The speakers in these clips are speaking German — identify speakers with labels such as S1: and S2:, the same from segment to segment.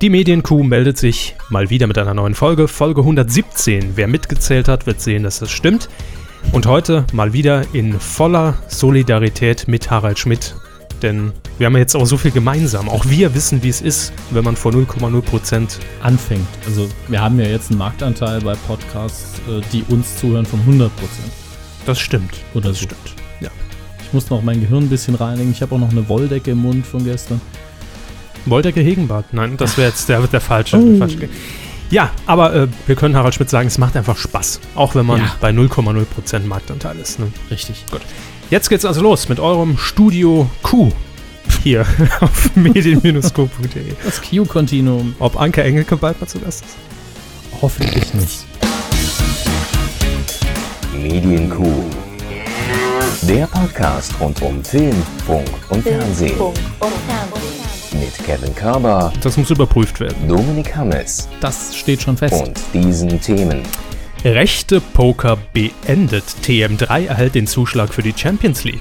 S1: Die Medienkuh meldet sich mal wieder mit einer neuen Folge, Folge 117. Wer mitgezählt hat, wird sehen, dass das stimmt. Und heute mal wieder in voller Solidarität mit Harald Schmidt. Denn wir haben ja jetzt auch so viel gemeinsam. Auch wir wissen, wie es ist, wenn man vor 0,0 Prozent.
S2: anfängt. Also wir haben ja jetzt einen Marktanteil bei Podcasts, äh, die uns zuhören von 100 Prozent.
S1: Das stimmt.
S2: Oder
S1: Das
S2: so.
S1: stimmt. Ja.
S2: Ich muss noch mein Gehirn ein bisschen reinigen. Ich habe auch noch eine Wolldecke im Mund von gestern.
S1: Wolldecke Hegenbart. Nein, das wäre jetzt der, der falsche. Der falsche. Ja, aber äh, wir können Harald Schmidt sagen, es macht einfach Spaß. Auch wenn man
S2: Ja.
S1: bei 0,0 Prozent Marktanteil ist. Ne?
S2: Richtig.
S1: Jetzt geht's also los mit eurem Studio Q. Hier auf medien-q.de.
S2: Das Q-Kontinuum.
S1: Ob Anke Engelke bald mal zu Gast ist?
S2: Hoffentlich nicht.
S3: Medienkuh. Der Podcast rund um Film, Funk und Fernsehen
S4: Funk und Fernsehen.
S3: mit Kevin Körber,
S1: Das muss überprüft werden.
S3: Dominik Hammes
S2: Das steht schon fest.
S3: und diesen Themen.
S1: Rechte Poker beendet. TM3 erhält den Zuschlag für die Champions League.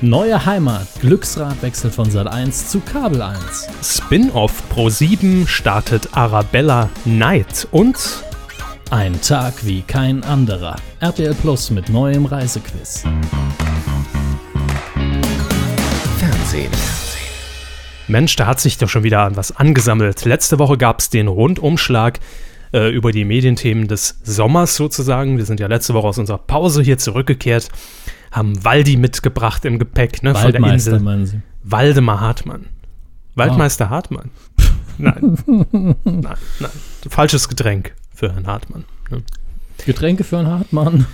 S2: Neue Heimat. Glücksradwechsel von Sat 1 zu Kabel 1.
S1: Spin-off Pro7 startet Arabella Knight. Und
S2: Ein Tag wie kein anderer. RTL Plus mit neuem Reisequiz.
S3: Fernsehen.
S1: Mensch, da hat sich doch schon wieder was angesammelt. Letzte Woche gab es den Rundumschlag äh, über die Medienthemen des Sommers sozusagen. Wir sind ja letzte Woche aus unserer Pause hier zurückgekehrt, haben Waldi mitgebracht im Gepäck ne, von der
S2: Waldmeister
S1: Insel.
S2: meinen Sie.
S1: Waldemar Hartmann. Waldmeister Hartmann. Nein. nein, nein. Falsches Getränk für Herrn Hartmann. Ne?
S2: Getränke für einen Hartmann.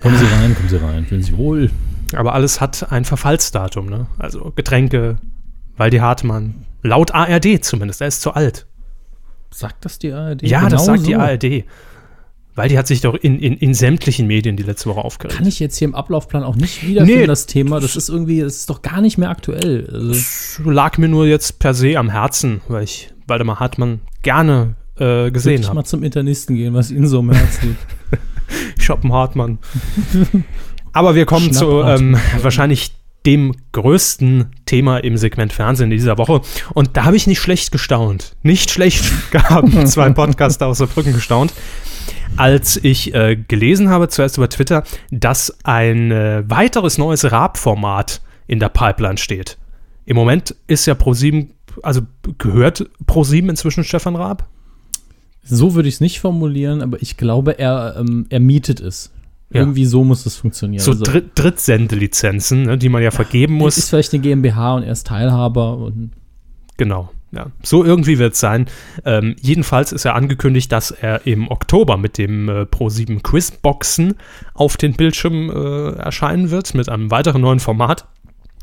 S2: Kommen Sie rein, kommen Sie rein. Fühlen Sie sich wohl.
S1: Aber alles hat ein Verfallsdatum. Ne? Also Getränke, Waldi Hartmann. Laut ARD zumindest. Er ist zu alt.
S2: Sagt das die ARD?
S1: Ja, das
S2: Genau
S1: sagt die
S2: so.
S1: ARD. Weil die hat sich doch in, in, in sämtlichen Medien die letzte Woche aufgeregt.
S2: kann ich jetzt hier im Ablaufplan auch nicht wiederfinden,
S1: Nee.
S2: das Thema. Das ist irgendwie, das ist doch gar nicht mehr aktuell. Also,
S1: Das lag mir nur jetzt per se am Herzen, weil ich Waldemar Hartmann gerne äh, gesehen
S2: wirklich
S1: habe.
S2: mal zum Internisten gehen, was Ihnen so im Herz liegt.
S1: Schoppen Hartmann. Aber wir kommen zu
S2: Schnapp
S1: ähm, wahrscheinlich dem größten Thema im Segment Fernsehen in dieser Woche. Und da habe ich nicht schlecht gestaunt. Nicht schlecht haben zwei Podcaster aus der Brücken gestaunt, als ich äh, gelesen habe, zuerst über Twitter, dass ein äh, weiteres neues Raab-Format in der Pipeline steht. Im Moment ist ja ProSieben, also gehört ProSieben inzwischen Stefan Raab?
S2: So würde ich es nicht formulieren, aber ich glaube, er, ähm, er mietet es.
S1: Ja.
S2: Irgendwie so muss es funktionieren.
S1: So
S2: Also,
S1: Dritt Drittsendelizenzen, ne, die man ja vergeben muss.
S2: Ist vielleicht eine GmbH und er ist Teilhaber. Und
S1: Genau. Ja, so irgendwie wird es sein. Ähm, jedenfalls ist er angekündigt, dass er im Oktober mit dem äh, Pro7 Quizboxen auf den Bildschirm äh, erscheinen wird, mit einem weiteren neuen Format.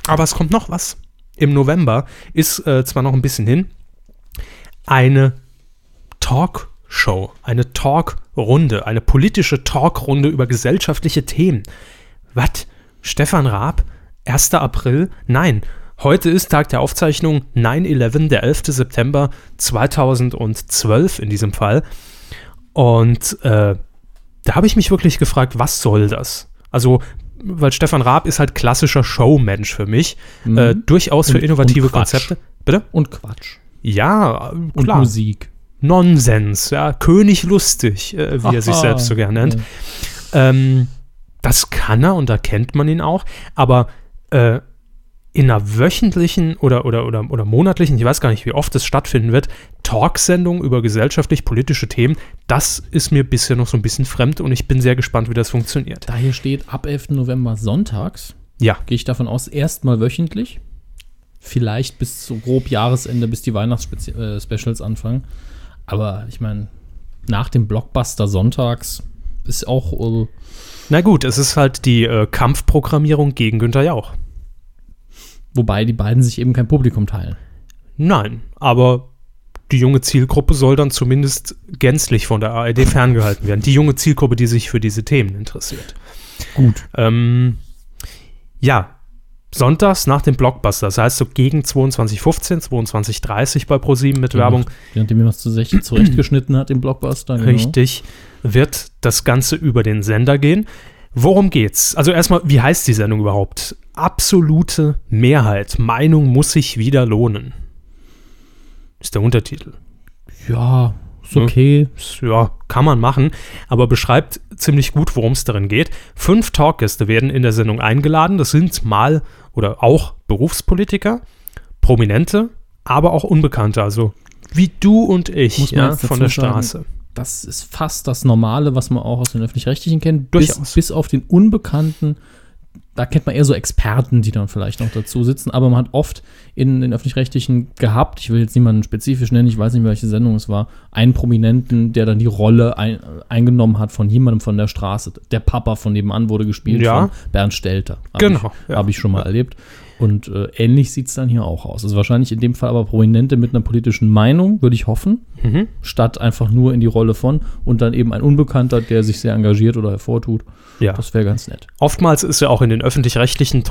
S1: Aber es kommt noch was. Im November ist äh, zwar noch ein bisschen hin, eine Talkshow, eine Talkrunde, eine politische Talkrunde über gesellschaftliche Themen. Was? Stefan Raab? 1. April? Nein. Heute ist Tag der Aufzeichnung 9-11, der 11. September 2012 in diesem Fall. Und äh, da habe ich mich wirklich gefragt, was soll das? Also, weil Stefan Raab ist halt klassischer Showmensch für mich. Äh, durchaus für
S2: Mhm. Und-
S1: innovative
S2: und Quatsch.
S1: Konzepte. Bitte?
S2: und Quatsch.
S1: Ja, äh,
S2: Und
S1: klar.
S2: Musik.
S1: Nonsens, ja, König lustig, äh, wie er sich
S2: Aha.
S1: selbst so gern nennt.
S2: Ja.
S1: Ähm, das kann er und da kennt man ihn auch, aber äh, in einer wöchentlichen oder, oder, oder, oder monatlichen, ich weiß gar nicht, wie oft es stattfinden wird, Talksendung über gesellschaftlich-politische Themen, das ist mir bisher noch so ein bisschen fremd und ich bin sehr gespannt, wie das funktioniert.
S2: Da hier steht, ab 11. November sonntags,
S1: Ja,
S2: gehe ich davon aus, erstmal wöchentlich. Vielleicht bis so grob Jahresende, bis die Weihnachts-Specials anfangen. Aber ich meine, nach dem Blockbuster sonntags ist auch äh,
S1: na gut, es ist halt die äh, Kampfprogrammierung gegen Günther Jauch.
S2: Wobei die beiden sich eben kein Publikum teilen.
S1: Nein, aber die junge Zielgruppe soll dann zumindest gänzlich von der ARD ferngehalten werden. Die junge Zielgruppe, die sich für diese Themen interessiert.
S2: Gut.
S1: Ähm, ja, sonntags nach dem Blockbuster, das heißt so gegen 22.15, 22.30 bei ProSieben mit Werbung,
S2: Je nachdem, wie man es zurecht, zurechtgeschnitten hat im Blockbuster. genau.
S1: richtig, wird das Ganze über den Sender gehen. Worum geht's? Also erstmal, wie heißt die Sendung überhaupt? Absolute Mehrheit. Meinung muss sich wieder lohnen. Ist der Untertitel.
S2: Ja, ist okay.
S1: ja, kann man machen, aber beschreibt ziemlich gut, worum es darin geht. Fünf Talkgäste werden in der Sendung eingeladen. Das sind mal oder auch Berufspolitiker, Prominente, aber auch Unbekannte, also wie du und ich
S2: Muss man
S1: ja,
S2: jetzt dazu
S1: von der
S2: sagen,
S1: Straße.
S2: Das ist fast das Normale, was man auch aus den Öffentlich-Rechtlichen kennt.
S1: Durchaus.
S2: Bis, bis auf den Unbekannten. Da kennt man eher so Experten, die dann vielleicht noch dazu sitzen. Aber man hat oft in den Öffentlich-Rechtlichen gehabt, ich will jetzt niemanden spezifisch nennen, ich weiß nicht, welche Sendung es war, einen Prominenten, der dann die Rolle ein, eingenommen hat von jemandem von der Straße. Der Papa von nebenan wurde gespielt
S1: Ja.
S2: von Bernd Stelter. Hab
S1: Genau,
S2: Ich,
S1: ja.
S2: Habe ich schon mal erlebt. Und äh, ähnlich sieht es dann hier auch aus. Also wahrscheinlich in dem Fall aber Prominente mit einer politischen Meinung, würde ich hoffen
S1: Mhm.
S2: statt einfach nur in die Rolle von und dann eben ein Unbekannter, der sich sehr engagiert oder hervortut.
S1: Ja.
S2: Das wäre ganz nett.
S1: Oftmals ist ja auch in den öffentlich-rechtlichen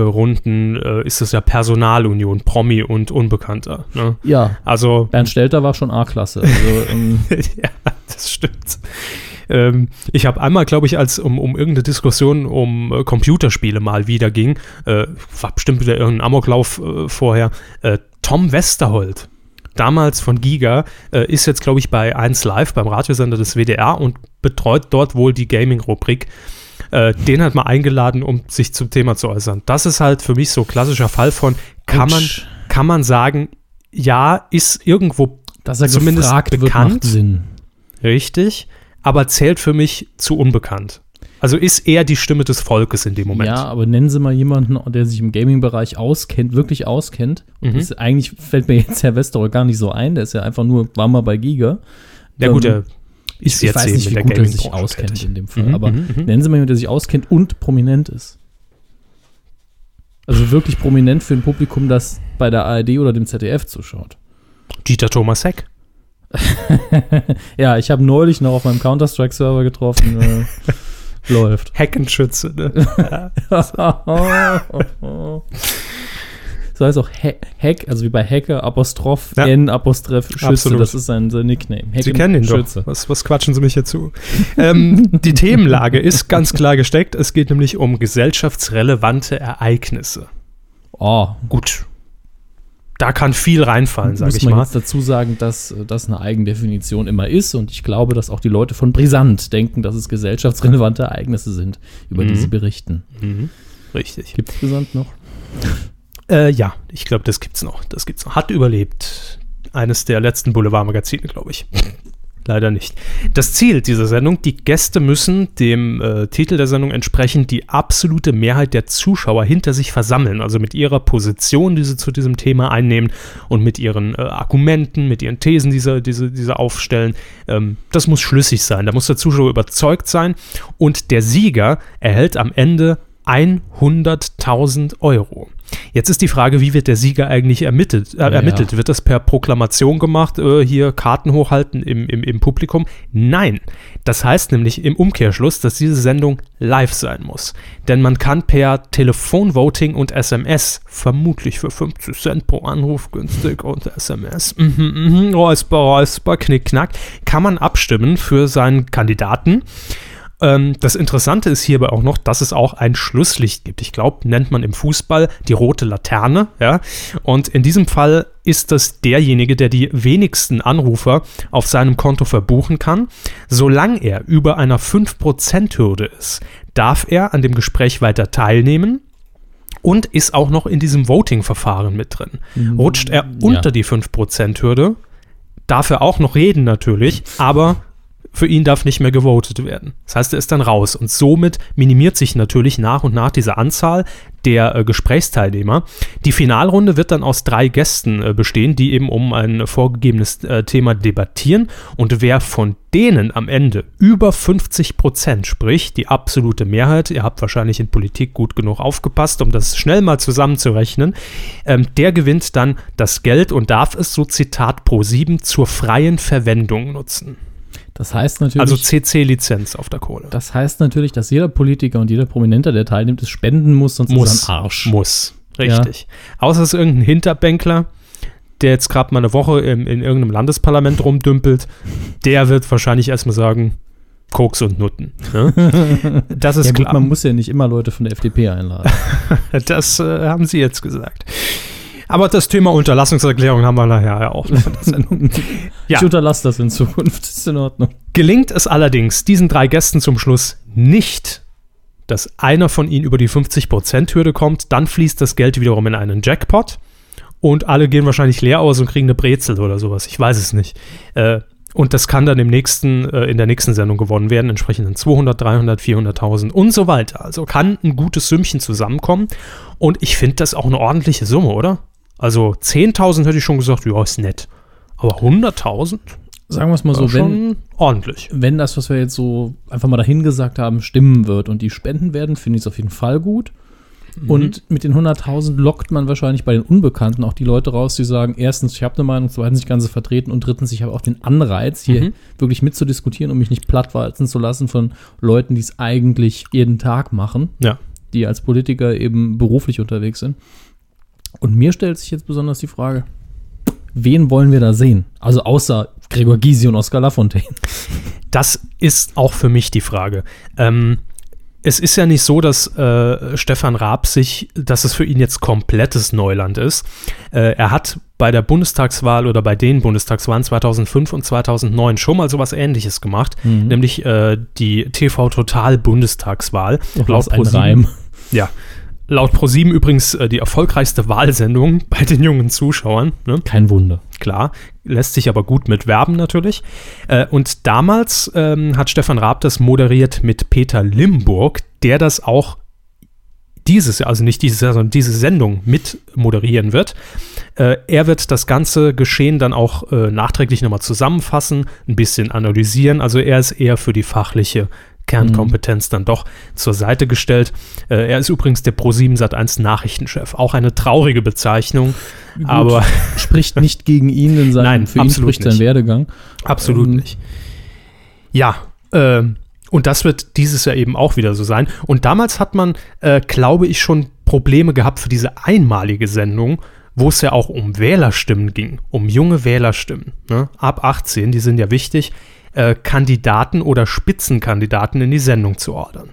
S1: Talkrunden äh, ist es ja Personalunion, Promi und Unbekannter. Ne?
S2: Ja.
S1: Also
S2: Bernd Stelter war schon A-Klasse. Also, ähm,
S1: ja, das stimmt. Ähm, ich habe einmal, glaube ich, als um, um irgendeine Diskussion um äh, Computerspiele mal wieder ging, äh, war bestimmt wieder irgendein Amoklauf äh, vorher, äh, Tom Westerholt, damals von Giga, äh, ist jetzt, glaube ich, bei 1 Live, beim Radiosender des WDR und betreut dort wohl die Gaming-Rubrik. Äh, den hat man eingeladen, um sich zum Thema zu äußern. Das ist halt für mich so ein klassischer Fall von, kann man,
S2: Autsch.
S1: kann man sagen, ja, ist irgendwo
S2: dass er
S1: Zumindest
S2: gefragt wird,
S1: bekannt.
S2: macht Sinn.
S1: Richtig, aber zählt für mich zu unbekannt. Also ist eher die Stimme des Volkes in dem Moment.
S2: Ja, aber nennen Sie mal jemanden, der sich im Gaming-Bereich auskennt, wirklich auskennt. Und
S1: Mhm.
S2: das, eigentlich fällt mir jetzt Herr Westerholt gar nicht so ein. Der ist ja einfach nur, war mal bei Giga. Ähm,
S1: ja gut, äh, er
S2: Ich, ich weiß nicht, wie gut er sich
S1: Gaming-Branche
S2: auskennt
S1: tätig.
S2: in dem Fall.
S1: Mhm,
S2: aber
S1: mhm, mhm.
S2: nennen Sie mal jemanden, der sich auskennt und prominent ist. Also wirklich prominent für ein Publikum, das bei der ARD oder dem ZDF zuschaut.
S1: Dieter Thomas Heck.
S2: Ja, ich habe neulich noch auf meinem Counter-Strike-Server getroffen. Äh, läuft.
S1: Heckenschütze, ne?
S2: so heißt auch Ha- Hack, also wie bei Hacker, Apostroph,
S1: Ja.
S2: N, Apostroph, Schütze.
S1: Absolut.
S2: Das ist sein, sein Nickname. Hack
S1: Sie kennen ihn doch.
S2: Schütze.
S1: Was, was quatschen Sie mich hier zu? ähm, die Themenlage ist ganz klar gesteckt. Es geht nämlich um gesellschaftsrelevante Ereignisse.
S2: Oh,
S1: Gut. Da kann viel reinfallen, sage
S2: muss
S1: ich
S2: man
S1: mal.
S2: jetzt dazu sagen, dass äh, das eine Eigendefinition immer ist und ich glaube, dass auch die Leute von Brisant denken, dass es gesellschaftsrelevante Ereignisse sind, über die
S1: Mhm.
S2: sie berichten.
S1: Mhm. Richtig.
S2: Gibt es Brisant noch?
S1: Äh, ja, ich glaube, das gibt's noch. Das gibt's noch. Hat überlebt. Eines der letzten Boulevardmagazine, glaube ich. Leider nicht. Das Ziel dieser Sendung, die Gäste müssen dem äh, Titel der Sendung entsprechend die absolute Mehrheit der Zuschauer hinter sich versammeln, also mit ihrer Position, die sie zu diesem Thema einnehmen und mit ihren äh, Argumenten, mit ihren Thesen, die sie, die sie, die sie aufstellen. Ähm, das muss schlüssig sein, da muss der Zuschauer überzeugt sein und der Sieger erhält am Ende 100.000 Euro. Jetzt ist die Frage, wie wird der Sieger eigentlich ermittelt? Äh, ermittelt? Wird das per Proklamation gemacht, äh, hier Karten hochhalten im, im, im Publikum? Nein. Das heißt nämlich im Umkehrschluss, dass diese Sendung live sein muss. Denn man kann per Telefonvoting und SMS, vermutlich für 50 Cent pro Anruf günstig und SMS, mhm, mhm, Räusper, Räusper, Knick, Knack, kann man abstimmen für seinen Kandidaten. Ähm, das Interessante ist hierbei auch noch, dass es auch ein Schlusslicht gibt. Ich glaube, nennt man im Fußball die rote Laterne. Ja? Und in diesem Fall ist das derjenige, der die wenigsten Anrufer auf seinem Konto verbuchen kann. Solange er über einer 5%-Hürde ist, darf er an dem Gespräch weiter teilnehmen und ist auch noch in diesem Voting-Verfahren mit drin. Rutscht er unter die 5%-Hürde, darf er auch noch reden natürlich, aber für ihn darf nicht mehr gewotet werden. Das heißt, er ist dann raus und somit minimiert sich natürlich nach und nach diese Anzahl der äh, Gesprächsteilnehmer. Die Finalrunde wird dann aus drei Gästen äh, bestehen, die eben um ein vorgegebenes äh, Thema debattieren und wer von denen am Ende über 50 Prozent, sprich die absolute Mehrheit, ihr habt wahrscheinlich in Politik gut genug aufgepasst, um das schnell mal zusammenzurechnen, ähm, der gewinnt dann das Geld und darf es, so Zitat pro 7, zur freien Verwendung nutzen.
S2: Das heißt natürlich,
S1: Also CC-Lizenz auf der Kohle.
S2: das heißt natürlich, dass jeder Politiker und jeder Prominenter, der teilnimmt, es spenden muss, sonst ist
S1: Muss.
S2: er ein Arsch.
S1: Muss. Richtig. Außer es ist irgendein Hinterbänkler, der jetzt gerade mal eine Woche im, in irgendeinem Landesparlament rumdümpelt, der wird wahrscheinlich erstmal sagen, Koks und Nutten. Ne? Das ist
S2: Ja gut,
S1: klar.
S2: man muss ja nicht immer Leute von der FDP einladen.
S1: Das äh, haben Sie jetzt gesagt. Aber das Thema Unterlassungserklärung haben wir nachher ja auch. noch in der Sendung. Ja.
S2: Ich unterlasse das in Zukunft. Ist in Ordnung.
S1: Gelingt es allerdings diesen drei Gästen zum Schluss nicht, dass einer von ihnen über die 50%-Hürde kommt, dann fließt das Geld wiederum in einen Jackpot und alle gehen wahrscheinlich leer aus und kriegen eine Brezel oder sowas. Ich weiß es nicht. Äh, und das kann dann im nächsten, äh, in der nächsten Sendung gewonnen werden, entsprechend in 200, 300, 400.000 und so weiter. Also kann ein gutes Sümmchen zusammenkommen. Und ich finde das auch eine ordentliche Summe, oder? Also 10.000 hätte ich schon gesagt, ja, ist nett. Aber 100.000?
S2: Sagen wir es mal so,
S1: Also
S2: wenn,
S1: schon ordentlich.
S2: wenn das, was wir jetzt so einfach mal dahingesagt haben, stimmen wird und die spenden werden, finde ich es auf jeden Fall gut.
S1: Mhm.
S2: Und mit den 100.000 lockt man wahrscheinlich bei den Unbekannten auch die Leute raus, die sagen, erstens, ich habe eine Meinung, zweitens, ich kann sie vertreten und drittens, ich habe auch den Anreiz, hier
S1: Mhm.
S2: wirklich mitzudiskutieren und mich nicht plattwalzen zu lassen von Leuten, die es eigentlich jeden Tag machen,
S1: Ja.
S2: die als Politiker eben beruflich unterwegs sind. Und mir stellt sich jetzt besonders die Frage, wen wollen wir da sehen? Also außer Gregor Gysi und Oskar Lafontaine.
S1: Das ist auch für mich die Frage. Ähm, es ist ja nicht so, dass äh, Stefan Raab sich, dass es für ihn jetzt komplettes Neuland ist. Äh, er hat bei der Bundestagswahl oder bei den Bundestagswahlen 2005 und 2009 schon mal sowas Ähnliches gemacht,
S2: Mhm.
S1: nämlich äh, die TV Total Bundestagswahl.
S2: Oh, was ein
S1: ProSieben.
S2: Reim.
S1: Ja. Laut ProSieben übrigens äh, die erfolgreichste Wahlsendung bei den jungen Zuschauern. Ne?
S2: Kein Wunder.
S1: klar, lässt sich aber gut mit werben natürlich. Äh, und damals ähm, hat Stefan Raab das moderiert mit Peter Limburg, der das auch dieses Jahr, also nicht dieses Jahr, sondern diese Sendung mit moderieren wird. Äh, er wird das ganze Geschehen dann auch äh, nachträglich nochmal zusammenfassen, ein bisschen analysieren. Also er ist eher für die fachliche Kernkompetenz dann doch zur Seite gestellt. Äh, er ist übrigens der Pro7 Sat1 Nachrichtenchef. Auch eine traurige Bezeichnung, aber
S2: spricht nicht gegen ihn in seinem,
S1: Nein,
S2: für ihn
S1: absolut
S2: spricht sein
S1: nicht.
S2: Werdegang.
S1: Absolut
S2: Ähm,
S1: nicht. Ja, ähm, und das wird dieses Jahr eben auch wieder so sein. Und damals hat man, äh, glaube ich, schon Probleme gehabt für diese einmalige Sendung, wo es ja auch um Wählerstimmen ging, um junge Wählerstimmen. Ne? Ab 18, die sind ja wichtig, äh, Kandidaten oder Spitzenkandidaten in die Sendung zu ordern.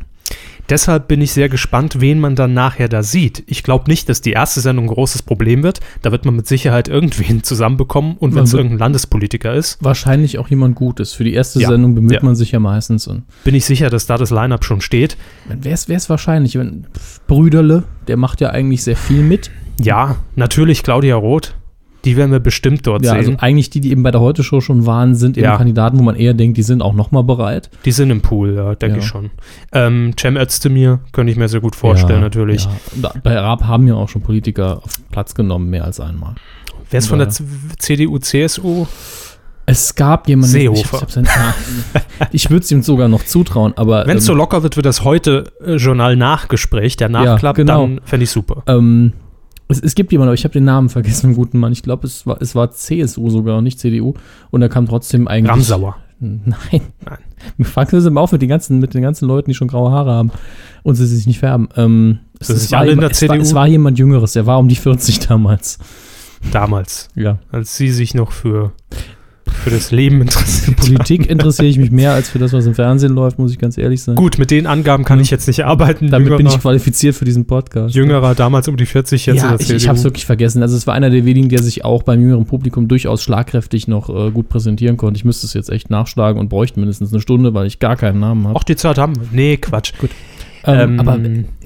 S1: Deshalb bin ich sehr gespannt, wen man dann nachher da sieht. Ich glaube nicht, dass die erste Sendung ein großes Problem wird. Da wird man mit Sicherheit irgendwen zusammenbekommen und wenn
S2: Man
S1: es
S2: wird-
S1: irgendein Landespolitiker ist,
S2: Wahrscheinlich auch jemand Gutes. Für die erste
S1: Ja,
S2: Sendung bemüht
S1: ja.
S2: man sich ja meistens. Und
S1: bin ich sicher, dass da das Line-Up schon steht.
S2: wer ist, wer ist wahrscheinlich? Wenn, pff, Brüderle, der macht ja eigentlich sehr viel mit.
S1: Ja, natürlich Claudia Roth. Die werden wir bestimmt dort
S2: Mhm. Ja, also
S1: sehen.
S2: eigentlich die, die eben bei der Heute-Show schon waren, sind eben
S1: Ja.
S2: Kandidaten, wo man eher denkt, die sind auch nochmal bereit.
S1: die sind im Pool, ja, denke
S2: Ja.
S1: ich schon. Ähm, Cem Özdemir könnte ich mir sehr gut vorstellen,
S2: Ja,
S1: natürlich.
S2: Ja. Und da- Bei Raab haben ja auch schon Politiker auf Platz genommen, mehr als einmal.
S1: Wer ist von der
S2: Ja.
S1: Z- CDU, CSU?
S2: Es gab jemanden, ich,
S1: Seehofer.
S2: hab's- ich, hab's- ja, ich würde es ihm sogar noch zutrauen, aber
S1: Wenn es so locker wird, wird das heute äh, Journal-Nachgespräch, der Nachklapp,
S2: genau.
S1: dann fände ich super.
S2: Ähm, es, es gibt jemanden, aber ich habe den Namen vergessen, den guten Mann. Ich glaube, es war, es war CSU sogar und nicht CDU. Und da kam trotzdem eigentlich.
S1: Ramsauer.
S2: Nein.
S1: Nein.
S2: Mir fangen sie immer auf mit den, ganzen, mit den ganzen Leuten, die schon graue Haare haben und sie sich nicht färben. Ähm, es,
S1: Das
S2: es
S1: ist alle in
S2: jemand-
S1: der
S2: es,
S1: CDU?
S2: War, es war jemand Jüngeres, der war um die 40 damals.
S1: Damals,
S2: Ja.
S1: als sie sich noch für, für das Leben interessiert haben.
S2: Politik interessiere ich mich mehr als für das, was im Fernsehen läuft, muss ich ganz ehrlich sein.
S1: Gut, mit den Angaben kann ich jetzt nicht arbeiten.
S2: Mhm. Damit bin ich
S1: Jüngerer-
S2: qualifiziert für diesen Podcast.
S1: Jüngerer, damals um die 40, jetzt in
S2: ja,
S1: der
S2: ich,
S1: CDU.
S2: ich habe es wirklich vergessen. Also es war einer der wenigen, der sich auch beim jüngeren Publikum durchaus schlagkräftig noch äh, gut präsentieren konnte. Ich müsste es jetzt echt nachschlagen und bräuchte mindestens eine Stunde, weil ich gar keinen Namen habe.
S1: Auch die Zeit haben wir. Nee, Quatsch. ähm,
S2: aber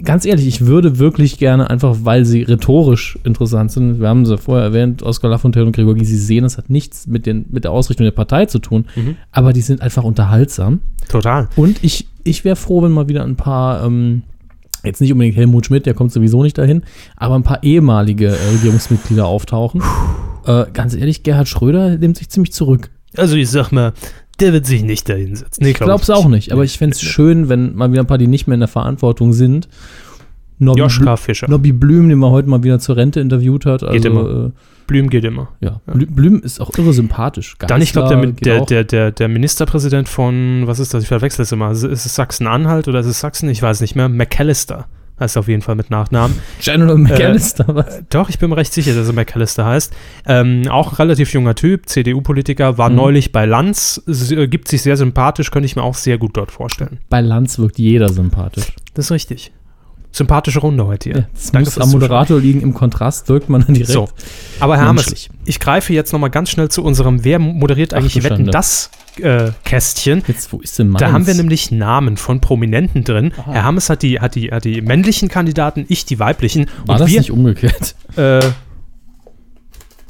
S2: ganz ehrlich, ich würde wirklich gerne einfach, weil sie rhetorisch interessant sind, wir haben sie vorher erwähnt, Oskar Lafontaine und Gregor Gysi sehen, das hat nichts mit, den, mit der Ausrichtung der Partei zu tun,
S1: Mhm.
S2: aber die sind einfach unterhaltsam.
S1: Total.
S2: Und ich, ich wäre froh, wenn mal wieder ein paar, ähm, jetzt nicht unbedingt Helmut Schmidt, der kommt sowieso nicht dahin, aber ein paar ehemalige äh, Regierungsmitglieder auftauchen. Äh, ganz ehrlich, Gerhard Schröder nimmt sich ziemlich zurück.
S1: Also ich sag mal, der wird sich nicht dahin setzen. Nee,
S2: ich glaube es auch nicht, aber ich fände es schön, wenn mal wieder ein paar, die nicht mehr in der Verantwortung sind. Nobby, Blü
S1: Joschka Fischer.
S2: Nobby Blüm, den man heute mal wieder zur Rente interviewt hat. Also,
S1: immer. Blüm geht immer.
S2: Äh, ja. Blü- Blüm ist auch irre sympathisch.
S1: Dann, ich glaube,
S2: Geisler
S1: der,
S2: geht
S1: der,
S2: auch.
S1: der, der, der Ministerpräsident von, was ist das? Ich verwechsel es immer. Ist es Sachsen-Anhalt oder ist es Sachsen? Ich weiß nicht mehr. McAllister heißt er auf jeden Fall mit Nachnamen. Äh,
S2: General McAllister, was?
S1: Doch, ich bin mir recht sicher, dass er McAllister heißt. Ähm, auch ein relativ junger Typ, CDU-Politiker, war
S2: Mhm.
S1: neulich bei Lanz, s- äh, gibt sich sehr sympathisch, könnte ich mir auch sehr gut dort vorstellen.
S2: Bei Lanz wirkt jeder sympathisch.
S1: Das ist richtig. Sympathische Runde heute hier.
S2: Ja, das muss am Moderator liegen, im Kontrast wirkt man dann direkt.
S1: So, aber Herr Hammes,
S2: Menschlich.
S1: ich greife jetzt nochmal ganz schnell zu unserem Wer moderiert
S2: Ach,
S1: eigentlich
S2: du
S1: Wetten
S2: Schande.
S1: das äh, Kästchen.
S2: Jetzt, wo ist denn meins?
S1: Da haben wir nämlich Namen von Prominenten drin. Herr Hammes hat die, hat, die, hat die männlichen Kandidaten, ich die weiblichen.
S2: War das
S1: wir,
S2: nicht umgekehrt?
S1: äh,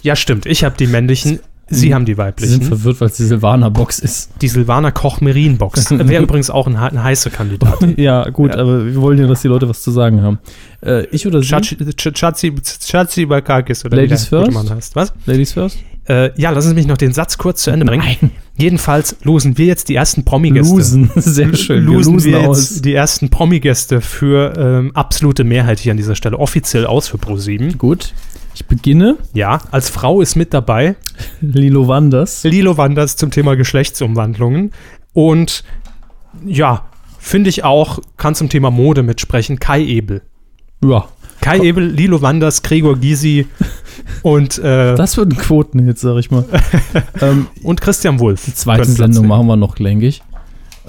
S1: ja, stimmt. Ich habe die männlichen, Sie haben die
S2: Sie sind
S1: weiblichen.
S2: verwirrt, weil es die Silvaner-Box ist.
S1: Die Silvana Koch-Merin-Box. Wäre übrigens auch ein, hei- ein heißer Kandidat.
S2: Ja, gut, aber wir wollen ja, dass die Leute was zu sagen haben. Äh, ich oder Sie?
S1: Chachi- Ch- Chatsi Chatsi Bakakis oder
S2: Ladies
S1: wie der gute
S2: first?
S1: Mann heißt. Was?
S2: Ladies first?
S1: Äh, ja, lassen Sie mich noch den Satz kurz zu Ende bringen.
S2: Nein.
S1: Jedenfalls losen wir jetzt die ersten Promi-Gäste.
S2: Losen, sehr schön. Wir
S1: Losen wir jetzt
S2: aus.
S1: die ersten Promi-Gäste für ähm, absolute Mehrheit hier an dieser Stelle offiziell aus für ProSieben.
S2: Gut, ich beginne.
S1: Ja, als Frau ist mit dabei
S2: Lilo Wanders.
S1: Lilo Wanders zum Thema Geschlechtsumwandlungen. Und ja, finde ich auch, kann zum Thema Mode mitsprechen, Kai Ebel.
S2: Ja,
S1: Kai Ebel, Lilo Wanders, Gregor Gysi und, äh,
S2: das wird ein Quotenhit, sag ich mal. ähm,
S1: und Christian Wulff. Die
S2: zweite Sendung machen wir noch, denke ich.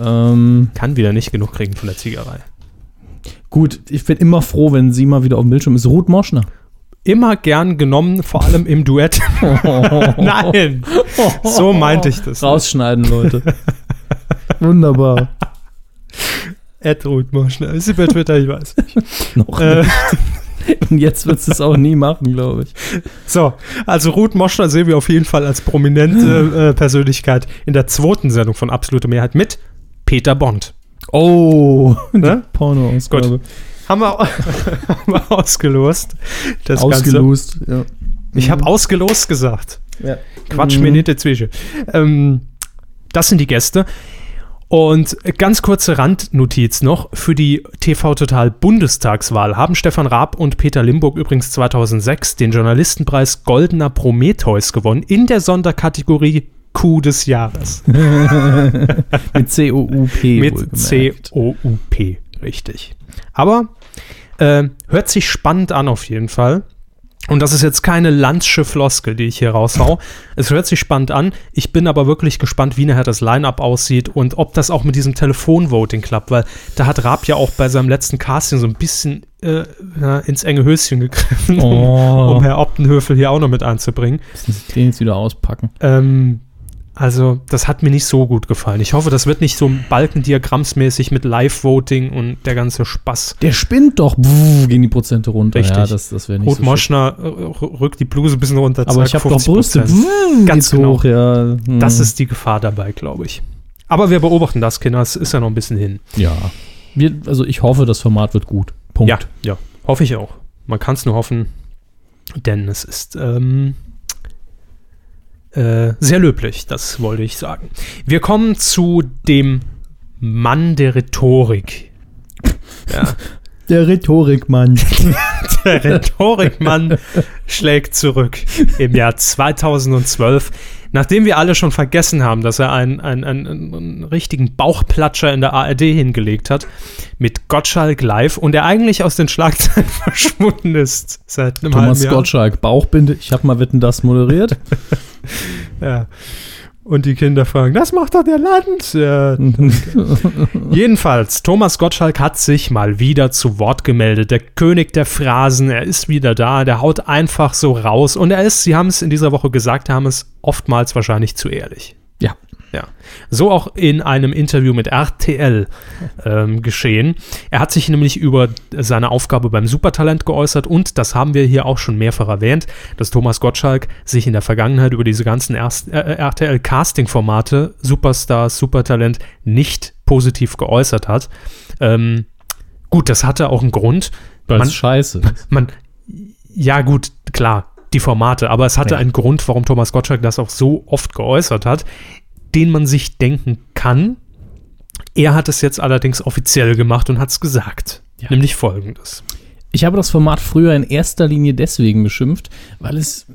S2: Ähm,
S1: Kann wieder nicht genug kriegen von der Ziegerei.
S2: gut, ich bin immer froh, wenn sie mal wieder auf dem Bildschirm ist. Ruth Moschner.
S1: Immer gern genommen, vor allem im Duett. Nein, so meinte ich das.
S2: Rausschneiden, Leute. Wunderbar.
S1: Ed Rutmoschner. Ist sie bei Twitter, ich weiß.
S2: Noch
S1: äh,
S2: nicht. Jetzt wird es auch nie machen, glaube ich.
S1: so, also Ruth Moschner sehen wir auf jeden Fall als prominente äh, Persönlichkeit in der zweiten Sendung von Absolute Mehrheit mit Peter Bond.
S2: Oh,
S1: Ne?
S2: Porno-Ausgabe.
S1: Haben wir, haben wir ausgelost. Das Ganze.
S2: Ausgelost. Ja.
S1: Ich habe ausgelost gesagt.
S2: Ja.
S1: Quatsch
S2: Mhm.
S1: mir nicht dazwischen. Ähm, das sind die Gäste. Und ganz kurze Randnotiz noch. Für die TV Total Bundestagswahl haben Stefan Raab und Peter Limburg übrigens 2006 den Journalistenpreis Goldener Prometheus gewonnen in der Sonderkategorie Coup des Jahres
S2: Mit C-O-U-P.
S1: mit
S2: wohlgemerkt.
S1: C-O-U-P. Richtig. Aber äh, hört sich spannend an auf jeden Fall. Und das ist jetzt keine landsche Floskel, die ich hier raushau. es hört sich spannend an. Ich bin aber wirklich gespannt, wie nachher das Line-Up aussieht und ob das auch mit diesem Telefonvoting klappt, weil da hat Raab ja auch bei seinem letzten Casting so ein bisschen äh, ja, ins enge Höschen gegriffen, um,
S2: Oh.
S1: um Herr Optenhöfel hier auch noch mit einzubringen.
S2: Müssen Sie den jetzt wieder auspacken.
S1: Ähm, also, das hat mir nicht so gut gefallen. Ich hoffe, das wird nicht so balkendiagrammsmäßig mit Live-Voting und der ganze Spaß.
S2: Der spinnt doch. Puh, gehen die Prozente runter.
S1: Richtig.
S2: Ja, das, das wäre nicht
S1: Ruth
S2: so schön.
S1: Moschner äh, r- rückt die Bluse ein bisschen runter.
S2: Aber ich
S1: zack,
S2: habe doch
S1: 50%.
S2: Brüste. Puh,
S1: Ganz
S2: geht's
S1: genau.
S2: hoch, ja. Hm.
S1: Das ist die Gefahr dabei, glaube ich. Aber wir beobachten das, Kinder. Es ist ja noch ein bisschen hin.
S2: Ja. Wir, also ich hoffe, das Format wird gut. Punkt.
S1: Ja, ja. Hoffe ich auch. Man kann es nur hoffen, denn es ist ähm, äh, sehr löblich, das wollte ich sagen. Wir kommen zu dem Mann der Rhetorik. Ja.
S2: Der Rhetorikmann.
S1: Der Rhetorikmann schlägt zurück im Jahr 2012. Nachdem wir alle schon vergessen haben, dass er einen, einen, einen, einen richtigen Bauchplatscher in der ARD hingelegt hat, mit Gottschalk live und der eigentlich aus den Schlagzeilen verschwunden ist seit einem
S2: Thomas
S1: halben
S2: Gottschalk, Bauchbinde. Ich habe mal Wetten, das moderiert.
S1: Jahr. Ja. Und die Kinder fragen, das macht doch der Land. Ja, Jedenfalls, Thomas Gottschalk hat sich mal wieder zu Wort gemeldet. Der König der Phrasen, er ist wieder da, der haut einfach so raus. Und er ist, Sie haben es in dieser Woche gesagt, haben es oftmals wahrscheinlich zu ehrlich.
S2: ja.
S1: Ja. So auch in einem Interview mit RTL ähm, geschehen. Er hat sich nämlich über seine Aufgabe beim Supertalent geäußert und das haben wir hier auch schon mehrfach erwähnt, dass Thomas Gottschalk sich in der Vergangenheit über diese ganzen Erst- äh, RTL-Casting-Formate, Superstars, Supertalent, nicht positiv geäußert hat. Ähm, gut, das hatte auch einen Grund.
S2: Weil
S1: Man-
S2: es scheiße ist.
S1: Man, ja, gut, klar, die Formate, aber es hatte
S2: Ja.
S1: einen Grund, warum Thomas Gottschalk das auch so oft geäußert hat, den man sich denken kann. Er hat es jetzt allerdings offiziell gemacht und hat es gesagt.
S2: Ja.
S1: Nämlich folgendes.
S2: Ich habe das Format früher in erster Linie deswegen beschimpft, weil es.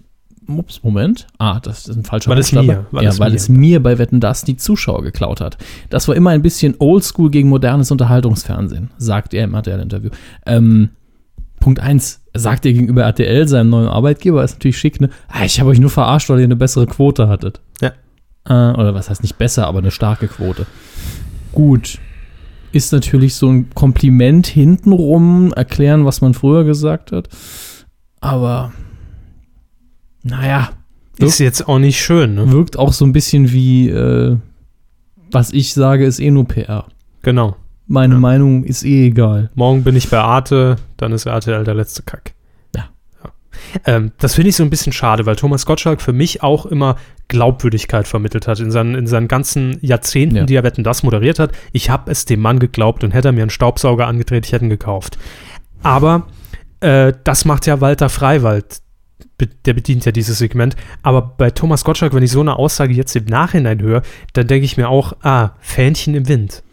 S2: Ups, Moment. Ah, das ist ein falscher
S1: Weil es
S2: Buchstabe.
S1: mir- weil
S2: ja,
S1: es
S2: weil
S1: mir.
S2: es mir bei Wetten das die Zuschauer geklaut hat. Das war immer ein bisschen Oldschool gegen modernes Unterhaltungsfernsehen, sagt er im RTL-Interview. Ähm, Punkt 1. Sagt er gegenüber RTL, seinem neuen Arbeitgeber, ist natürlich schick, ne? Ah, ich habe euch nur verarscht, weil ihr eine bessere Quote hattet.
S1: Ja.
S2: Äh, oder was heißt nicht besser, aber eine starke Quote. Gut. ist natürlich so ein Kompliment hintenrum, erklären, was man früher gesagt hat. Aber naja,
S1: Ist jetzt auch nicht schön, ne?
S2: wirkt auch so ein bisschen wie, äh, was ich sage, ist eh nur PR.
S1: Genau.
S2: Meine
S1: Ja.
S2: Meinung ist eh egal.
S1: Morgen bin ich bei Arte, dann ist RTL der letzte Kack.
S2: Ja.
S1: Ja. Ähm, das finde ich so ein bisschen schade, weil Thomas Gottschalk für mich auch immer Glaubwürdigkeit vermittelt hat in seinen, in seinen ganzen Jahrzehnten,
S2: Ja.
S1: die er Wetten das moderiert hat. Ich habe es dem Mann geglaubt und hätte er mir einen Staubsauger angedreht, ich hätte ihn gekauft. Aber äh, das macht ja Walter Freiwald. Be- Der bedient ja dieses Segment. Aber bei Thomas Gottschalk, wenn ich so eine Aussage jetzt im Nachhinein höre, dann denke ich mir auch, ah, Fähnchen im Wind.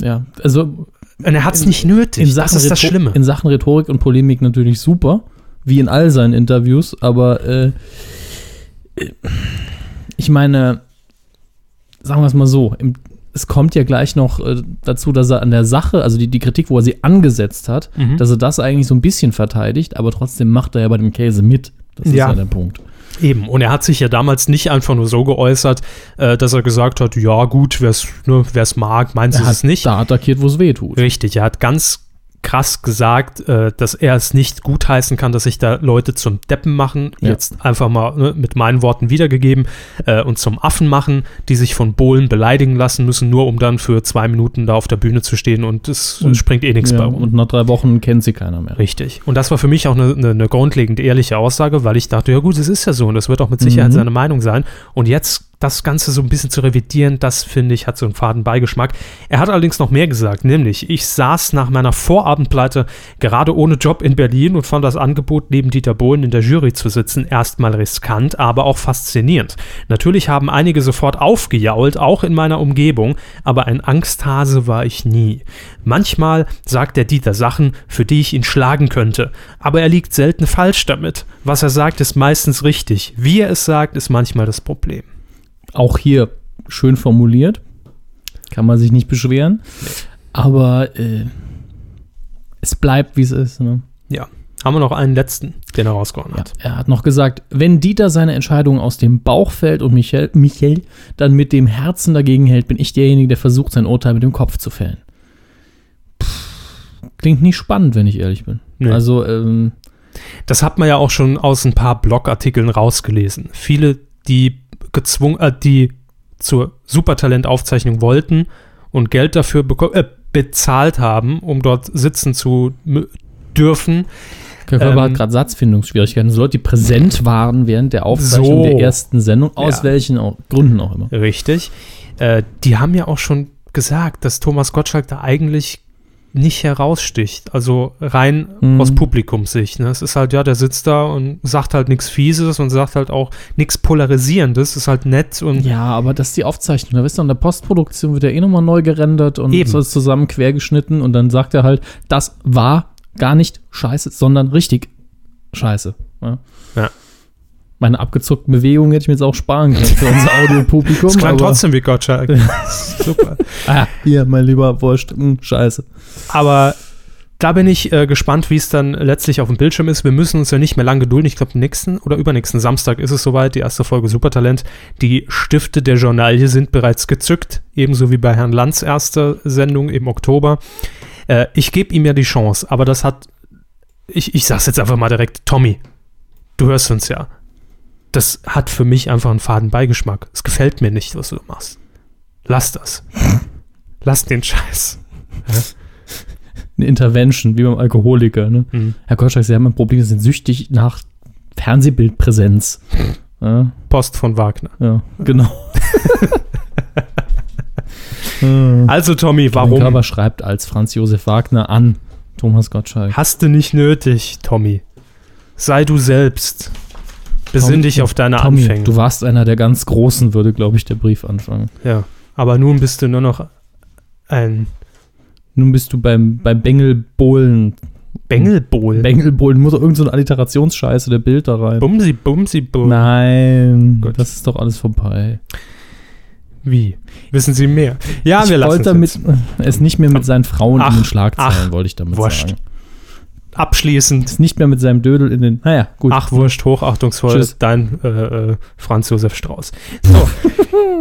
S2: Ja, also
S1: Und er hat es
S2: In-
S1: nicht nötig.
S2: in Sachen,
S1: das ist das
S2: Rhetor-
S1: Schlimme.
S2: in Sachen Rhetorik und Polemik natürlich super, wie in all seinen Interviews, aber äh, ich meine, sagen wir es mal so, im, es kommt ja gleich noch äh, dazu, dass er an der Sache, also die, die Kritik, wo er sie angesetzt hat,
S1: Mhm.
S2: dass er das eigentlich so ein bisschen verteidigt, aber trotzdem macht er ja bei dem Käse mit. Das ist
S1: Ja.
S2: ja der Punkt.
S1: Eben, und er hat sich ja damals nicht einfach nur so geäußert, äh, dass er gesagt hat, ja gut, wer es ne, wer's mag, meint
S2: Er
S1: es nicht.
S2: da attackiert, wo es weh tut.
S1: Richtig, er hat ganz krass gesagt, äh, dass er es nicht gutheißen kann, dass sich da Leute zum Deppen machen,
S2: Ja.
S1: jetzt einfach mal ne, mit meinen Worten wiedergegeben, äh, und zum Affen machen, die sich von Bohlen beleidigen lassen müssen, nur um dann für zwei Minuten da auf der Bühne zu stehen und es
S2: Und-
S1: springt eh nichts bei
S2: Ja,
S1: rum.
S2: und nach drei Wochen kennt sie keiner mehr.
S1: Richtig. Und das war für mich auch eine, eine, eine grundlegend ehrliche Aussage, weil ich dachte, ja gut, es ist ja so und das wird auch mit Sicherheit
S2: Mhm.
S1: seine Meinung sein. Und jetzt das Ganze so ein bisschen zu revidieren, das finde ich, hat so einen faden Beigeschmack. Er hat allerdings noch mehr gesagt, nämlich, ich saß nach meiner Vorabendpleite gerade ohne Job in Berlin und fand das Angebot, neben Dieter Bohlen in der Jury zu sitzen, erstmal riskant, aber auch faszinierend. Natürlich haben einige sofort aufgejault, auch in meiner Umgebung, aber ein Angsthase war ich nie. Manchmal sagt der Dieter Sachen, für die ich ihn schlagen könnte, aber er liegt selten falsch damit. Was er sagt, ist meistens richtig. Wie er es sagt, ist manchmal das Problem.
S2: auch hier schön formuliert. Kann man sich nicht beschweren. Aber äh, es bleibt, wie es ist. Ne?
S1: Ja. Haben wir noch einen letzten, den er rausgehauen hat.
S2: Er hat noch gesagt, wenn Dieter seine Entscheidung aus dem Bauch fällt und Michel, Michel dann mit dem Herzen dagegen hält, bin ich derjenige, der versucht, sein Urteil mit dem Kopf zu fällen. Pff, klingt nicht spannend, wenn ich ehrlich bin.
S1: Nee.
S2: Also, ähm,
S1: Das hat man ja auch schon aus ein paar Blogartikeln rausgelesen. Viele, die gezwungen, äh, die zur Supertalentaufzeichnung wollten und Geld dafür beko- äh, bezahlt haben, um dort sitzen zu mü- dürfen.
S2: Kai Körber
S1: Ähm,
S2: hat gerade Satzfindungsschwierigkeiten. So Leute, die präsent waren während der
S1: So.
S2: Aufzeichnung der ersten Sendung, aus
S1: Ja.
S2: welchen auch, Gründen auch immer.
S1: Richtig. Äh, die haben ja auch schon gesagt, dass Thomas Gottschalk da eigentlich nicht heraussticht. Also rein
S2: Mhm.
S1: aus Publikumssicht. Ne? Es ist halt, ja, der sitzt da und sagt halt nichts Fieses und sagt halt auch nichts Polarisierendes. Ist halt nett und
S2: Ja, aber das ist die Aufzeichnung. Da wisst ihr, in der Postproduktion wird ja eh nochmal neu gerendert und
S1: Eben.
S2: so ist zusammen quergeschnitten und dann sagt er halt, das war gar nicht scheiße, sondern richtig scheiße. Ja.
S1: Ja.
S2: Meine abgezuckten Bewegungen hätte ich mir jetzt auch sparen können für unser Audiopublikum.
S1: es klang
S2: aber-
S1: trotzdem wie Gottschalk. Super.
S2: Ah, hier, mein lieber Wurscht, hm, scheiße.
S1: Aber da bin ich äh, gespannt, wie es dann letztlich auf dem Bildschirm ist. Wir müssen uns ja nicht mehr lange gedulden. Ich glaube, nächsten oder übernächsten Samstag ist es soweit. Die erste Folge Supertalent. Die Stifte der Journalie sind bereits gezückt. Ebenso wie bei Herrn Lanz erste Sendung im Oktober. Äh, ich gebe ihm ja die Chance, aber das hat. Ich, ich sag's jetzt einfach mal direkt. Tommy, du hörst uns ja. Das hat für mich einfach einen faden Beigeschmack. Es gefällt mir nicht, was du machst. Lass das. Lass den Scheiß.
S2: Eine Intervention, wie beim Alkoholiker. Ne?
S1: Mhm.
S2: Herr Gottschalk, Sie haben ein Problem, Sie sind süchtig nach Fernsehbildpräsenz. Ja,
S1: Post von Wagner.
S2: ja genau. Hm.
S1: Also Tommy,
S2: Warum?
S1: warum?
S2: schreibt als Franz Josef Wagner an Thomas Gottschalk.
S1: Hast du nicht nötig, Tommy. Sei du selbst. Besinn
S2: Tom-
S1: dich auf deine
S2: Tommy,
S1: Anfänge.
S2: du warst einer der ganz Großen, würde, glaube ich, der Brief anfangen.
S1: ja. Aber nun bist du nur noch ein
S2: Nun bist du beim, beim Bengelbohlen.
S1: Bengelbohl.
S2: Bengelbohlen, muss doch irgendeine so eine Alliterationsscheiße der Bild da rein.
S1: bumsi, bumsi, bum.
S2: Nein,
S1: Gut.
S2: das ist doch alles vorbei.
S1: Wie? Wissen Sie mehr? Ja,
S2: ich
S1: Ah, wir lassen
S2: wollte
S1: es
S2: damit,
S1: jetzt.
S2: es nicht mehr mit seinen Frauen
S1: Ach,
S2: in den Schlagzeilen,
S1: ach,
S2: wollte ich damit
S1: wurscht.
S2: sagen.
S1: Abschließend.
S2: Es nicht mehr mit seinem Dödel in den, naja, gut.
S1: Ach, wurscht, hochachtungsvoll,
S2: Tschüss.
S1: dein äh, äh, Franz Josef Strauß. So,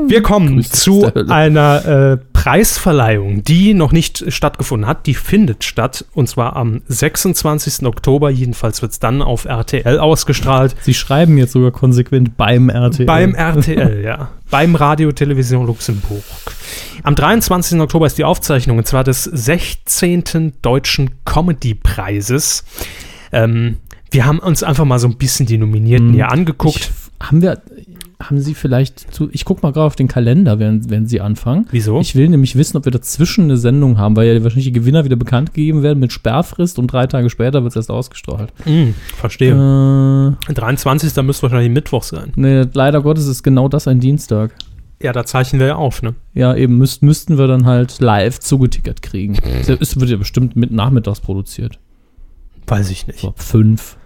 S1: wir kommen
S2: Grüß dich
S1: zu
S2: aus der Hölle.
S1: einer äh, Preisverleihung, die noch nicht stattgefunden hat, die findet statt. Und zwar am 26. Oktober. Jedenfalls wird es dann auf RTL ausgestrahlt.
S2: Sie schreiben jetzt sogar konsequent beim RTL.
S1: Beim RTL, ja. Beim Radio Television Luxemburg. Am 23. Oktober ist die Aufzeichnung, und zwar des 16. Deutschen Comedy-Preises. Ähm, wir haben uns einfach mal so ein bisschen die Nominierten
S2: Hm.
S1: hier angeguckt.
S2: Ich, haben wir, haben Sie vielleicht zu, ich guck mal gerade auf den Kalender, wenn, wenn Sie anfangen.
S1: Wieso?
S2: Ich will nämlich wissen, ob wir dazwischen eine Sendung haben, weil ja wahrscheinlich die Gewinner wieder bekannt gegeben werden mit Sperrfrist und drei Tage später wird es erst ausgestrahlt.
S1: Hm, verstehe.
S2: Äh,
S1: 23. müsste wahrscheinlich Mittwoch sein.
S2: nee, leider Gottes ist genau das ein Dienstag.
S1: Ja, da zeichnen wir ja auf, ne?
S2: Ja, eben müsst, müssten wir dann halt live zugetickert kriegen. Es ist- wird ja bestimmt mit nachmittags produziert.
S1: Weiß ich nicht.
S2: So ab fünf.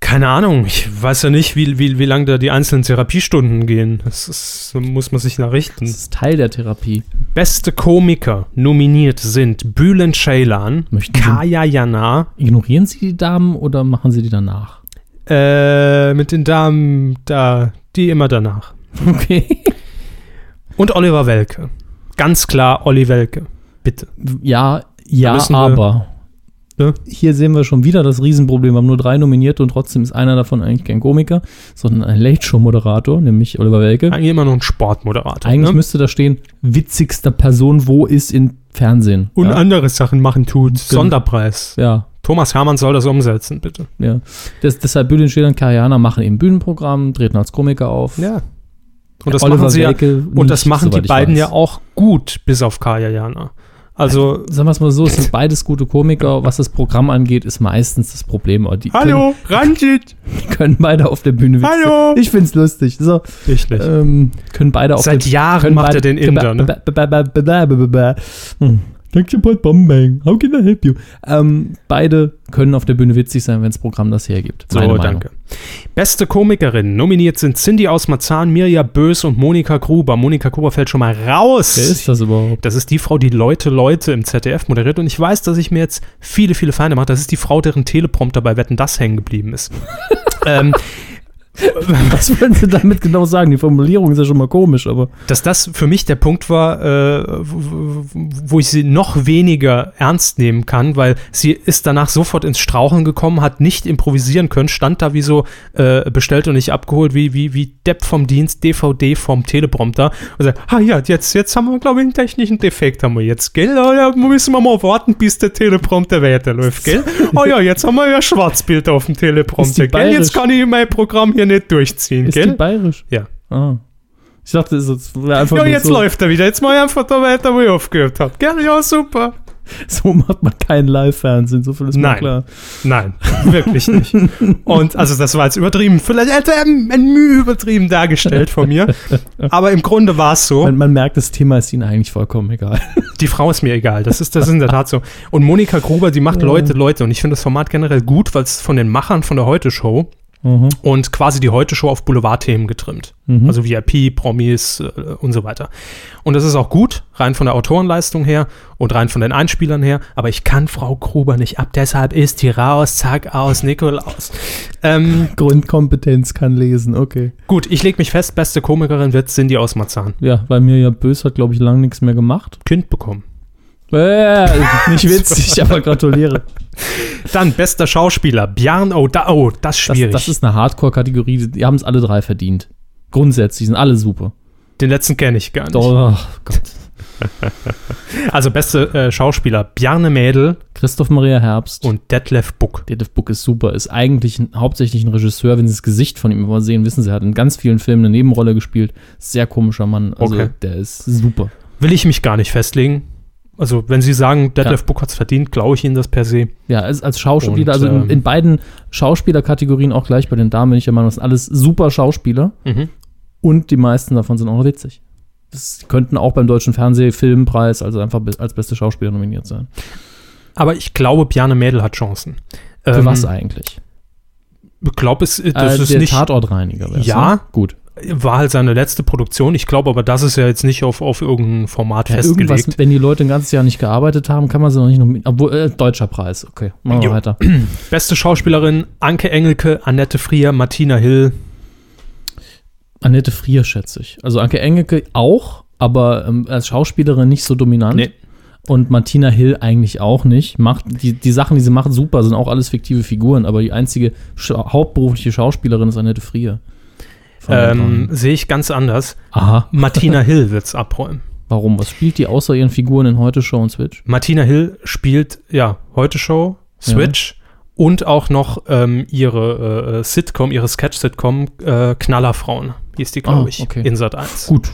S1: Keine Ahnung. Ich weiß ja nicht, wie, wie, wie lange da die einzelnen Therapiestunden gehen. Das ist, so muss man sich
S2: Das
S1: nachrichten.
S2: ist Teil der Therapie.
S1: Beste Komiker nominiert sind Bülent Ceylan,
S2: Möchten Sie-
S1: Kaya Jana,
S2: Ignorieren Sie die Damen oder machen Sie die danach?
S1: äh, mit den Damen da, die immer danach.
S2: Okay.
S1: Und Oliver Welke. Ganz klar, Olli Welke. Bitte.
S2: Ja, ja,
S1: müssen wir-
S2: aber.
S1: Ne?
S2: Hier sehen wir schon wieder das Riesenproblem. Wir haben nur drei Nominierte und trotzdem ist einer davon eigentlich kein Komiker, sondern ein Late-Show-Moderator, nämlich Oliver Welke.
S1: Eigentlich immer nur ein Sportmoderator.
S2: Eigentlich
S1: ne?
S2: müsste da stehen, witzigster Person wo ist in Fernsehen.
S1: Und
S2: ja.
S1: andere Sachen machen tut.
S2: Genau.
S1: Sonderpreis.
S2: ja.
S1: Thomas Hermann soll das umsetzen, bitte.
S2: Ja. Das, deshalb Bühnenschildern, Karianer machen eben Bühnenprogramm, treten als Komiker auf.
S1: Ja. Und das
S2: Oliver
S1: machen sie ja
S2: Welke
S1: Und das
S2: nicht,
S1: machen die
S2: soweit ich
S1: beiden
S2: weiß.
S1: ja auch gut, bis auf Kaya Jana. Also,
S2: Sagen wir es mal so, es sind beides gute Komiker. Was das Programm angeht, ist meistens das Problem. Aber Die
S1: Ranjit,
S2: Können, können beide auf der Bühne witzig-
S1: hallo.
S2: Ich find's lustig. So,
S1: Ich nicht.
S2: ähm, können beide auf
S1: Äh, Seit
S2: der
S1: Jahren
S2: können
S1: macht
S2: beide-
S1: er den
S2: können
S1: Inder,
S2: be-
S1: ne?
S2: be- be- be- be- be- be- be- Hm. Thank you, Paul Bombay. How can I help you? Ähm, beide können auf der Bühne witzig sein, wenn das Programm das hergibt. Meine
S1: So,
S2: Meinung.
S1: danke. Beste Komikerin. Nominiert sind Cindy aus Marzahn, Mirja Bös und Monika Gruber. Monika Gruber fällt schon mal
S2: Wer ist
S1: raus.
S2: das überhaupt?
S1: Das ist die Frau, die Leute, Leute im ZDF moderiert. Und ich weiß, dass ich mir jetzt viele, viele Feinde mache. Das ist die Frau, deren Teleprompter bei Wetten, das hängen geblieben ist. ähm,
S2: Was wollen Sie damit genau sagen? Die Formulierung ist ja schon mal komisch, aber
S1: dass das für mich der Punkt war, äh, wo, wo ich sie noch weniger ernst nehmen kann, weil sie ist danach sofort ins Straucheln gekommen, hat nicht improvisieren können, stand da wie so äh, bestellt und nicht abgeholt, wie, wie, wie Depp vom Dienst, DVD vom Teleprompter und sagt, ah ja, jetzt, jetzt haben wir, glaube ich, einen technischen Defekt haben wir jetzt, gell? Oh, ja, müssen wir mal warten, bis der Teleprompter weiterläuft, gell? Oh ja, jetzt haben wir ja Schwarzbild auf dem
S2: Ist die
S1: Teleprompter, gell?
S2: bayerisch?
S1: Jetzt kann ich mein Programm hier nicht durchziehen,
S2: ist die
S1: gell?
S2: bayerisch?
S1: Ja.
S2: Ah. Ich dachte, es ist wäre einfach
S1: Ja,
S2: nur
S1: jetzt
S2: so,
S1: läuft er wieder. Jetzt mal einfach da weiter, wo ich aufgehört habe. Gell? Ja, super.
S2: so macht man kein Live-Fernsehen, so viel ist mir
S1: Nein.
S2: klar.
S1: Nein, wirklich nicht. Und also das war jetzt übertrieben. Vielleicht hätte er ein ein Mühe übertrieben dargestellt von mir. Aber im Grunde war es so.
S2: Man, man merkt, das Thema ist ihnen eigentlich vollkommen egal.
S1: Die Frau ist mir egal. Das ist, das ist in der Tat so. Und Monika Gruber, die macht Leute, Leute. Und ich finde das Format generell gut, weil es von den Machern von der Heute-Show
S2: Mhm.
S1: und quasi die Heute-Show auf Boulevardthemen getrimmt.
S2: Mhm.
S1: Also VIP, Promis äh, und so weiter. Und das ist auch gut, rein von der Autorenleistung her und rein von den Einspielern her. Aber ich kann Frau Gruber nicht ab. Deshalb ist die raus, zack, aus, Nikolaus. Ähm,
S2: Grundkompetenz kann lesen, okay.
S1: gut, ich lege mich fest, beste Komikerin wird Cindy aus Marzahn.
S2: Ja, weil mir ja Bös hat, glaube ich, lange nichts mehr gemacht.
S1: Kind bekommen.
S2: Äh, nicht witzig, aber gratuliere.
S1: Dann bester Schauspieler, Björn Oh, da, oh das ist
S2: Das,
S1: schwierig.
S2: das ist eine Hardcore-Kategorie, die- die haben es alle drei verdient. Grundsätzlich sind alle super.
S1: den letzten kenne ich gar nicht.
S2: Doch, ach Gott.
S1: Also beste äh, Schauspieler, Bjarne Mädel
S2: Christoph Maria Herbst.
S1: und Detlef Buck.
S2: Detlef Book ist super, ist eigentlich ein, hauptsächlich ein Regisseur. Wenn Sie das Gesicht von ihm immer sehen, wissen Sie, er hat in ganz vielen Filmen eine Nebenrolle gespielt. Sehr komischer Mann. Also
S1: Okay.
S2: der ist super.
S1: Will ich mich gar nicht festlegen. Also, wenn Sie sagen, Detlef Buck hat es verdient, glaube ich Ihnen das per se.
S2: Ja, als, als Schauspieler,
S1: Und,
S2: also in,
S1: ähm,
S2: in beiden Schauspielerkategorien auch gleich bei den Damen bin ich der Meinung, das sind alles super Schauspieler
S1: Mhm.
S2: und die meisten davon sind auch noch witzig. Das die könnten auch beim deutschen Fernsehfilmpreis, also einfach be als beste Schauspieler nominiert sein.
S1: Aber ich glaube, Bjarne Mädel hat Chancen. Ähm,
S2: Für was eigentlich?
S1: Ich glaube, es das
S2: Äh,
S1: ist
S2: der
S1: nicht,
S2: Tatortreiniger wär's,
S1: Ja.
S2: Ne? Gut.
S1: war halt seine letzte Produktion. Ich glaube aber, das ist ja jetzt nicht auf, auf irgendein Format
S2: Ja, irgendwas,
S1: festgelegt.
S2: wenn die Leute ein ganzes Jahr nicht gearbeitet haben, kann man sie noch nicht nominieren. Obwohl, äh, deutscher Preis, okay. Machen wir
S1: Jo.
S2: weiter.
S1: Beste Schauspielerin, Anke Engelke, Annette Frier, Martina Hill.
S2: Annette Frier schätze ich. Also Anke Engelke auch, aber ähm, als Schauspielerin nicht so dominant.
S1: Nee.
S2: Und Martina Hill eigentlich auch nicht. Macht die, die Sachen, die sie macht, super, sind auch alles fiktive Figuren, aber die einzige Scha hauptberufliche Schauspielerin ist Annette Frier. Von
S1: Ähm,
S2: Anton.
S1: Sehe ich ganz anders.
S2: Aha,
S1: Martina Hill wird's abräumen.
S2: warum? Was spielt die außer ihren Figuren in Heute Show und Switch?
S1: Martina Hill spielt ja Heute Show, Switch und auch noch ähm, ihre äh, äh, Sitcom, ihre Sketch-Sitcom äh, Knallerfrauen. Hieß die, glaube
S2: Ah,
S1: ich,
S2: okay.
S1: in Sat 1.
S2: Gut,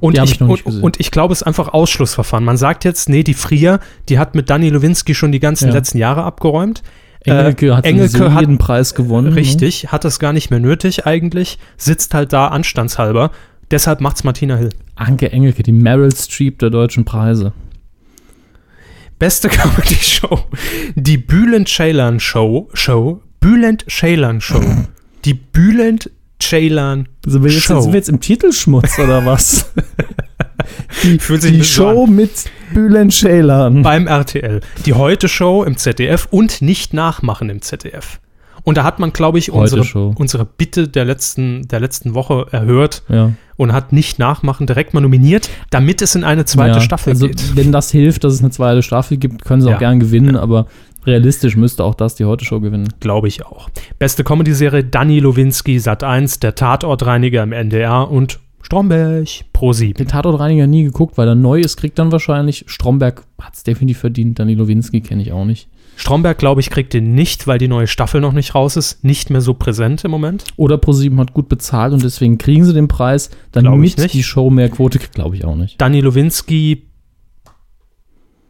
S1: Und
S2: die hab
S1: ich,
S2: ich noch nicht
S1: und,
S2: gesehen.
S1: und ich glaube, es ist einfach Ausschlussverfahren. Man sagt jetzt, nee, die Frier, die hat mit Dani Lewinsky schon die ganzen
S2: Ja.
S1: letzten Jahre abgeräumt.
S2: Engelke hat
S1: Äh,
S2: Mhm.
S1: Engelke
S2: sowieso
S1: hat-
S2: jeden Preis gewonnen. Ne?
S1: Richtig, hat es gar nicht mehr nötig eigentlich, sitzt halt da anstandshalber. Deshalb macht's Martina Hill.
S2: Anke Engelke, die Meryl Streep der deutschen Preise.
S1: Beste Comedy-Show. Die Bülent-Ceylan-Show. Show. Bülent-Ceylan-Show. Die Bülent-Ceylan.
S2: Sind wir, jetzt,
S1: Show.
S2: sind wir jetzt im Titelschmutz oder was? die
S1: Fühlt sich ein
S2: die
S1: bisschen so
S2: Show mit Bülent Ceylan.
S1: Beim RTL. Die Heute-Show im ZDF und nicht nachmachen im ZDF. Und da hat man, glaube ich, unsere,
S2: Heute-Show.
S1: unsere Bitte der letzten, der letzten Woche erhört
S2: Ja.
S1: und hat nicht nachmachen direkt mal nominiert, damit es in eine zweite
S2: ja.
S1: Staffel
S2: also,
S1: geht.
S2: Wenn das hilft, dass es eine zweite Staffel gibt, können sie
S1: Ja.
S2: auch gern gewinnen, aber realistisch müsste auch das die Heute-Show gewinnen.
S1: Glaube ich auch. Beste Comedy-Serie Danny Lowinski, Sat1, der Tatortreiniger im NDR und Stromberg, Pro7.
S2: Den Tatortreiniger nie geguckt, weil er neu ist, kriegt dann wahrscheinlich. Stromberg hat es definitiv verdient, Dani Lowinski kenne ich auch nicht.
S1: Stromberg, glaube ich, kriegt den nicht, weil die neue Staffel noch nicht raus ist. Nicht mehr so präsent im Moment.
S2: Oder ProSieben hat gut bezahlt und deswegen kriegen sie den Preis, dann
S1: Glaub ich
S2: damit
S1: nicht.
S2: die Show mehr Quote kriegt, glaube ich auch nicht.
S1: Danny Lowinski,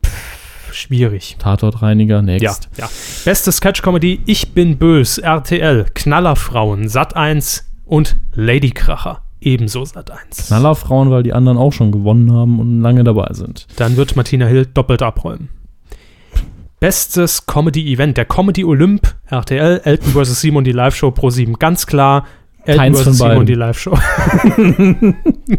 S1: pff, schwierig.
S2: Tatortreiniger,
S1: Ja,
S2: next.
S1: ja. Beste Sketch-Comedy, Ich bin bös, RTL, Knallerfrauen, Sat1 und Ladykracher. Ebenso Sat1.
S2: Knallerfrauen, weil die anderen auch schon gewonnen haben und lange dabei sind.
S1: Dann wird Martina Hill doppelt abräumen. Bestes Comedy-Event, der Comedy Olymp, RTL, Elton vs. Simon, die Live-Show pro 7. Ganz klar, Elton
S2: Keins von
S1: vs. Simon,
S2: beiden.
S1: die Live-Show.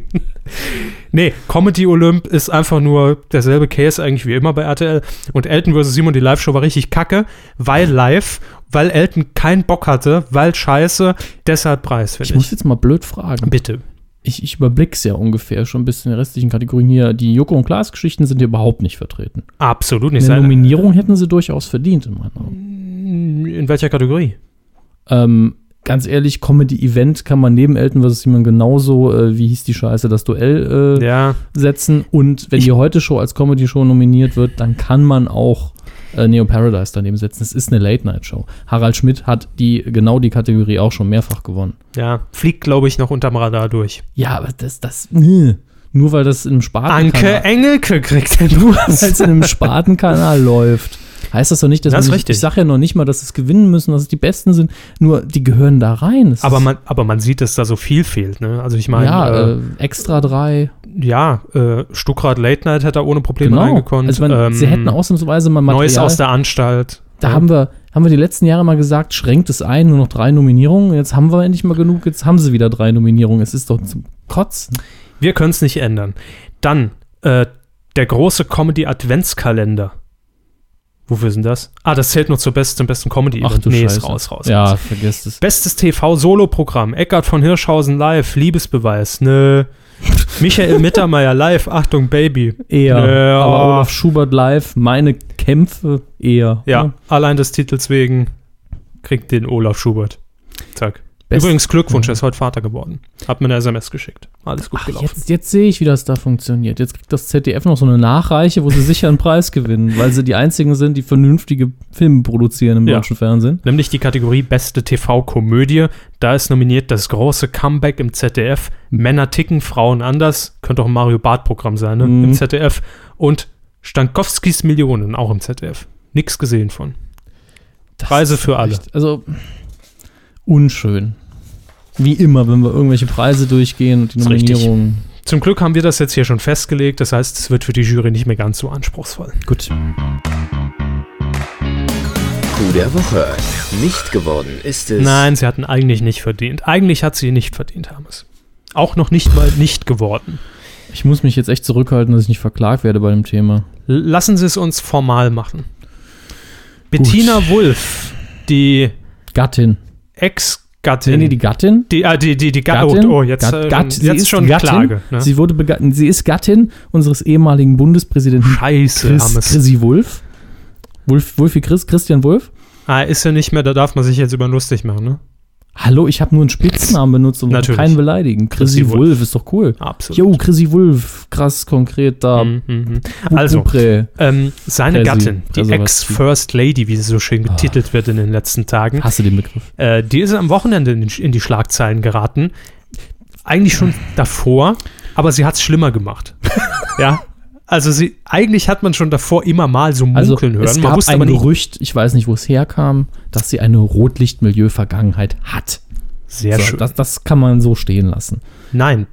S1: nee, Comedy Olymp ist einfach nur derselbe Case eigentlich wie immer bei RTL. Und Elton vs. Simon, die Live-Show war richtig kacke, weil live, weil Elton keinen Bock hatte, weil scheiße, deshalb Preis,
S2: Ich
S1: finde ich.
S2: muss jetzt mal blöd fragen.
S1: Bitte.
S2: Ich, ich überblick's ja ungefähr schon ein bisschen in den restlichen Kategorien hier. Die Joko und Klaas Geschichten sind hier überhaupt nicht vertreten.
S1: Absolut nicht.
S2: Eine
S1: Seine,
S2: Nominierung hätten sie durchaus verdient, in meinen Augen.
S1: in welcher Kategorie?
S2: Ähm, ganz ehrlich, Comedy-Event kann man neben Elton vs. Simon genauso, äh, wie hieß die Scheiße, das Duell äh,
S1: Ja.
S2: setzen. Und wenn die Heute-Show als Comedy-Show nominiert wird, dann kann man auch äh, Neo Paradise daneben setzen. Es ist eine Late-Night-Show. Harald Schmidt hat die genau die Kategorie auch schon mehrfach gewonnen.
S1: Ja, fliegt, glaube ich, noch unterm Radar durch.
S2: Ja, aber das, das, mh. nur weil das in einem Spatenkanal,
S1: Anke Engelke kriegt den
S2: nur weil es in einem Spatenkanal läuft, heißt das doch nicht, dass
S1: Das ist
S2: man
S1: richtig.
S2: Nicht, ich sage ja noch nicht mal, dass es gewinnen müssen, dass es die Besten sind. Nur die gehören da rein. Es
S1: Aber
S2: ist-
S1: man, aber man sieht, dass da so viel fehlt. Ne? Also ich meine,
S2: ja,
S1: äh,
S2: äh, extra drei.
S1: ja, äh, Stuckrad Late Night hätte er ohne Probleme
S2: Genau.
S1: reingekonnt. Ähm,
S2: also man, sie hätten ausnahmsweise mal Material.
S1: Neues aus der Anstalt. Äh,
S2: da haben wir, haben wir die letzten Jahre mal gesagt, schränkt es ein, nur noch drei Nominierungen. Jetzt haben wir endlich mal genug. Jetzt haben sie wieder drei Nominierungen. Es ist doch zum Kotzen.
S1: wir können es nicht ändern. Dann äh, der große Comedy Adventskalender. Wofür sind das? Ah, das zählt nur zur best, zum besten Comedy. ist raus, raus.
S2: Ja, vergesst es.
S1: Bestes TV-Solo-Programm. Eckart von Hirschhausen live. Liebesbeweis. Nö. Michael Mittermeier live. Achtung, Baby.
S2: Eher.
S1: Nö,
S2: Aber
S1: oh.
S2: Olaf Schubert live, meine Kämpfe eher. ne?
S1: Ja, allein des Titels wegen kriegt den Olaf Schubert. Zack.
S2: Best-
S1: Übrigens Glückwunsch, er ist heute Vater geworden. Hat mir eine SMS geschickt. Alles gut
S2: Ach,
S1: gelaufen.
S2: jetzt, jetzt sehe ich, wie das da funktioniert. Jetzt kriegt das ZDF noch so eine Nachreiche, wo sie sicher einen Preis gewinnen, weil sie die einzigen sind, die vernünftige Filme produzieren im
S1: Ja.
S2: deutschen Fernsehen.
S1: Nämlich die Kategorie Beste TV-Komödie. Da ist nominiert das große Comeback im ZDF. Männer ticken, Frauen anders. Könnte auch ein Mario Barth-Programm sein, ne?
S2: Mhm.
S1: Im ZDF. Und Stankowskis Millionen, auch im ZDF. Nix gesehen von.
S2: Das
S1: Preise
S2: ist
S1: für alle.
S2: echt- Also, unschön. Wie immer, wenn wir irgendwelche Preise durchgehen und die
S1: Ist richtig.
S2: Nominierungen.
S1: Zum Glück haben wir das jetzt hier schon festgelegt. Das heißt, es wird für die Jury nicht mehr ganz so anspruchsvoll.
S2: Gut.
S3: Coup der Woche. Nicht geworden ist es.
S1: Nein, sie hatten eigentlich nicht verdient. Eigentlich hat sie nicht verdient, Hermes. Auch noch nicht mal nicht geworden.
S2: Ich muss mich jetzt echt zurückhalten, dass ich nicht verklagt werde bei dem Thema.
S1: L- Lassen Sie es uns formal machen. Bettina Wulff, die
S2: Gattin.
S1: Ex
S2: Nee,
S1: Gattin.
S2: nee, die Gattin.
S1: die, ah, die, die, die Gat-
S2: Gattin,
S1: Oh, oh, jetzt,
S2: Gat-
S1: äh,
S2: Gatt, sie
S1: jetzt
S2: ist
S1: schon
S2: Gattin,
S1: Klage. Ne?
S2: Sie, wurde bega- sie ist Gattin unseres ehemaligen Bundespräsidenten
S1: Scheiße,
S2: Chris,
S1: armes.
S2: Chrissy Wulff. Wulff, Wulfi Chris, Christian Wulff.
S1: Ah, ist ja nicht mehr, da darf man sich jetzt über ihn lustig machen, ne?
S2: Hallo, ich habe nur einen Spitznamen benutzt und
S1: Natürlich.
S2: keinen beleidigen. Chrissy
S1: Chrissy
S2: Wulff.
S1: Wulff.
S2: ist doch cool.
S1: Absolut.
S2: Jo, Chrissy Wulff, krass konkret da.
S1: Mhm, mhm.
S2: Bu-
S1: Also,
S2: Buprä.
S1: ähm, seine
S2: Präsi-
S1: Gattin, die
S2: Präservativ.
S1: Ex-First Lady, wie sie so schön
S2: Ah.
S1: getitelt wird in den letzten Tagen,
S2: Hasse den Begriff.
S1: äh, die ist am Wochenende in, in die Schlagzeilen geraten. Eigentlich schon davor, aber sie hat es schlimmer gemacht. ja. Also sie, eigentlich hat man schon davor immer mal so
S2: Also,
S1: munkeln hören.
S2: es
S1: man
S2: gab
S1: wusste
S2: ein
S1: aber nicht.
S2: Gerücht, ich weiß nicht, wo es herkam, dass sie eine Rotlichtmilieu-Vergangenheit hat.
S1: Sehr
S2: so,
S1: schön.
S2: das, das kann man so stehen lassen.
S1: Nein,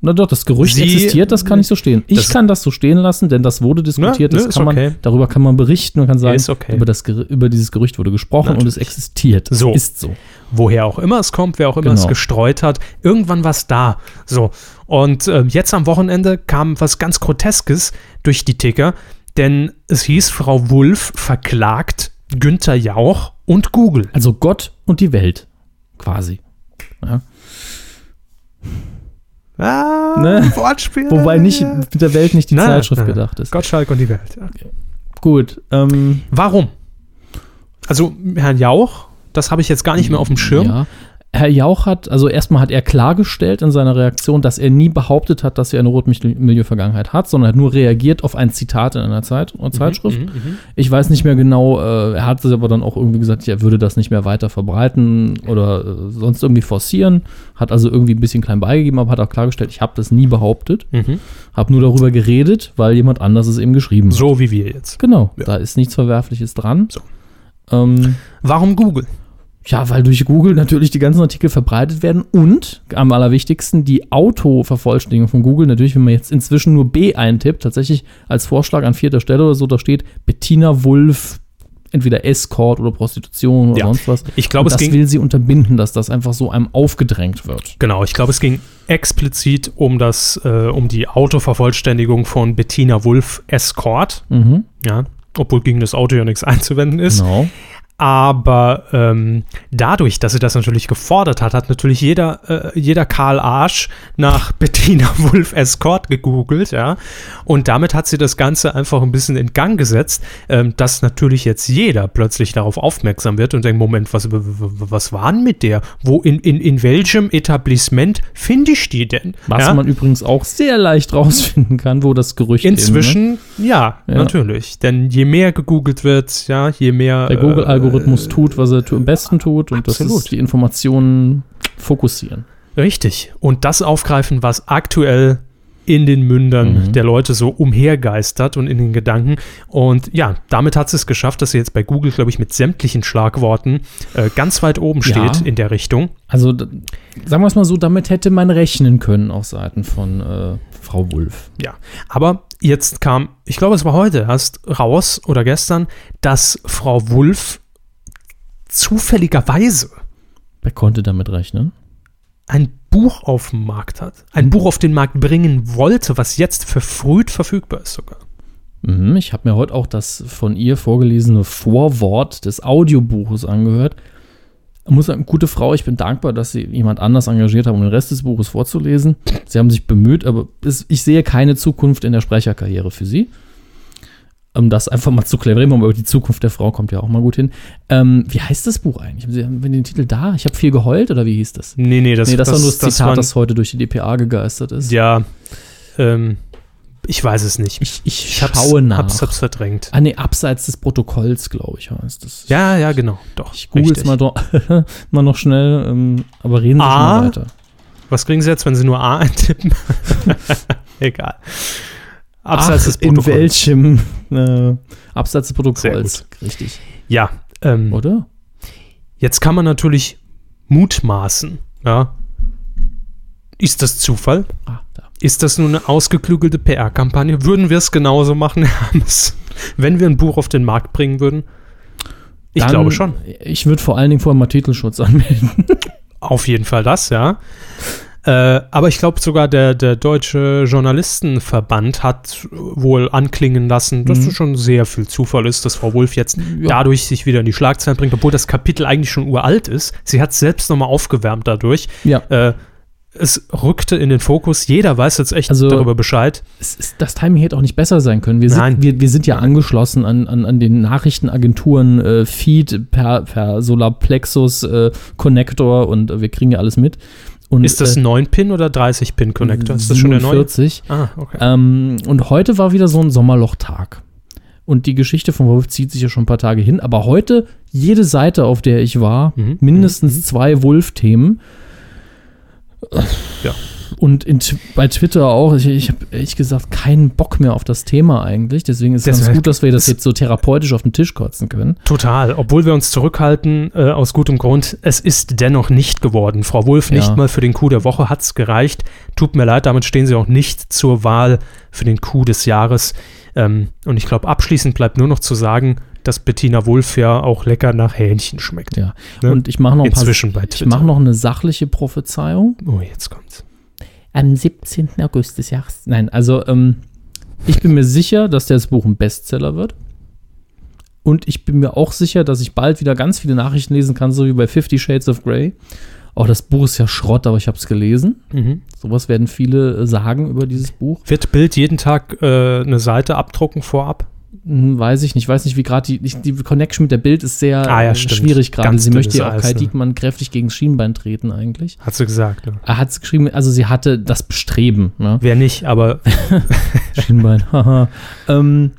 S2: Na doch, das Gerücht
S1: Sie-
S2: existiert, das kann ich so stehen. Ich
S1: Das-
S2: kann das so stehen lassen, denn das wurde diskutiert,
S1: Ne, ne,
S2: das
S1: ist
S2: kann man,
S1: okay.
S2: darüber kann man berichten und kann sagen,
S1: Ist okay.
S2: über, das, Ger- über dieses Gerücht wurde gesprochen und es existiert. Es
S1: So.
S2: ist so.
S1: woher auch immer es kommt, wer auch immer
S2: Genau.
S1: es gestreut hat, irgendwann war es da. So. Und ähm, jetzt am Wochenende kam was ganz Groteskes durch die Ticker, denn es hieß, Frau Wulff verklagt Günther Jauch und Google.
S2: Also Gott und die Welt, quasi. Ja.
S1: Ah,
S2: Ne?
S1: Wortspiel.
S2: Wobei nicht mit der Welt nicht die
S1: Na,
S2: Zeitschrift
S1: na.
S2: gedacht ist.
S1: Gottschalk und die Welt. Ja.
S2: Gut, ähm,
S1: Warum? Also, Herrn Jauch, das habe ich jetzt gar nicht mehr auf dem Schirm.
S2: ja. Herr Jauch hat, also erstmal hat er klargestellt in seiner Reaktion, dass er nie behauptet hat, dass er eine Rotmilieu-Vergangenheit hat, sondern hat nur reagiert auf ein Zitat in einer Zeit, Zeitschrift.
S1: Mhm.
S2: Ich weiß nicht mehr genau, äh, er hat es aber dann auch irgendwie gesagt, er würde das nicht mehr weiter verbreiten oder äh, sonst irgendwie forcieren. Hat also irgendwie ein bisschen klein beigegeben, aber hat auch klargestellt, ich habe das nie behauptet.
S1: Mhm.
S2: Habe nur darüber geredet, weil jemand anders es eben geschrieben hat.
S1: So wie wir jetzt.
S2: Genau,
S1: Ja.
S2: da ist nichts Verwerfliches dran.
S1: So.
S2: Ähm,
S1: Warum Google?
S2: ja, weil durch Google natürlich die ganzen Artikel verbreitet werden und am allerwichtigsten die Autovervollständigung von Google. Natürlich, wenn man jetzt inzwischen nur B eintippt, tatsächlich als Vorschlag an vierter Stelle oder so, da steht Bettina Wulff, entweder Escort oder Prostitution oder
S1: Ja.
S2: sonst was.
S1: Ich glaube,
S2: Und
S1: es
S2: das
S1: ging
S2: will sie unterbinden, dass das einfach so einem aufgedrängt wird.
S1: Genau, ich glaube, es ging explizit um das, äh, um die Autovervollständigung von Bettina Wulff Escort.
S2: Mhm.
S1: Ja, obwohl gegen das Auto ja nichts einzuwenden ist.
S2: Genau.
S1: Aber ähm, dadurch, dass sie das natürlich gefordert hat, hat natürlich jeder, äh, jeder Karl Arsch nach Bettina Wulff Escort gegoogelt, ja. Und damit hat sie das Ganze einfach ein bisschen in Gang gesetzt, ähm, dass natürlich jetzt jeder plötzlich darauf aufmerksam wird und denkt, Moment, was, w- w- was war denn mit der? Wo, in, in, in welchem Etablissement finde ich die denn?
S2: Was
S1: ja?
S2: man ne? übrigens auch sehr leicht rausfinden kann, wo das Gerücht eben, ne?
S1: Inzwischen, ja,
S2: Ja.
S1: natürlich. Denn je mehr gegoogelt wird, ja, je mehr.
S2: Der Google-Algorithmus
S1: äh,
S2: tut, was er tu- am besten tut und das
S1: absolut.
S2: ist die Informationen fokussieren.
S1: Richtig. Und das aufgreifen, was aktuell in den Mündern der Leute so umhergeistert und in den Gedanken. Und ja, damit hat sie es geschafft, dass sie jetzt bei Google, glaube ich, mit sämtlichen Schlagworten äh, ganz weit oben
S2: Ja.
S1: steht in der Richtung.
S2: Also d- sagen wir es mal so, damit hätte man rechnen können auf Seiten von äh, Frau Wulff.
S1: Ja. Aber jetzt kam, ich glaube, es war heute erst raus oder gestern, dass Frau Wulff zufälligerweise
S2: Wer konnte damit rechnen?
S1: ein Buch auf dem Markt hat. Ein Buch auf den Markt bringen wollte, was jetzt verfrüht verfügbar ist sogar.
S2: Mhm, ich habe mir heute auch das von ihr vorgelesene Vorwort des Audiobuches angehört. Ich muss sagen, gute Frau, ich bin dankbar, dass sie jemand anders engagiert haben, um den Rest des Buches vorzulesen. Sie haben sich bemüht, aber es, ich sehe keine Zukunft in der Sprecherkarriere für sie. Um das einfach mal zu klarieren, aber über die Zukunft der Frau kommt ja auch mal gut hin. Ähm, wie heißt das Buch eigentlich? Haben Sie haben wir den Titel da? Ich habe viel geheult oder wie hieß das?
S1: Nee, nee, das,
S2: Nee, das, war nur das, Zitat,
S1: waren-
S2: das heute durch die DPA gegeistert ist.
S1: Ja, ähm, ich weiß es nicht.
S2: Ich, ich,
S1: hab's,
S2: schaue nach.
S1: Hab's, hab's verdrängt.
S2: ah, nee, abseits des Protokolls, glaube ich, heißt das.
S1: Ja, ja, genau. Doch.
S2: Ich google es
S1: richtig.
S2: mal, dro- mal noch schnell, ähm, aber reden Sie
S1: Ah.
S2: schon mal weiter.
S1: Was kriegen Sie jetzt, wenn Sie nur A eintippen? Egal. Abseits
S2: Ach,
S1: des
S2: in
S1: Protokolls.
S2: welchem äh, Abseits des Protokolls.
S1: Sehr
S2: Richtig.
S1: Ja, ähm,
S2: Oder?
S1: jetzt kann man natürlich mutmaßen. Ja. Ist das Zufall?
S2: Ah, da.
S1: Ist das nur eine ausgeklügelte PR-Kampagne? Würden wir es genauso machen, Herr Hammes, wenn wir ein Buch auf den Markt bringen würden? Ich
S2: Dann-
S1: glaube schon.
S2: Ich würde vor allen Dingen vorher mal Titelschutz anmelden.
S1: Auf jeden Fall das, ja. Äh, aber ich glaube sogar der, der Deutsche Journalistenverband hat wohl anklingen lassen, dass
S2: Mhm.
S1: das schon sehr viel Zufall ist, dass Frau Wolf jetzt
S2: Ja.
S1: dadurch sich wieder in die Schlagzeilen bringt, obwohl das Kapitel eigentlich schon uralt ist. Sie hat es selbst nochmal aufgewärmt dadurch.
S2: Ja.
S1: Äh, es rückte in den Fokus. Jeder weiß jetzt echt
S2: Also-
S1: darüber Bescheid.
S2: es ist, das Timing hätte auch nicht besser sein können. Wir sind,
S1: Nein.
S2: Wir, wir sind ja angeschlossen an, an, an den Nachrichtenagenturen, äh, Feed per, per Solarplexus, äh, Connector und äh, wir kriegen ja alles mit. Und, äh,
S1: Ist das ein 9-Pin oder 30-Pin Connector? Ist das schon der neue?
S2: 47.
S1: Ah, okay.
S2: Ähm, und heute war wieder so ein Sommerlochtag. Und die Geschichte von Wolf zieht sich ja schon ein paar Tage hin. Aber heute, jede Seite, auf der ich war,
S1: Mhm.
S2: mindestens zwei Wolf-Themen.
S1: Ja.
S2: Und in, Tw- bei Twitter auch. Ich, ich habe ehrlich gesagt keinen Bock mehr auf das Thema eigentlich. Deswegen ist es
S1: Deshalb-
S2: ganz gut, dass wir das jetzt so therapeutisch auf den Tisch kotzen können.
S1: Total, obwohl wir uns zurückhalten, äh, aus gutem Grund. Es ist dennoch nicht geworden. Frau Wulff,
S2: Ja.
S1: nicht mal für den Coup der Woche hat's gereicht. Tut mir leid, damit stehen Sie auch nicht zur Wahl für den Coup des Jahres. Ähm, und ich glaube, abschließend bleibt nur noch zu sagen, dass Bettina Wulff ja auch lecker nach Hähnchen schmeckt.
S2: Ja.
S1: Ne?
S2: Und ich mache noch, ein paar-
S1: Inzwischen bei
S2: ich mach
S1: Twitter.
S2: noch eine sachliche Prophezeiung.
S1: Oh, jetzt kommt's.
S2: Am 17. August des Jahres. Nein, also ähm, ich bin mir sicher, dass das Buch ein Bestseller wird. Und ich bin mir auch sicher, dass ich bald wieder ganz viele Nachrichten lesen kann, so wie bei Fifty Shades of Grey. Auch das Buch ist ja Schrott, aber ich habe es gelesen.
S1: Mhm.
S2: Sowas werden viele äh, sagen über dieses Buch.
S1: Wird Bild jeden Tag äh, eine Seite abdrucken vorab?
S2: Hm, weiß ich nicht. Weiß nicht, wie gerade die, ich- die Connection mit der Bild ist sehr
S1: Ah, ja,
S2: äh,
S1: stimmt.
S2: schwierig gerade.
S1: Ganz
S2: Sie möchte
S1: dünnes
S2: ja auch
S1: Eis,
S2: Kai
S1: ne?
S2: Diekmann kräftig gegen das Schienbein treten eigentlich.
S1: Hat sie gesagt. Ne?
S2: Er hat es geschrieben, also sie hatte das Bestreben. Ne?
S1: Wer nicht, aber
S2: Schienbein, haha. ähm,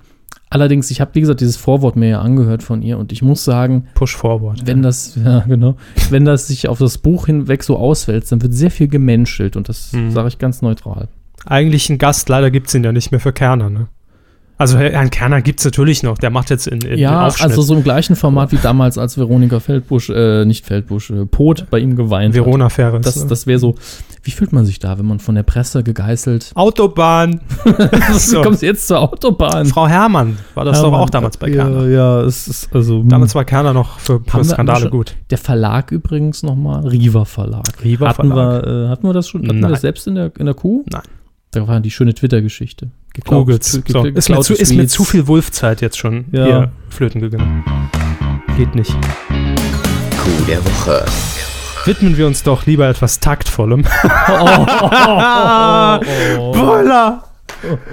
S2: allerdings, ich habe, wie gesagt, dieses Vorwort mir ja angehört von ihr und ich muss sagen,
S1: push forward.
S2: wenn das, ja, genau, wenn das sich auf das Buch hinweg so auswälzt, dann wird sehr viel gemenschelt und das
S1: Mhm.
S2: sage ich ganz neutral.
S1: eigentlich ein Gast, leider gibt es ihn ja nicht mehr für Kerner, ne? Also Herrn Kerner gibt es natürlich noch, der macht jetzt in, in
S2: ja,
S1: Aufschnitt.
S2: also so im gleichen Format wie damals, als Veronika Feldbusch, äh, nicht Feldbusch, äh, Pot bei ihm geweint hat.
S1: Verona Ferris.
S2: Das,
S1: ne?
S2: das wäre so, wie fühlt man sich da, wenn man von der Presse gegeißelt,
S1: Autobahn,
S2: du kommst jetzt zur Autobahn.
S1: Frau Herrmann war das doch
S2: Herrmann,
S1: auch damals bei Kerner.
S2: ja, ja, es ist also
S1: Damals war Kerner noch für, für
S2: wir- haben
S1: Skandale
S2: wir schon-
S1: gut.
S2: Der Verlag übrigens nochmal, Riva Verlag.
S1: Riva
S2: hatten,
S1: Verlag.
S2: Wir, äh, hatten wir das schon? Hatten wir
S1: Nein.
S2: das selbst in der, in der Kuh?
S1: Nein.
S2: Da war die schöne Twitter-Geschichte. Geklaut-
S1: Googles.
S2: ge-
S1: So,
S2: ge-
S1: ist, mir
S2: geklaute
S1: zu, ist mir
S2: Tweets.
S1: zu viel Wulfzeit jetzt schon
S2: Ja.
S1: hier flöten gegangen. Geht nicht.
S3: Coup der Woche.
S1: Widmen wir uns doch lieber etwas Taktvollem.
S2: Oh.
S1: Boiler!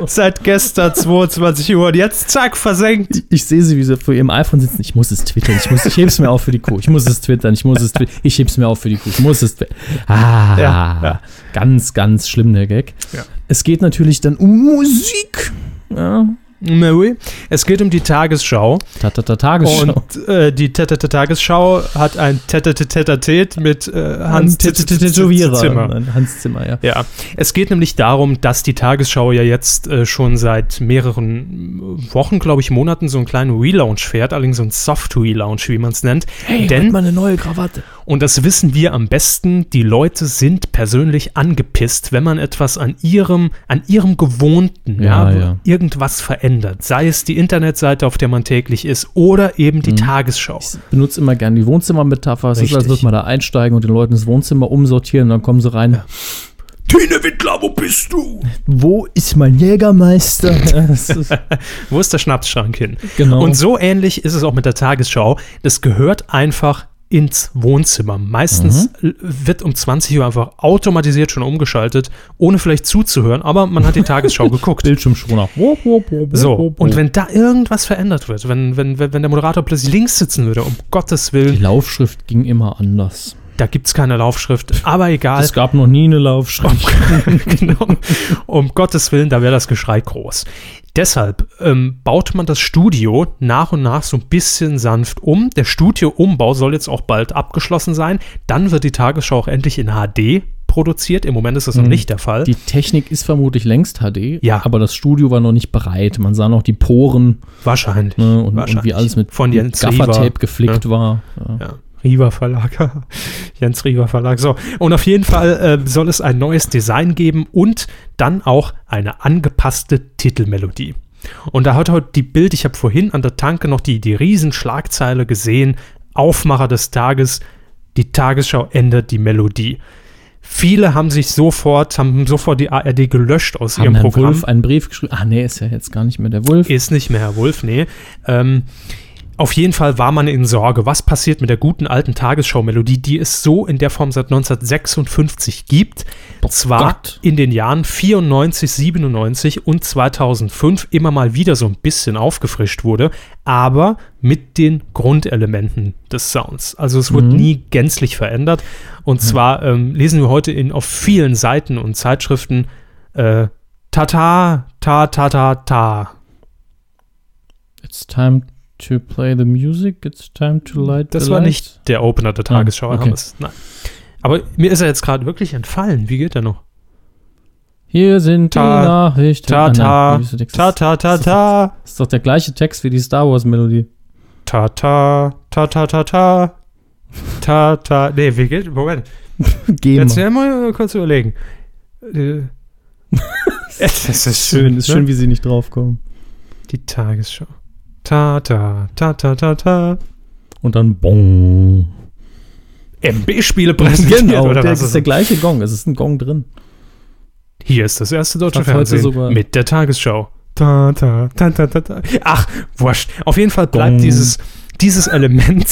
S1: Seit gestern 22 Uhr und jetzt zack, versenkt.
S2: Ich sehe sie, wie sie vor ihrem iPhone sitzen. Ich muss es twittern. Ich, muss, ich heb's mir auf für die Kuh. Ich muss es twittern. Ich muss es twittern. Ich heb's mir auf für die Kuh. Ich muss es twittern. Ah,
S1: Ja, ja.
S2: ganz, ganz schlimm, der Gag.
S1: Ja.
S2: Es geht natürlich dann um Musik. Ja.
S1: Na oui. Es geht um die Tagesschau.
S2: Ta -ta -ta Tagesschau.
S1: Und äh, die Tete Tagesschau hat ein Tete Tete mit äh, Hans Tete Zimmer.
S2: Nein, Hans Zimmer, ja.
S1: Ja, es geht nämlich darum, dass die Tagesschau ja jetzt äh, schon seit mehreren Wochen, glaube ich, Monaten so einen kleinen Relaunch fährt, allerdings so einen Soft-Relaunch, wie man es nennt. Denn
S2: halt eine neue Krawatte.
S1: Und das wissen wir am besten. Die Leute sind persönlich angepisst, wenn man etwas an ihrem, an ihrem Gewohnten,
S2: Ja,
S1: ja,
S2: ja.
S1: irgendwas verändert. Sei es die Internetseite, auf der man täglich ist, oder eben
S2: Mhm.
S1: die Tagesschau.
S2: Ich benutze immer gerne die Wohnzimmermetapher. Es ist, als
S1: Richtig.
S2: würde man da einsteigen und den Leuten das Wohnzimmer umsortieren und dann kommen sie rein.
S1: Tine Wittler, wo bist du?
S2: Wo ist mein Jägermeister? Das ist,
S1: Wo ist der Schnapsschrank hin?
S2: genau.
S1: Und so ähnlich ist es auch mit der Tagesschau. Das gehört einfach ins Wohnzimmer. Meistens
S2: Mhm.
S1: l- wird um 20 Uhr einfach automatisiert schon umgeschaltet, ohne vielleicht zuzuhören, aber man hat die Tagesschau geguckt.
S2: Bildschirmschoner. Wo, wo, wo, wo, wo,
S1: So,
S2: wo.
S1: und wenn da irgendwas verändert wird, wenn, wenn, wenn wenn der Moderator plötzlich links sitzen würde, um Gottes
S2: die
S1: Willen,
S2: Laufschrift ging immer anders.
S1: da gibt es keine Laufschrift, aber egal,
S2: Es gab noch nie eine Laufschrift.
S1: genau, um Gottes Willen, da wäre das Geschrei groß. Deshalb ähm, baut man das Studio nach und nach so ein bisschen sanft um. Der Studioumbau soll jetzt auch bald abgeschlossen sein. Dann wird die Tagesschau auch endlich in HD produziert. Im Moment ist das noch nicht der Fall.
S2: Mhm. Die Technik ist vermutlich längst HD,
S1: Ja.
S2: aber das Studio war noch nicht bereit. Man sah noch die Poren
S1: Wahrscheinlich.
S2: ne, und, und
S1: Wahrscheinlich.
S2: wie alles mit
S1: Von Jens Riever,
S2: Gaffertape geflickt war. Ja.
S1: Ja. Riva Verlag. Jens Riva Verlag. So. Und auf jeden Fall äh, soll es ein neues Design geben und dann auch eine angepasste Titelmelodie. Und da hat heute die Bild, ich habe vorhin an der Tanke noch die, die Riesenschlagzeile gesehen, Aufmacher des Tages, die Tagesschau ändert die Melodie. Viele haben sich sofort, haben sofort die ARD gelöscht aus
S2: Haben
S1: ihrem
S2: Herrn
S1: Programm.
S2: Wulff einen Brief geschrieben. Ah, nee, ist ja jetzt gar nicht mehr der Wulf.
S1: Ist nicht mehr Herr Wolf, nee. Ähm, auf jeden Fall war man in Sorge. Was passiert mit der guten alten Tagesschau-Melodie, die es so in der Form seit 1956 gibt? zwar
S2: Gott.
S1: in den Jahren 94, 97 und 2005 immer mal wieder so ein bisschen aufgefrischt wurde, aber mit den Grundelementen des Sounds. Also es wurde nie gänzlich verändert. Und zwar ähm, lesen wir heute in, auf vielen Seiten und Zeitschriften äh, Tata, ta, ta, ta, ta.
S2: It's time to play the music. It's time to light
S1: Das
S2: the
S1: war
S2: lights.
S1: nicht der Opener der Tagesschau,
S2: Hm, okay.
S1: Herr Hammes. Nein. Aber mir ist er jetzt gerade wirklich entfallen. Wie geht er noch?
S2: Hier sind
S1: Ta-
S2: die Nachrichten.
S1: Ta,
S2: Ah,
S1: ta,
S2: nein, wie ist der Text?
S1: ta, ta, ta, ta.
S2: Das ist doch der gleiche Text wie die Star Wars Melodie.
S1: Ta ta ta ta ta ta ta ta. Nee, wie geht? Moment.
S2: Geh
S1: Jetzt ja mal kurz überlegen. Äh, es ist
S2: Schön, ist
S1: ne?
S2: schön, wie sie nicht draufkommen.
S1: Die Tagesschau. Ta ta ta ta ta ta.
S2: Und dann Bong. Genau,
S1: MB-Spiele präsentiert oder
S2: der
S1: was?
S2: ist der gleiche Gong. Es ist ein Gong drin.
S1: Hier ist das erste deutsche
S2: Fast heute
S1: Fernsehen
S2: sogar-
S1: mit der Tagesschau. Ta, ta, ta, ta, ta, ta. Ach, wurscht. Auf jeden Fall bleibt
S2: Gong.
S1: dieses, dieses Element.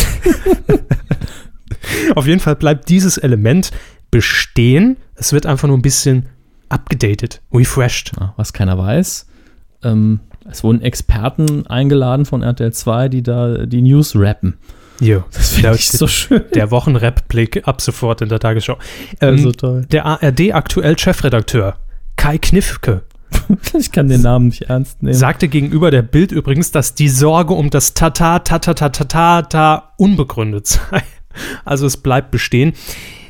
S1: auf jeden Fall bleibt dieses Element bestehen. Es wird einfach nur ein bisschen abgedatet, refreshed.
S2: Ah, was keiner weiß. Ähm, es wurden Experten eingeladen von RTL 2, die da die News rappen.
S1: Jo.
S2: Das finde
S1: Der-
S2: ich so schön.
S1: Der Wochenrap-Blick ab sofort in der Tagesschau. Ähm,
S2: Also toll.
S1: der ARD aktuell Chefredakteur Kai Kniffke
S2: Ich kann den Namen nicht ernst nehmen.
S1: sagte gegenüber der Bild übrigens, dass die Sorge um das Tata, Tata, Tata, Tata unbegründet sei. Also es bleibt bestehen.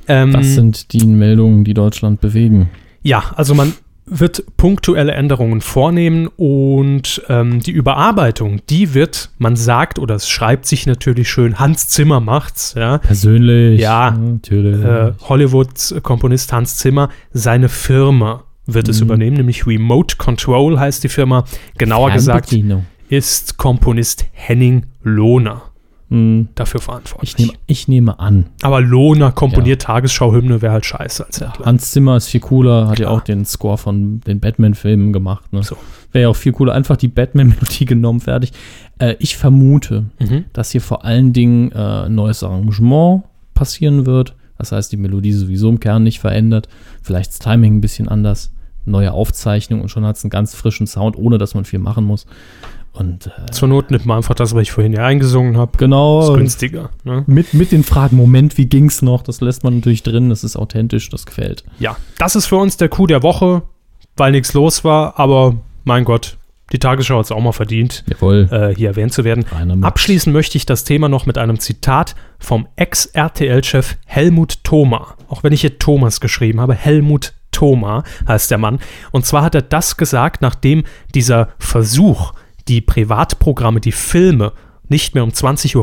S1: Ähm,
S2: das sind die Meldungen, die Deutschland bewegen.
S1: ja, also man wird punktuelle Änderungen vornehmen und ähm, die Überarbeitung, die wird, man sagt oder es schreibt sich natürlich schön, Hans Zimmer macht's, ja.
S2: Persönlich. hm,
S1: Ja.
S2: Natürlich.
S1: Äh, Hollywood-Komponist Hans Zimmer, seine Firma wird
S2: Mhm.
S1: es übernehmen, nämlich Remote Control heißt die Firma. Genauer gesagt
S2: Fernbedienung.
S1: ist Komponist Henning Lohner.
S2: Hm,
S1: dafür
S2: Ich
S1: verantwortlich.
S2: nehme, ich neheme an.
S1: Aber Lohner komponiert Tagesschau-Hymne wäre halt scheiße als Headline.
S2: Hans Zimmer ist viel cooler, hat ja
S1: Klar.
S2: auch den Score von den Batman-Filmen gemacht. Ne?
S1: So.
S2: Wäre ja auch viel cooler. Einfach die Batman-Melodie genommen, fertig. Äh, ich vermute,
S1: Mhm.
S2: dass hier vor allen Dingen äh, ein neues Arrangement passieren wird. Das heißt, die Melodie sowieso im Kern nicht verändert. Vielleicht das Timing ein bisschen anders. Neue Aufzeichnung und schon hat es einen ganz frischen Sound, ohne dass man viel machen muss. Und äh,
S1: Zur Not nimmt man einfach das, was ich vorhin ja eingesungen habe. Ist
S2: genau,
S1: günstiger. Ne?
S2: mit, mit den Fragen, Moment, wie ging's noch? Das lässt man natürlich drin, das ist authentisch, das gefällt.
S1: Ja, das ist für uns der Coup der Woche, weil nichts los war. Aber mein Gott, die Tagesschau hat es auch mal verdient,
S2: Jawohl.
S1: äh, hier erwähnt zu werden.
S2: Einer mit.
S1: Abschließen möchte ich das Thema noch mit einem Zitat vom Ex-RTL-Chef Helmut Thoma. Auch wenn ich hier Thomas geschrieben habe, Helmut Thoma heißt der Mann. Und zwar hat er das gesagt, nachdem dieser Versuch, die Privatprogramme, die Filme nicht mehr um 20.15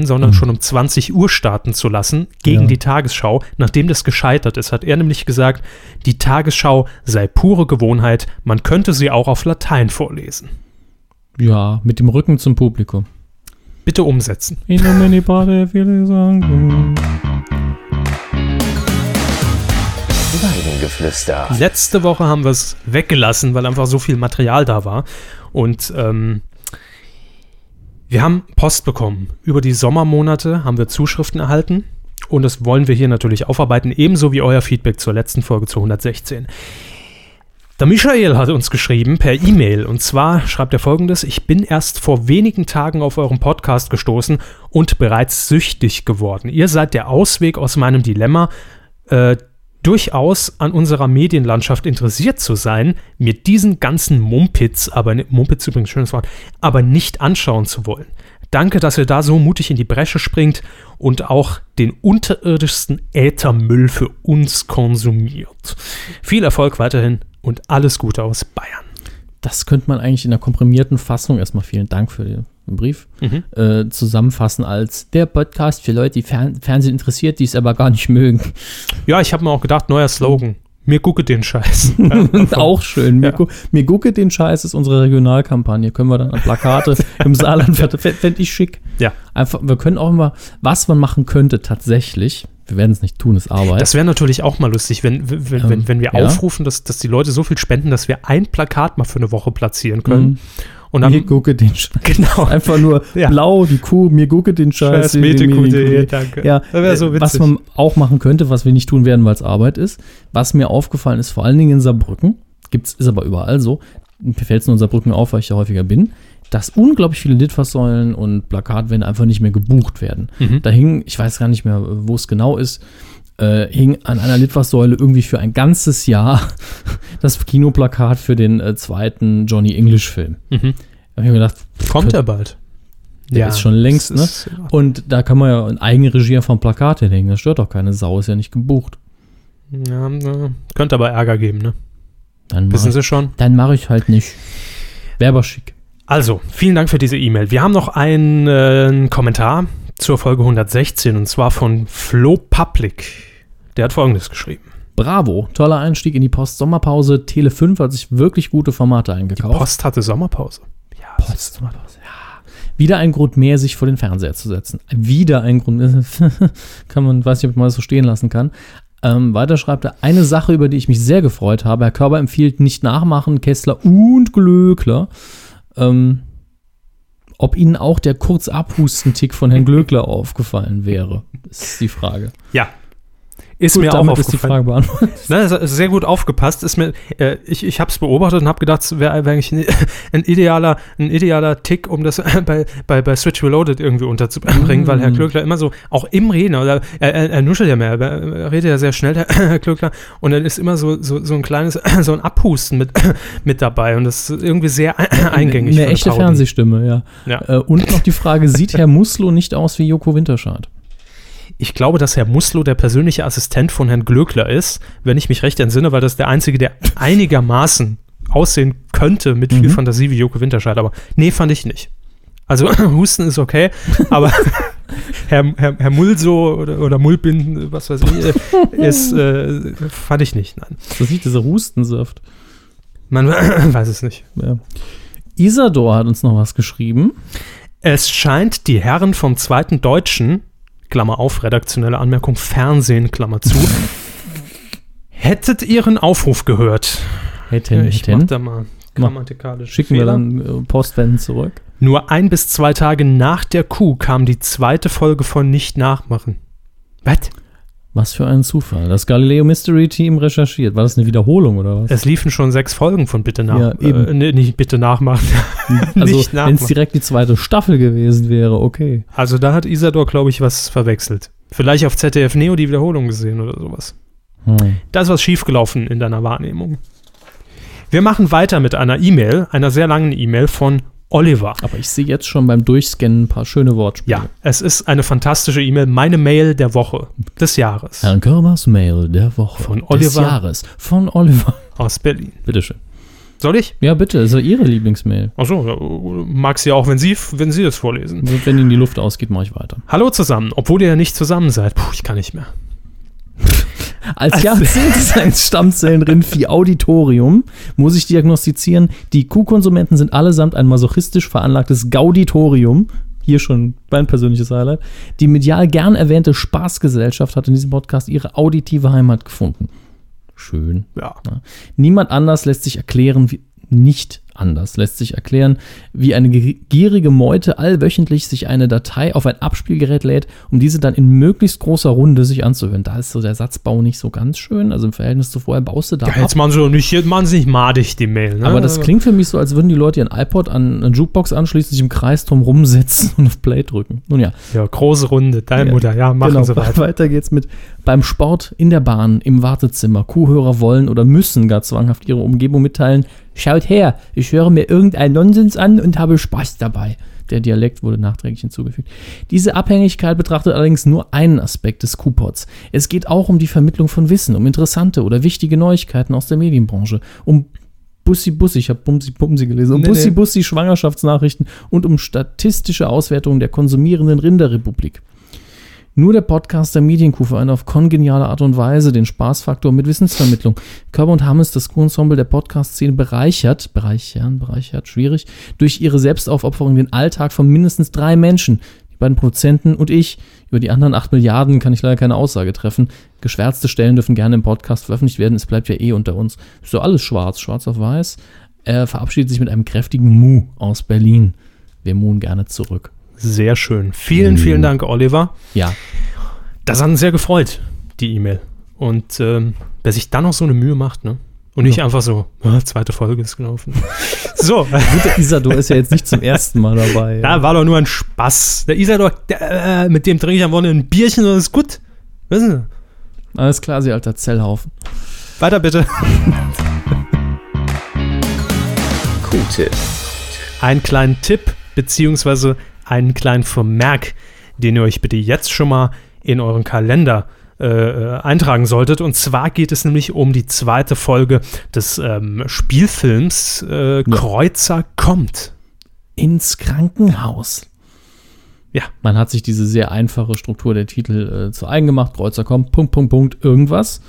S1: Uhr, sondern schon um 20 Uhr starten zu lassen gegen
S2: Ja.
S1: die Tagesschau, nachdem das gescheitert ist, hat er nämlich gesagt, die Tagesschau sei pure Gewohnheit, man könnte sie auch auf Latein vorlesen.
S2: Ja, mit dem Rücken zum Publikum.
S1: Bitte umsetzen.
S2: In nomine Patri, Filii, Sancti.
S3: Weidengeflüster.
S1: Letzte Woche haben wir es weggelassen, weil einfach so viel Material da war. Und ähm, wir haben Post bekommen. Über die Sommermonate haben wir Zuschriften erhalten. Und das wollen wir hier natürlich aufarbeiten, ebenso wie euer Feedback zur letzten Folge zu 116. Der Michael hat uns geschrieben per E-Mail und zwar schreibt er folgendes: Ich bin erst vor wenigen Tagen auf euren Podcast gestoßen und bereits süchtig geworden. Ihr seid der Ausweg aus meinem Dilemma, äh, durchaus an unserer Medienlandschaft interessiert zu sein, mir diesen ganzen Mumpitz, aber Mumpitz übrigens schönes Wort, aber nicht anschauen zu wollen. Danke, dass ihr da so mutig in die Bresche springt und auch den unterirdischsten Äthermüll für uns konsumiert. Viel Erfolg weiterhin und alles Gute aus Bayern.
S2: Das könnte man eigentlich in der komprimierten Fassung erstmal vielen Dank für den Brief äh, zusammenfassen als der Podcast für Leute, die Fern Fernsehen interessiert, die es aber gar nicht mögen.
S1: Ja, ich habe mir auch gedacht, neuer Slogan. Mir gucke den Scheiß.
S2: Auch schön. Mir, gu mir gucke den Scheiß ist unsere Regionalkampagne. Können wir dann an Plakate im Saarland fände ich schick.
S1: Ja.
S2: Einfach, wir können auch immer, was man machen könnte tatsächlich, Wir werden es nicht tun, ist Arbeit.
S1: Das wäre natürlich auch mal lustig, wenn, wenn,
S2: Ähm,
S1: wenn, wenn wir
S2: ja.
S1: aufrufen, dass, dass die Leute so viel spenden, dass wir ein Plakat mal für eine Woche platzieren können.
S2: Mhm.
S1: Und dann,
S2: mir Äh, gucke den Scheiß.
S1: genau,
S2: Einfach nur
S1: Ja.
S2: blau, die Kuh, mir gucke den Scheiß. mir- mir- mir-
S1: scheißmetiku.de, danke.
S2: Ja,
S1: das wäre so
S2: äh,
S1: witzig.
S2: was man auch machen könnte, was wir nicht tun werden, weil es Arbeit ist. Was mir aufgefallen ist, vor allen Dingen in Saarbrücken, gibt's, ist aber überall so, mir fällt es nur in Saarbrücken auf, weil ich da häufiger bin, dass unglaublich viele Litfaßsäulen und Plakatwände einfach nicht mehr gebucht werden.
S1: Mhm.
S2: Da hing, ich weiß gar nicht mehr, wo es genau ist, äh, hing an einer Litfaßsäule irgendwie für ein ganzes Jahr das Kinoplakat für den äh, zweiten Johnny English-Film.
S1: mhm.
S2: Da habe ich mir gedacht,
S1: Kommt er bald.
S2: Der ist schon längst, ne?
S1: das ist-
S2: und da kann man ja in Eigenregie vom Plakat hinhängen. Das stört doch keine Sau, ist ja nicht gebucht.
S1: Ja, na, könnte aber Ärger geben, ne?
S2: Dann mach
S1: Wissen Sie schon?
S2: Dann mache ich halt nicht. Wäre aber schick.
S1: Also, vielen Dank für diese E-Mail. Wir haben noch einen äh, Kommentar zur Folge 116 und zwar von Flo Public. Der hat folgendes geschrieben:
S2: Bravo, toller Einstieg in die Post-Sommerpause. Tele 5 hat sich wirklich gute Formate eingekauft.
S1: Post hatte Sommerpause. Ja,
S2: Post-Sommerpause, ja. Wieder ein Grund mehr, sich vor den Fernseher zu setzen. Wieder ein Grund mehr. kann man, weiß nicht, ob man das so stehen lassen kann. Ähm, weiter schreibt er, eine Sache, über die ich mich sehr gefreut habe. Herr Körber empfiehlt nicht nachmachen, Kessler und Glöckler. Ähm, ob Ihnen auch der Kurzabhusten-Tick von Herrn Glöckler aufgefallen wäre, ist die Frage.
S1: ja. Ist
S2: Gut,
S1: mir auch
S2: damit ist die
S1: aufgefallen.
S2: Frage beantwortet.
S1: Na, Ne, es ist sehr gut aufgepasst. Ist mir, äh, ich ich habe es beobachtet und habe gedacht, es wäre eigentlich ein, ein, idealer, ein idealer Tick, um das bei, bei, bei Switch Reloaded irgendwie unterzubringen, weil
S2: Mm.
S1: Herr Klöckler immer so, auch im Reden, oder er, er, er nuschelt ja mehr, er, er redet ja sehr schnell, Herr, Herr Klöckler, und dann ist immer so, so, so ein kleines, so ein Abhusten mit, mit dabei und das ist irgendwie sehr eingängig. für
S2: Eine echte
S1: Parodie.
S2: Fernsehstimme, ja.
S1: Ja.
S2: Äh, und noch die Frage, sieht Herr Muslo nicht aus wie Joko Winterscheid?
S1: Ich glaube, dass Herr Muslo der persönliche Assistent von Herrn Glöckler ist, wenn ich mich recht entsinne, weil das der einzige, der einigermaßen aussehen könnte mit viel
S2: Mhm.
S1: Fantasie wie Joko Winterscheid. Aber nee, fand ich nicht. Also Husten ist okay, aber Herr, Herr, Herr Mulso oder, oder Mulbin, was weiß ich, äh, ist, äh, fand ich nicht. Nein,
S2: So sieht dieser Hustensaft.
S1: man weiß es nicht.
S2: Ja. Isador hat uns noch was geschrieben.
S1: Es scheint, die Herren vom zweiten Deutschen, Klammer auf, redaktionelle Anmerkung, Fernsehen, Klammer zu, hättet ihren Aufruf gehört.
S2: Hätten,
S1: ich mach da mal grammatikalische
S2: Schicken wir
S1: Fehler.
S2: dann äh, Postwenden zurück.
S1: Nur ein bis zwei Tage nach der Kuh kam die zweite Folge von Nicht nachmachen. Was?
S2: Was für ein Zufall. Das Galileo Mystery Team recherchiert. War das eine Wiederholung oder was?
S1: Es liefen schon sechs Folgen von Bitte nach.
S2: Ja, eben.
S1: Äh, nee, nicht Bitte nachmachen.
S2: Also,
S1: nicht
S2: wenn es
S1: nachmachen.
S2: direkt die zweite Staffel gewesen wäre, okay.
S1: Also da hat Isador, glaube ich, was verwechselt. Vielleicht auf ZDF Neo die Wiederholung gesehen oder sowas.
S2: Hm.
S1: Da ist was schiefgelaufen in deiner Wahrnehmung. Wir machen weiter mit einer E-Mail, einer sehr langen E-Mail von Oliver.
S2: Aber ich sehe jetzt schon beim Durchscannen ein paar schöne Wortspiele.
S1: Ja, es ist eine fantastische E-Mail, meine Mail der Woche, des Jahres,
S2: Herrn Körmers Mail der Woche.
S1: Von
S2: Des
S1: Oliver.
S2: Jahres. Von Oliver.
S1: aus Berlin.
S2: Bitteschön.
S1: Soll ich?
S2: Ja, bitte. Ist ja Ihre Lieblingsmail.
S1: Achso, mag sie auch, wenn sie, wenn sie es vorlesen.
S2: Also, Wenn Ihnen die Luft ausgeht, mache ich weiter.
S1: Hallo zusammen, obwohl ihr ja nicht zusammen seid. Puh, ich kann nicht mehr.
S2: Als Jahrzehnteseins-Stammzellen Rindvieh Auditorium muss ich diagnostizieren, die Kuhkonsumenten sind allesamt ein masochistisch veranlagtes Gauditorium. Hier schon mein persönliches Highlight. Die medial gern erwähnte Spaßgesellschaft hat in diesem Podcast ihre auditive Heimat gefunden. Schön.
S1: Ja.
S2: Ja. Ne? Niemand anders lässt sich erklären, wie, nicht anders lässt sich erklären, wie eine ge- gierige Meute allwöchentlich sich eine Datei auf ein Abspielgerät lädt, um diese dann in möglichst großer Runde sich anzuhören. Da ist so der Satzbau nicht so ganz schön, also im Verhältnis zu vorher baust du da
S1: ja
S2: ab.
S1: jetzt machen sie doch nicht, jetzt machen sie nicht madig, die Mail. Ne?
S2: Aber das klingt für mich so, als würden die Leute ihren iPod an eine Jukebox anschließen, sich im Kreis drum rumsetzen und auf Play drücken. Nun ja,
S1: Ja, große Runde, deine
S2: Ja.
S1: Mutter. Ja, machen
S2: genau,
S1: sie weiter.
S2: Weiter geht's mit beim Sport, in der Bahn, im Wartezimmer. Kuhhörer wollen oder müssen gar zwanghaft ihre Umgebung mitteilen. Schaut her, ich höre mir irgendeinen Nonsens an und habe Spaß dabei. Der Dialekt wurde nachträglich hinzugefügt. Diese Abhängigkeit betrachtet allerdings nur einen Aspekt des Kupots. Es geht auch um die Vermittlung von Wissen, um interessante oder wichtige Neuigkeiten aus der Medienbranche, um Bussi Bussi, ich habe Bumsi Bumsi gelesen, um
S1: Nee,
S2: Bussi
S1: nee.
S2: Bussi Schwangerschaftsnachrichten und um statistische Auswertungen der konsumierenden Rinderrepublik. Nur der Podcast der Medienkuh vereint auf kongeniale Art und Weise den Spaßfaktor mit Wissensvermittlung. Körper und Hammes, das Kuh-Ensemble der Podcast-Szene bereichert, bereichern, bereichert, schwierig, durch ihre Selbstaufopferung den Alltag von mindestens drei Menschen. Die beiden Produzenten und ich. Über die anderen 8 Milliarden kann ich leider keine Aussage treffen. Geschwärzte Stellen dürfen gerne im Podcast veröffentlicht werden. Es bleibt ja eh unter uns. Ist so alles schwarz, schwarz auf weiß. Er verabschiedet sich mit einem kräftigen Mu aus Berlin. Wir muhen gerne zurück.
S1: Sehr schön. Vielen,
S2: Mhm.
S1: vielen Dank, Oliver.
S2: Ja,
S1: Das hat uns sehr gefreut, die E-Mail. Und ähm, wer sich dann noch so eine Mühe macht, ne? Und nicht einfach so, "Ah, zweite Folge ist gelaufen. so,
S2: gut, der Isador ist ja jetzt nicht zum ersten Mal dabei.
S1: da war doch nur ein Spaß. Der Isador, der, äh, mit dem trinke ich am Wochenende ein Bierchen und das ist gut. Wissen Sie?
S2: Alles klar, sie alter Zellhaufen.
S1: Weiter bitte.
S3: Q-Tipp.
S1: einen kleinen Tipp beziehungsweise einen kleinen Vermerk, den ihr euch bitte jetzt schon mal in euren Kalender äh, äh, eintragen solltet. Und zwar geht es nämlich um die zweite Folge des ähm, Spielfilms äh, Kreuzer kommt.
S2: Ins Krankenhaus.
S1: Ja.
S2: Man hat sich diese sehr einfache Struktur der Titel äh, zu eigen gemacht. Kreuzer kommt, Punkt, Punkt, Punkt, irgendwas.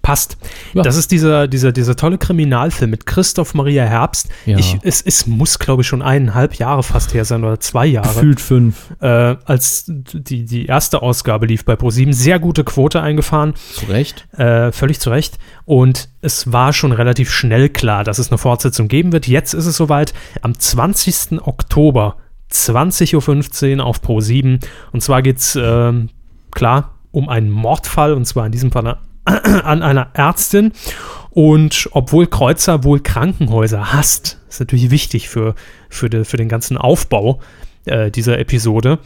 S1: Passt.
S2: Ja.
S1: Das ist dieser, dieser, dieser tolle Kriminalfilm mit Christoph Maria Herbst.
S2: Ja.
S1: Ich, es, es muss, glaube ich, schon eineinhalb Jahre fast her sein oder zwei Jahre.
S2: Gefühlt fünf.
S1: Äh, als die, die erste Ausgabe lief bei ProSieben. Sehr gute Quote eingefahren.
S2: Zu Recht.
S1: Äh, völlig zu Recht. Und es war schon relativ schnell klar, dass es eine Fortsetzung geben wird. Jetzt ist es soweit. Am 20. Oktober, 20.15 Uhr auf Pro 7. Und zwar geht es, ähm, klar, um einen Mordfall. Und zwar in diesem Fall an einer Ärztin. Und obwohl Kreuzer wohl Krankenhäuser hasst, ist natürlich wichtig für, für, de, für den ganzen Aufbau äh, dieser Episode.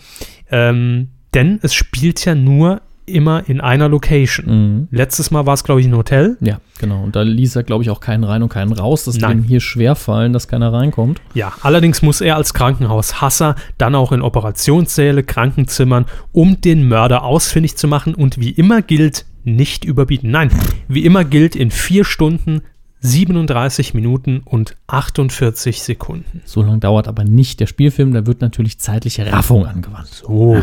S1: Ähm, denn es spielt ja nur immer in einer Location.
S2: Mhm.
S1: Letztes Mal war es, glaube ich, ein Hotel.
S2: Ja, genau. Und da ließ er, glaube ich, auch keinen rein und keinen raus. Das wird
S1: Nein.
S2: ihm hier schwer fallen, dass keiner reinkommt.
S1: Ja, allerdings muss er als Krankenhaushasser dann auch in Operationssäle, Krankenzimmern, um den Mörder ausfindig zu machen und wie immer gilt, nicht überbieten. Nein, wie immer gilt in 4 Stunden, 37 Minuten und 48 Sekunden.
S2: So lange dauert aber nicht der Spielfilm. Da wird natürlich zeitliche Raffung angewandt.
S1: So,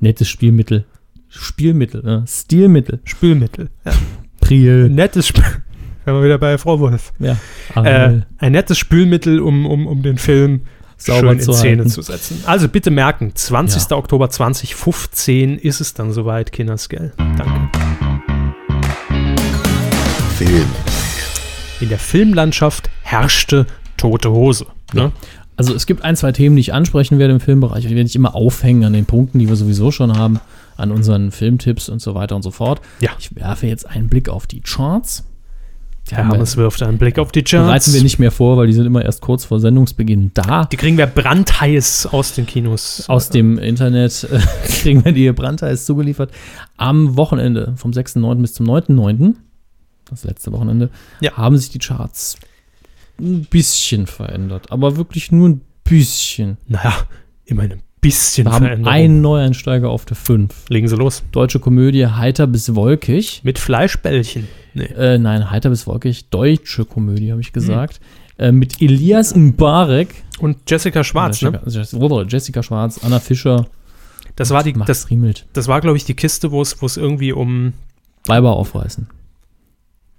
S2: Nettes Spielmittel. Spielmittel, ne? Stilmittel.
S1: Spülmittel. Ja.
S2: Priel.
S1: Nettes Spül. Wenn wir wieder bei Frau Wolf.
S2: Ja.
S1: Äh,
S2: Angel.
S1: ein nettes Spülmittel, um, um, um den Film
S2: Sauber
S1: schön
S2: zu
S1: in Szene
S2: halten.
S1: zu setzen. Also bitte merken, 20.
S2: Ja.
S1: Oktober 2015 ist es dann soweit, Kinders, gell? Danke.
S3: Film.
S1: In der Filmlandschaft herrschte tote Hose. Ne?
S2: Also es gibt ein, zwei Themen, die ich ansprechen werde im Filmbereich. Ich werde nicht immer aufhängen an den Punkten, die wir sowieso schon haben, an unseren Filmtipps und so weiter und so fort.
S1: Ja.
S2: Ich werfe jetzt einen Blick auf die Charts. Die
S1: Herr
S2: haben wir-
S1: Hammes wirft einen Blick auf die Charts.
S2: bereiten wir nicht mehr vor, weil die sind immer erst kurz vor Sendungsbeginn da.
S1: Die kriegen wir brandheiß aus den Kinos.
S2: Aus dem Internet äh, kriegen wir die brandheiß zugeliefert. Am Wochenende, vom 6.9. bis zum 9.9., das letzte Wochenende,
S1: Ja.
S2: haben sich die Charts ein bisschen verändert. Aber wirklich nur ein bisschen.
S1: Naja, immerhin ein bisschen
S2: Wir haben
S1: Veränderung.
S2: einen Neueinsteiger auf der 5.
S1: Legen Sie los.
S2: Deutsche Komödie Heiter bis Wolkig.
S1: Mit Fleischbällchen. Nee.
S2: Äh, nein, Heiter bis Wolkig, deutsche Komödie, habe
S1: Hm.
S2: ich gesagt. Äh, mit Elias Mbarek.
S1: Und Jessica Schwarz, ne?
S2: Jessica, Jessica, Jessica Schwarz, Anna Fischer.
S1: Das war, die,
S2: Max
S1: das,
S2: Riemelt.
S1: das war glaube ich, die Kiste, wo es wo es irgendwie um.
S2: Weiber aufreißen.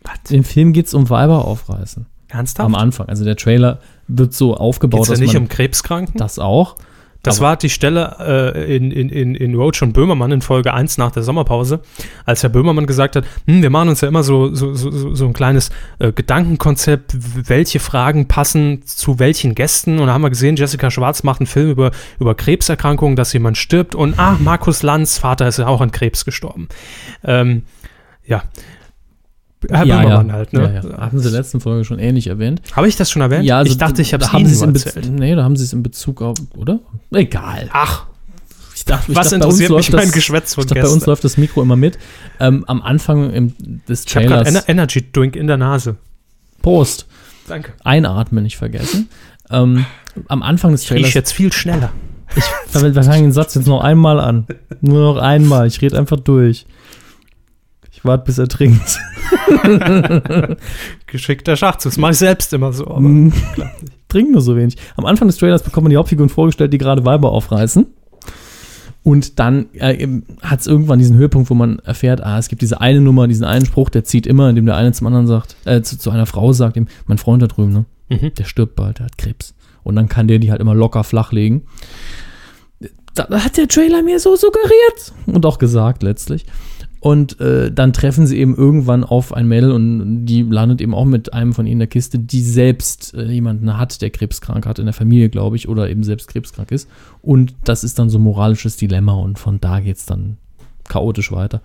S1: Was?
S2: Im Film geht es um Weiber aufreißen.
S1: Ernsthaft?
S2: Am Anfang. Also der Trailer wird so aufgebaut,
S1: Geht ja
S2: dass
S1: nicht
S2: man
S1: um Krebskranken?
S2: das auch.
S1: Das war die Stelle äh, in, in, in, in Roach und Böhmermann in Folge 1 nach der Sommerpause, als Herr Böhmermann gesagt hat, hm, wir machen uns ja immer so, so, so- so, so ein kleines äh, Gedankenkonzept, w- welche Fragen passen zu welchen Gästen. Und da haben wir gesehen, Jessica Schwarz macht einen Film über, über Krebserkrankungen, dass jemand stirbt. Und ach, Markus Lanz, Vater ist ja auch an Krebs gestorben. Ähm, ja. Herr Böhmermann halt, ne?
S2: Ja, ja. Hatten sie in der letzten Folge schon ähnlich erwähnt.
S1: Habe ich das schon erwähnt?
S2: Ja, also
S1: ich dachte, ich habe
S2: da
S1: es
S2: haben
S1: Ihnen
S2: sie's
S1: nur
S2: in Bez-
S1: erzählt.
S2: Nee, da haben sie es in Bezug auf, oder? Egal.
S1: Ach,
S2: Ich dachte, ich
S1: was
S2: dachte, bei uns
S1: interessiert mich
S2: läuft
S1: mein
S2: das-
S1: Geschwätz von
S2: Ich dachte, bei
S1: gestern?
S2: uns läuft das Mikro immer mit. Ähm, am Anfang im, des
S1: Ich habe gerade Ener
S2: Trailers.
S1: Energy Drink in der Nase.
S2: Prost.
S1: Danke.
S2: Einatmen nicht vergessen. Ähm, am Anfang des
S1: Riech
S2: Trailers.
S1: jetzt viel schneller.
S2: Damit wir fangen den Satz jetzt noch einmal an. Nur noch einmal. Ich rede einfach durch. Ich warte, bis er trinkt.
S1: Geschickter Schachzug. Das mache ich selbst immer so. Aber
S2: Trink nur so wenig. Am Anfang des Trailers bekommt man die Hauptfiguren vorgestellt, die gerade Weiber aufreißen. Und dann äh, hat es irgendwann diesen Höhepunkt, wo man erfährt, ah, es gibt diese eine Nummer, diesen einen Spruch, der zieht immer, indem der eine zum anderen sagt, äh, zu, zu einer Frau sagt, ihm, mein Freund da drüben, ne?
S1: Mhm.
S2: der stirbt bald, der hat Krebs. Und dann kann der die halt immer locker flach legen. Das hat der Trailer mir so suggeriert und auch gesagt letztlich. Und äh, dann treffen sie eben irgendwann auf ein Mädel und die landet eben auch mit einem von ihnen in der Kiste, die selbst äh, jemanden hat, der krebskrank hat, in der Familie, glaube ich, oder eben selbst krebskrank ist. Und das ist dann so ein moralisches Dilemma und von da geht es dann chaotisch weiter.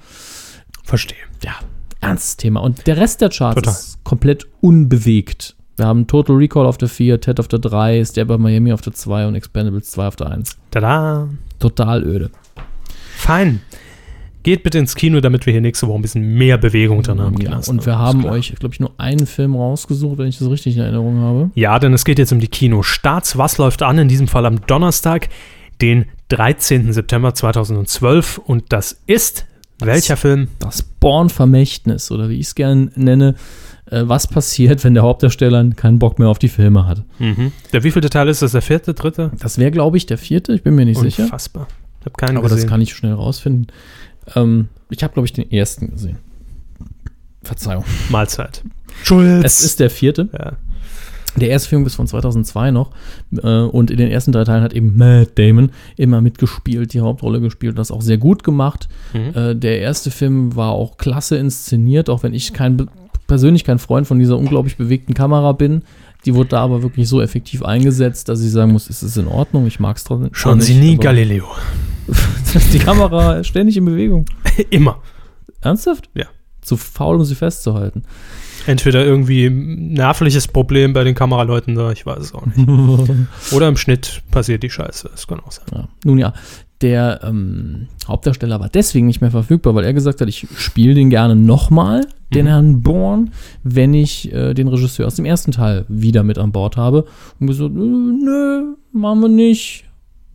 S1: Verstehe.
S2: Ja, ernstes Thema. Und der Rest der Charts
S1: Total.
S2: ist komplett unbewegt. Wir haben Total Recall auf der 4, Ted auf der 3, Stay by Miami auf der 2 und Expendables 2 auf der 1.
S1: Tada.
S2: Total öde.
S1: Fein. Geht bitte ins Kino, damit wir hier nächste Woche ein bisschen mehr Bewegung drin haben.
S2: ja,
S1: Klaas.
S2: und wir
S1: Ist
S2: haben
S1: klar.
S2: euch, glaube ich, nur einen Film rausgesucht, wenn ich das richtig in Erinnerung habe.
S1: Ja, denn es geht jetzt um die Kinostarts. Was läuft an? In diesem Fall am Donnerstag, den 13. September 2012. Und das ist welcher Film?
S2: das Born-Vermächtnis oder wie ich es gerne nenne, äh, was passiert, wenn der Hauptdarsteller keinen Bock mehr auf die Filme hat.
S1: Der wievielte Teil ist das? Der vierte, dritte?
S2: Das wäre, glaube ich, der vierte, ich bin mir nicht sicher.
S1: Unfassbar. Ich habe keinen
S2: Aber das
S1: gesehen.
S2: kann ich schnell rausfinden. Ähm, ich habe, glaube ich, den ersten gesehen. Verzeihung.
S1: Mahlzeit. Schulz.
S2: Es ist der vierte.
S1: ja.
S2: Der erste Film ist von 2002 noch. Äh, und in den ersten drei Teilen hat eben Matt Damon immer mitgespielt, die Hauptrolle gespielt und das auch sehr gut gemacht.
S1: Mhm.
S2: Äh, der erste Film war auch klasse inszeniert, auch wenn ich kein, persönlich kein Freund von dieser unglaublich bewegten Kamera bin. Die wurde da aber wirklich so effektiv eingesetzt, dass ich sagen muss, es ist in Ordnung, ich mag es trotzdem.
S1: Schauen Sie nie
S2: aber-
S1: Galileo.
S2: Die Kamera ist ständig in Bewegung.
S1: Immer.
S2: Ernsthaft?
S1: Ja.
S2: Zu faul, um sie festzuhalten.
S1: Entweder irgendwie ein nervliches Problem bei den Kameraleuten da, ich weiß es auch nicht. Oder im Schnitt passiert die Scheiße. Das kann auch sein.
S2: Ja. Nun ja, der ähm, Hauptdarsteller war deswegen nicht mehr verfügbar, weil er gesagt hat, ich spiele den gerne nochmal, den Herrn Born, wenn ich äh, den Regisseur aus dem ersten Teil wieder mit an Bord habe. Und wir so, nö, nö, machen wir nicht.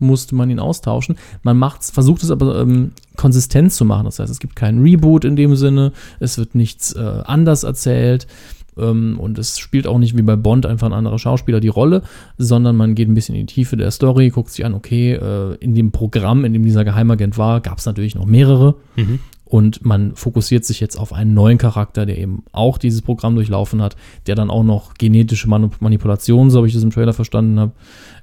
S2: Musste man ihn austauschen. Man macht's, versucht es aber ähm, konsistent zu machen. Das heißt, es gibt keinen Reboot in dem Sinne, es wird nichts äh, anders erzählt. Ähm, und es spielt auch nicht wie bei Bond einfach ein anderer Schauspieler die Rolle, sondern man geht ein bisschen in die Tiefe der Story, guckt sich an, okay, äh, in dem Programm, in dem dieser Geheimagent war, gab es natürlich noch mehrere. Und man fokussiert sich jetzt auf einen neuen Charakter, der eben auch dieses Programm durchlaufen hat, der dann auch noch genetische Manu- Manipulationen, so habe ich das im Trailer verstanden habe,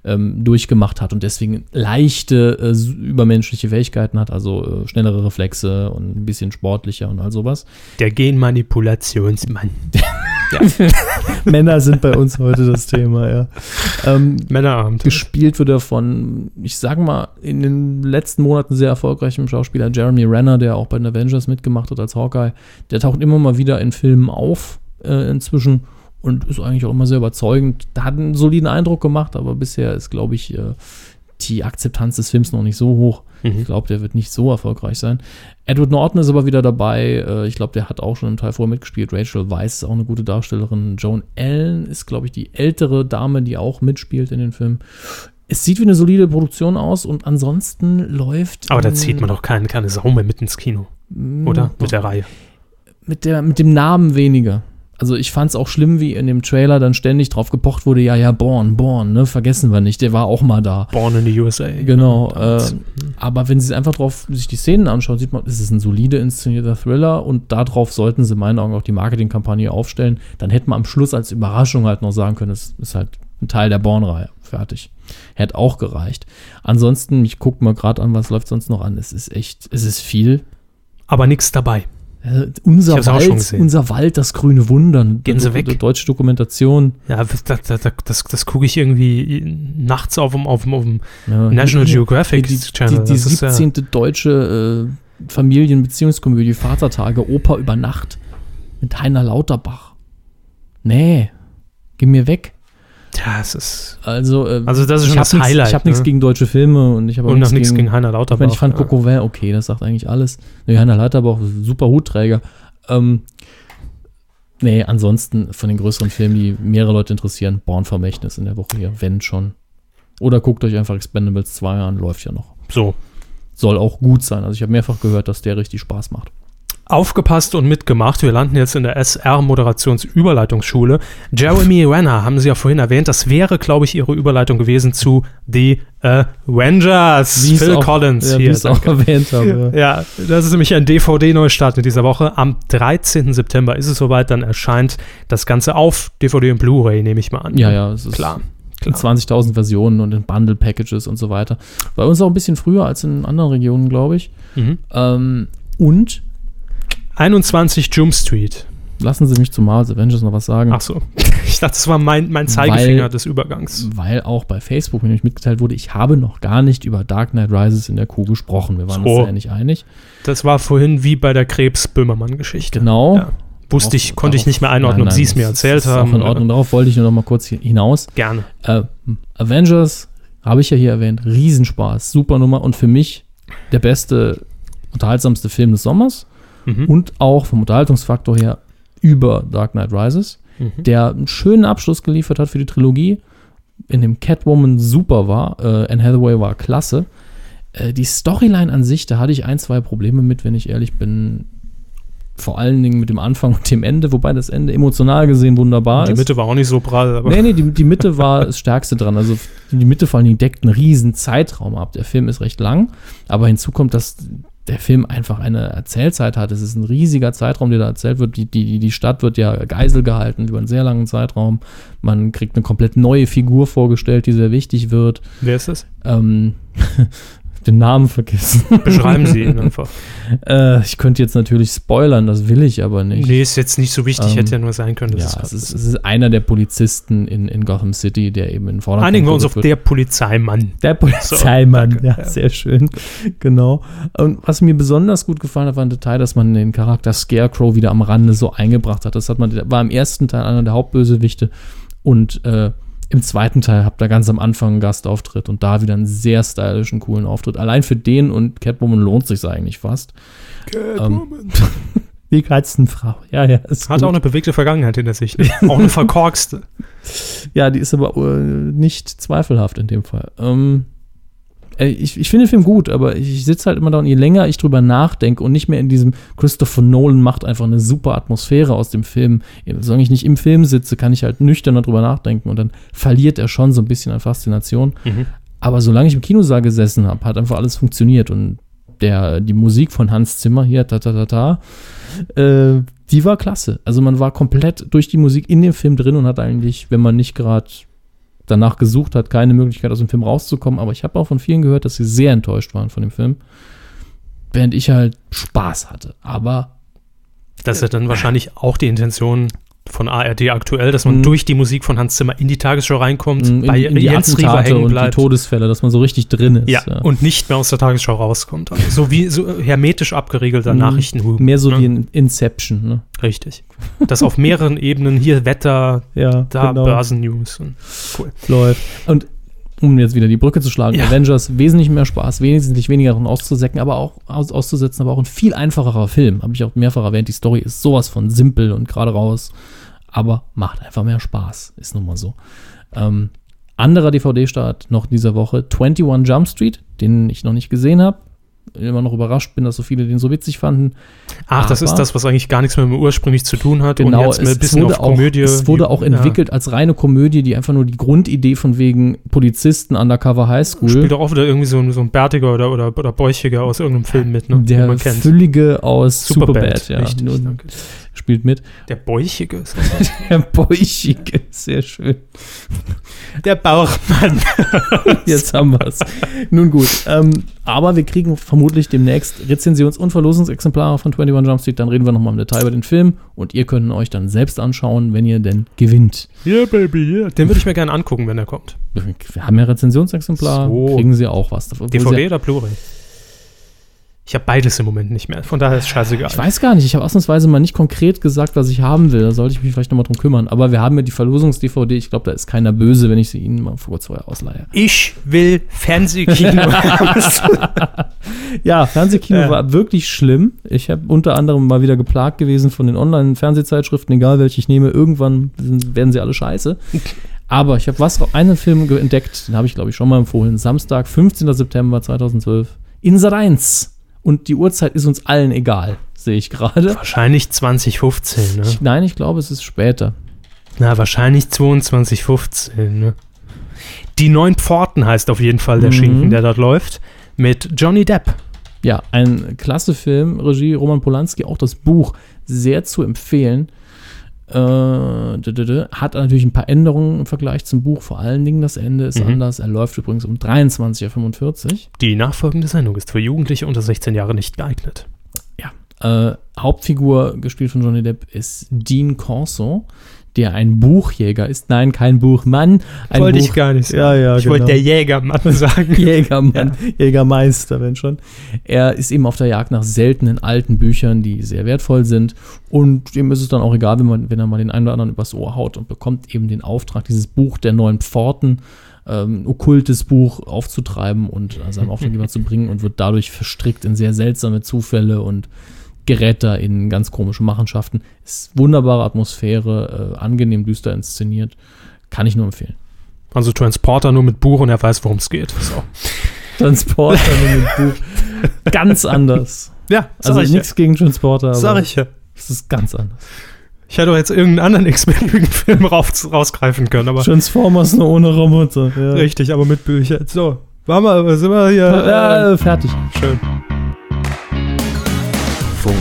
S2: ähm, durchgemacht hat und deswegen leichte äh, s- übermenschliche Fähigkeiten hat, also äh, schnellere Reflexe und ein bisschen sportlicher und all sowas.
S1: Der Genmanipulationsmann.
S2: Männer sind bei uns heute das Thema, ja. Ähm,
S1: Männerabend.
S2: gespielt wird er von, ich sag mal, in den letzten Monaten sehr erfolgreichem Schauspieler Jeremy Renner, der auch bei den Avengers mitgemacht hat als Hawkeye. Der taucht immer mal wieder in Filmen auf äh, inzwischen und ist eigentlich auch immer sehr überzeugend. Da hat einen soliden Eindruck gemacht, aber bisher ist, glaube ich, äh, die Akzeptanz des Films noch nicht so hoch.
S1: Mhm.
S2: Ich glaube, der wird nicht so erfolgreich sein. Edward Norton ist aber wieder dabei. Äh, Ich glaube, der hat auch schon im Teil vorher mitgespielt. Rachel Weisz ist auch eine gute Darstellerin. Joan Allen ist, glaube ich, die ältere Dame, die auch mitspielt in den Filmen. Es sieht wie eine solide Produktion aus und ansonsten läuft.
S1: Aber da
S2: ähm,
S1: zieht man doch keinen, keine Sau mehr mit ins Kino. Oder? Mit der Reihe.
S2: mit, der, mit dem Namen weniger. Also ich fand es auch schlimm, wie in dem Trailer dann ständig drauf gepocht wurde, ja, ja, Born, Born, ne, vergessen wir nicht, der war auch mal da.
S1: Born in the USA.
S2: Genau. Äh, aber wenn sie einfach drauf sich die Szenen anschauen, sieht man, es ist ein solide inszenierter Thriller und darauf sollten sie in meinen Augen auch die Marketingkampagne aufstellen. Dann hätte man am Schluss als Überraschung halt noch sagen können, es ist halt ein Teil der Born-Reihe. Fertig. Hätte auch gereicht. Ansonsten, ich gucke mal gerade an, was läuft sonst noch an. Es ist echt, es ist viel.
S1: Aber nichts dabei.
S2: Äh, unser,
S1: hab's auch schon
S2: Wald,
S1: gesehen.
S2: unser Wald, das grüne Wundern. Äh,
S1: Gehen Sie weg.
S2: Deutsche Dokumentation.
S1: Ja, das, das, das, das, das gucke ich irgendwie nachts auf dem, auf dem, auf dem
S2: Ja,
S1: National
S2: hier-
S1: Geographic
S2: die,
S1: Channel.
S2: Die, die
S1: Das ist ja-
S2: 17. deutsche äh, Familienbeziehungskomödie Vatertage, Opa über Nacht mit Heiner Lauterbach. Nee, geh mir weg.
S1: Ja, es ist.
S2: Also, äh,
S1: Also das ist schon
S2: ich hab
S1: das
S2: nix-
S1: Highlight,
S2: Ich habe nichts
S1: ne?
S2: gegen deutsche Filme und ich habe auch
S1: Und noch nichts gegen Heiner
S2: Ich,
S1: Lauterbach. äh.
S2: meine, ich fand
S1: ja.
S2: Coco Vin okay, das sagt eigentlich alles. Nee, Heiner Lauterbach, super Hutträger. Ähm, nee, ansonsten von den größeren Filmen, die mehrere Leute interessieren, Born-Vermächtnis in der Woche hier, wenn schon. Oder guckt euch einfach Expendables 2 an, läuft ja noch
S1: So.
S2: soll auch gut sein. Also ich habe mehrfach gehört, dass der richtig Spaß macht.
S1: Aufgepasst und mitgemacht. Wir landen jetzt in der SR-Moderationsüberleitungsschule. Jeremy Renner haben Sie ja vorhin erwähnt. Das wäre, glaube ich, Ihre Überleitung gewesen zu The Avengers.
S2: Wie ich's
S1: Phil
S2: auch-
S1: Collins
S2: ja, wie
S1: hier.
S2: ich es auch erwähnt habe.
S1: Ja, das ist nämlich ein DVD-Neustart in dieser Woche. Am 13. September ist es soweit, dann erscheint das Ganze auf DVD und Blu-ray, nehme ich mal an.
S2: Ja, ja, es ist
S1: Klar.
S2: in 20.000 Versionen und in Bundle-Packages und so weiter. Bei uns auch ein bisschen früher als in anderen Regionen, glaube ich.
S1: Mhm.
S2: Ähm, und
S1: 21 Jump Street.
S2: lassen Sie mich zu Marvel's Avengers noch was sagen.
S1: Ach so. Ich dachte, das war mein, mein Zeigefinger
S2: Hm. Weil-
S1: des Übergangs.
S2: Weil auch bei Facebook mir nämlich mitgeteilt wurde, ich habe noch gar nicht über Dark Knight Rises in der Kuh gesprochen. Wir waren
S1: So.
S2: uns ja nicht einig.
S1: Das war vorhin wie bei der Krebs-Böhmermann-Geschichte.
S2: Genau.
S1: Ja. Wusste ich,
S2: Auch-
S1: konnte ich
S2: darauf-
S1: nicht mehr einordnen,
S2: Nein,
S1: ob
S2: nein,
S1: Sie es mir
S2: das
S1: erzählt
S2: ist
S1: haben.
S2: Auch in Ordnung. Darauf wollte ich nur noch mal kurz hi- hinaus.
S1: Äh, Gerne.
S2: Äh, Avengers habe ich ja hier erwähnt. Riesenspaß, super Nummer und für mich der beste, unterhaltsamste Film des Sommers
S1: Mhm.
S2: und auch vom Unterhaltungsfaktor her über Dark Knight Rises,
S1: Mhm.
S2: der einen schönen Abschluss geliefert hat für die Trilogie, in dem Catwoman super war, äh, Anne Hathaway war klasse. Äh, die Storyline an sich, da hatte ich ein, zwei Probleme mit, wenn ich ehrlich bin. Vor allen Dingen mit dem Anfang und dem Ende, wobei das Ende emotional gesehen wunderbar
S1: Die
S2: ist.
S1: Mitte war auch nicht so prall, aber
S2: Nee, nee, die, die Mitte war das Stärkste dran. Also die Mitte vor allen Dingen deckt einen riesen Zeitraum ab. Der Film ist recht lang, aber hinzu kommt, dass der Film einfach eine Erzählzeit hat. Es ist ein riesiger Zeitraum, der da erzählt wird. Die, die, die Stadt wird ja Geisel gehalten über einen sehr langen Zeitraum. Man kriegt eine komplett neue Figur vorgestellt, die sehr wichtig wird.
S1: wer ist das?
S2: Ähm, den Namen vergessen.
S1: Beschreiben Sie ihn ne? einfach.
S2: Äh, ich könnte jetzt natürlich spoilern, das will ich aber nicht.
S1: Nee, ist jetzt nicht so wichtig,
S2: Ähm,
S1: hätte ja nur sein können.
S2: ja,
S1: dass
S2: es ist, es ist einer der Polizisten in, in Gotham City, der eben in den Vordergrund
S1: Einigen wir uns
S2: gerückt
S1: auf der Polizeimann.
S2: Der Polizeimann,
S1: danke.
S2: ja,
S1: Ja.
S2: sehr schön. Genau. Und was mir besonders gut gefallen hat, war ein Detail, dass man den Charakter Scarecrow wieder am Rande so eingebracht hat. Das hat man, war im ersten Teil einer der Hauptbösewichte und äh, im zweiten Teil habt ihr ganz am Anfang einen Gastauftritt und da wieder einen sehr stylischen, coolen Auftritt. Allein für den und Catwoman lohnt sich eigentlich fast. Ähm,
S1: Catwoman.
S2: Die Katzenfrau. Ja, ja. Ist
S1: Hat auch eine bewegte Vergangenheit hinter sich. ne? auch eine verkorkste.
S2: Ja, die ist aber äh, nicht zweifelhaft in dem Fall. Ähm, äh, ich, ich finde den Film gut, aber ich, ich sitze halt immer da und je länger ich drüber nachdenke und nicht mehr in diesem Christopher Nolan macht einfach eine super Atmosphäre aus dem Film. Solange ich nicht im Film sitze, kann ich halt nüchtern drüber nachdenken und dann verliert er schon so ein bisschen an Faszination.
S1: Mhm.
S2: Aber solange ich im Kinosaal gesessen habe, hat einfach alles funktioniert und der, die Musik von Hans Zimmer hier, ta ta ta ta, äh, die war klasse. Also man war komplett durch die Musik in dem Film drin und hat eigentlich, wenn man nicht gerade danach gesucht hat, keine Möglichkeit aus dem Film rauszukommen. Aber ich habe auch von vielen gehört, dass sie sehr enttäuscht waren von dem Film, während ich halt Spaß hatte. Aber
S1: Das ist ja dann wahrscheinlich auch die Intention von ARD aktuell, dass man
S2: Mhm.
S1: durch die Musik von Hans Zimmer in die Tagesschau reinkommt,
S2: mh,
S1: bei
S2: mm, in, in die
S1: Jens Rieber
S2: Attentate
S1: hängen
S2: und die
S1: bleibt.
S2: Todesfälle, dass man so richtig drin ist. äh,
S1: Ja, und nicht mehr aus der Tagesschau rauskommt. Also so wie so hermetisch abgeriegelter
S2: Mhm.
S1: Nachrichtenhuben.
S2: Mehr so
S1: Ja.
S2: wie in Inception. Ne?
S1: Richtig. Das auf mehreren Ebenen, hier Wetter,
S2: Ja,
S1: da Börsennews. Und
S2: läuft. Und um jetzt wieder die Brücke zu schlagen,
S1: Ja.
S2: Avengers wesentlich mehr Spaß, wesentlich weniger daran auszusecken, aber auch aus, auszusetzen, aber auch ein viel einfacherer Film. Habe ich auch mehrfach erwähnt, die Story ist sowas von simpel und gerade raus, aber macht einfach mehr Spaß, ist nun mal so. Ähm, anderer DVD-Start noch dieser Woche, 21 Jump Street, den ich noch nicht gesehen habe. Immer noch überrascht bin, dass so viele den so witzig fanden.
S1: Ach, das ist
S2: Aber-
S1: das, was eigentlich gar nichts mehr mit dem ursprünglich zu tun hat.
S2: Genau,
S1: und jetzt
S2: es,
S1: ein bisschen
S2: es wurde
S1: auf Komödie.
S2: auch, es wurde
S1: die-
S2: auch
S1: ja,
S2: entwickelt als reine Komödie, die einfach nur die Grundidee von wegen Polizisten undercover Highschool.
S1: Spielt doch auch wieder irgendwie so ein, so ein Bärtiger oder, oder, oder Bäuchiger aus irgendeinem Film mit, ne?
S2: Der Füllige aus Superbad, ja.
S1: richtig,
S2: Nun
S1: danke.
S2: spielt mit.
S1: Der Bäuchige ist das.
S2: Der Bäuchige, sehr schön.
S1: Der Bauchmann.
S2: Jetzt haben wir's. Nun gut. Ähm, aber wir kriegen vermutlich demnächst Rezensions- und Verlosungsexemplare von 21 Jump Street. Dann reden wir nochmal im Detail über den Film und ihr könnt ihn euch dann selbst anschauen, wenn ihr denn gewinnt.
S1: Yeah, baby, yeah. Den würde ich mir gerne angucken, wenn er kommt.
S2: Wir haben ja Rezensionsexemplare,
S1: So.
S2: kriegen sie auch was. Obwohl
S1: DVD
S2: sie-
S1: oder Blu-ray? Ich habe beides im Moment nicht mehr. Von daher ist scheißegal.
S2: Ich weiß gar nicht, ich habe ausnahmsweise mal nicht konkret gesagt, was ich haben will. Da sollte ich mich vielleicht nochmal drum kümmern. Aber wir haben ja die Verlosungs-DVD. Ich glaube, da ist keiner böse, wenn ich sie Ihnen mal kurz vorher ausleihe.
S1: Ich will Fernsehkino.
S2: Ja, Fernsehkino
S1: Ja.
S2: war wirklich schlimm. Ich habe unter anderem mal wieder geplagt gewesen von den Online-Fernsehzeitschriften, egal welche ich nehme, irgendwann sind, werden sie alle scheiße. Aber ich habe was einen Film ge- entdeckt, den habe ich glaube ich schon mal empfohlen. Samstag, 15. September 2012, Insat 1. Und die Uhrzeit ist uns allen egal, sehe ich gerade.
S1: wahrscheinlich 2015, ne?
S2: Ich- Nein, ich glaube, es ist später.
S1: Na, wahrscheinlich 2215, ne? Die Neun Pforten heißt auf jeden Fall der
S2: Mhm.
S1: Schinken, der dort läuft. Mit Johnny Depp.
S2: Ja, ein klasse Film, Regie Roman Polanski, auch das Buch sehr zu empfehlen. Äh, hat natürlich ein paar Änderungen im Vergleich zum Buch. Vor allen Dingen das Ende ist
S1: Mhm.
S2: anders. Er läuft übrigens um 23.45 Uhr.
S1: Die nachfolgende Sendung ist für Jugendliche unter 16 Jahren nicht geeignet.
S2: Äh, Hauptfigur, gespielt von Johnny Depp, ist Dean Corso, der ein Buchjäger ist. Nein, kein Buchmann, ein
S1: wollte ich
S2: Buchjäger.
S1: gar nicht sagen.
S2: Ja, ja,
S1: ich wollte
S2: genau.
S1: der Jägermann sagen.
S2: Jägermann, Jägermeister, wenn schon. Er ist eben auf der Jagd nach seltenen alten Büchern, die sehr wertvoll sind. Und dem ist es dann auch egal, wenn, man, wenn er mal den einen oder anderen übers Ohr haut und bekommt eben den Auftrag, dieses Buch der neuen Pforten, ähm, ein okkultes Buch aufzutreiben und äh, seinem Auftraggeber zu bringen und wird dadurch verstrickt in sehr seltsame Zufälle und gerät da in ganz komische Machenschaften. Ist wunderbare Atmosphäre, äh, angenehm düster inszeniert. Kann ich nur empfehlen.
S1: Also Transporter nur mit Buch und er weiß, worum es geht. So.
S2: Transporter mit dem Buch. Ganz anders.
S1: Ja,
S2: Also nichts gegen Transporter, aber
S1: Sag ich ja.
S2: es ist ganz anders.
S1: Ich hätte doch jetzt irgendeinen anderen x-beliebigen Film raus, rausgreifen können, aber
S2: Transformers nur ohne Roboter. Ja.
S1: richtig, aber mit Büchern. So, waren wir, sind wir hier? Äh,
S2: Ja, Äh, fertig.
S1: Schön.
S3: Funk.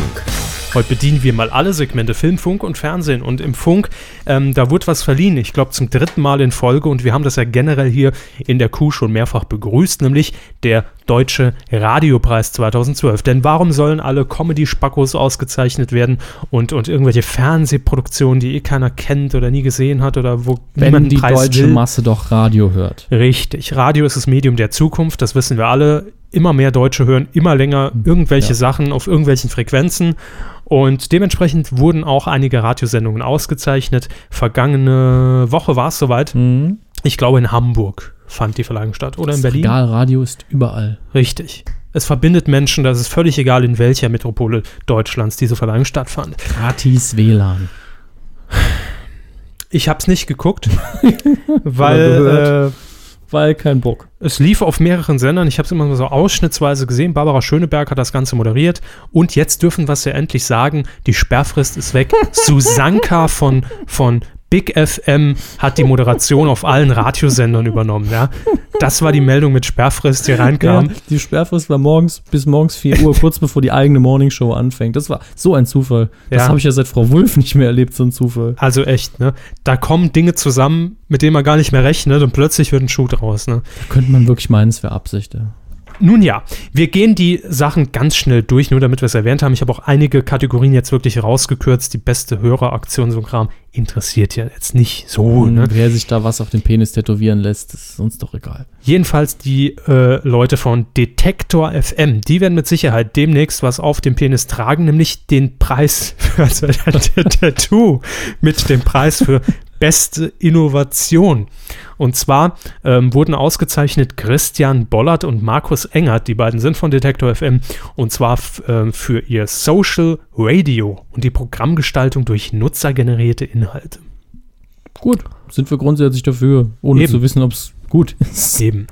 S1: Heute bedienen wir mal alle Segmente Film, Funk und Fernsehen. Und im Funk, ähm, da wurde was verliehen. Ich glaube zum dritten Mal in Folge. Und wir haben das ja generell hier in der Kuh schon mehrfach begrüßt, nämlich der Deutsche Radiopreis 2012. Denn warum sollen alle Comedy-Spackos ausgezeichnet werden und, und irgendwelche Fernsehproduktionen, die eh keiner kennt oder nie gesehen hat oder wo
S2: Wenn
S1: niemand
S2: die
S1: einen Preis
S2: deutsche
S1: will?
S2: Masse doch Radio hört.
S1: Richtig. Radio ist das Medium der Zukunft, das wissen wir alle. Immer mehr Deutsche hören immer länger irgendwelche
S2: Mhm. Ja.
S1: Sachen auf irgendwelchen Frequenzen. Und dementsprechend wurden auch einige Radiosendungen ausgezeichnet. Vergangene Woche war es soweit.
S2: Mhm.
S1: Ich glaube, in Hamburg fand die Verleihung statt. Oder in
S2: Ist
S1: Berlin?
S2: Egal, Radio ist überall.
S1: Richtig. Es verbindet Menschen, das ist völlig egal, in welcher Metropole Deutschlands diese Verleihung stattfand.
S2: Gratis WLAN.
S1: Ich habe es nicht geguckt,
S2: Oder
S1: weil
S2: gehört.
S1: äh,
S2: Weil kein Bock.
S1: Es lief auf mehreren Sendern. Ich habe es immer nur so ausschnittsweise gesehen. Barbara Schöneberg hat das Ganze moderiert. Und jetzt dürfen wir es ja endlich sagen. Die Sperrfrist ist weg. Susanka von, von Big FM hat die Moderation auf allen Radiosendern übernommen. Ja? Das war die Meldung mit Sperrfrist, die
S2: Ja,
S1: reinkam.
S2: die Sperrfrist war morgens bis morgens 4 Uhr, kurz bevor die eigene Morningshow anfängt. Das war so ein Zufall. Das
S1: Ja.
S2: habe ich ja seit Frau Wulff nicht mehr erlebt, so ein Zufall.
S1: Also echt, ne? Da kommen Dinge zusammen, mit denen man gar nicht mehr rechnet und plötzlich wird ein Schuh draus, ne?
S2: Da könnte man wirklich meinen, es wäre Absicht. Ja.
S1: Nun ja, wir gehen die Sachen ganz schnell durch, nur damit wir es erwähnt haben. Ich habe auch einige Kategorien jetzt wirklich rausgekürzt. Die beste Höreraktion, so ein Kram, interessiert ja jetzt nicht so. Ne?
S2: Wer sich da was auf den Penis tätowieren lässt, ist uns doch egal.
S1: Jedenfalls die äh, Leute von Detektor FM, die werden mit Sicherheit demnächst was auf dem Penis tragen, nämlich den Preis für also der Tattoo mit dem Preis für beste Innovation. Und zwar ähm, wurden ausgezeichnet Christian Bollert und Markus Engert, die beiden sind von Detektor FM, und zwar f- ähm, für ihr Social Radio und die Programmgestaltung durch nutzergenerierte Inhalte.
S2: Gut, sind wir grundsätzlich dafür, ohne
S1: Eben.
S2: zu wissen, ob es gut ist.
S1: Eben.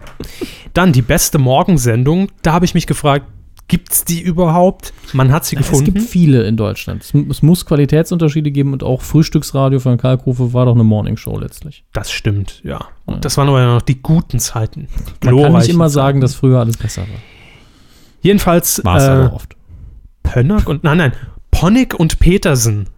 S1: Dann die beste Morgensendung. Da habe ich mich gefragt, gibt es die überhaupt? Man hat sie
S2: Es gibt
S1: gefunden.
S2: viele in Deutschland. Es, mu- es muss Qualitätsunterschiede geben und auch Frühstücksradio von Kalkofe war doch eine Morningshow letztlich.
S1: das stimmt, ja.
S2: Ja.
S1: Und das waren aber noch die guten Zeiten.
S2: Man kann nicht
S1: Glorreichen
S2: immer
S1: Zeiten.
S2: sagen, dass früher alles besser war.
S1: Jedenfalls
S2: War es
S1: äh,
S2: aber oft.
S1: Pönnack und. Nein, nein. Ponnick und Petersen.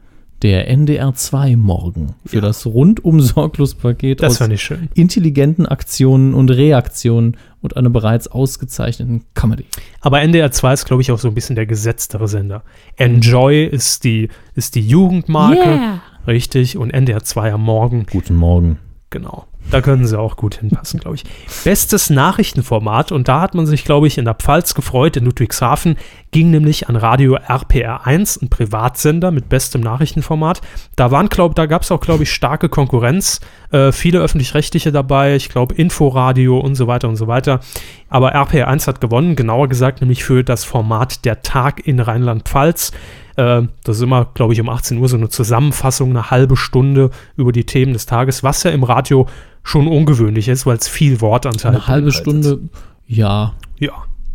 S2: Der NDR 2 morgen für das rundum sorglos Paket
S1: Das
S2: aus
S1: fand ich schön.
S2: intelligenten Aktionen und Reaktionen und einer bereits ausgezeichneten Comedy.
S1: Aber NDR 2 ist, glaube ich, auch so ein bisschen der gesetztere Sender. Enjoy ist die, ist die Jugendmarke. Richtig. Und NDR 2 am Morgen
S2: Guten Morgen.
S1: Genau. Da können sie auch gut hinpassen, glaube ich. Bestes Nachrichtenformat, und da hat man sich, glaube ich, in der Pfalz gefreut, in Ludwigshafen, ging nämlich an Radio RPR1, ein Privatsender mit bestem Nachrichtenformat. Da waren, glaube da gab es auch, glaube ich, starke Konkurrenz. Äh, viele öffentlich-rechtliche dabei, ich glaube, Inforadio und so weiter und so weiter. Aber RPR1 hat gewonnen, genauer gesagt, nämlich für das Format Der Tag in Rheinland-Pfalz. Äh, Das ist immer, glaube ich, um 18 Uhr so eine Zusammenfassung, eine halbe Stunde über die Themen des Tages, was ja im Radio schon ungewöhnlich ist, weil es viel Wortanteil
S2: Eine halbe
S1: beinhaltet.
S2: Stunde, ja.
S1: Ja,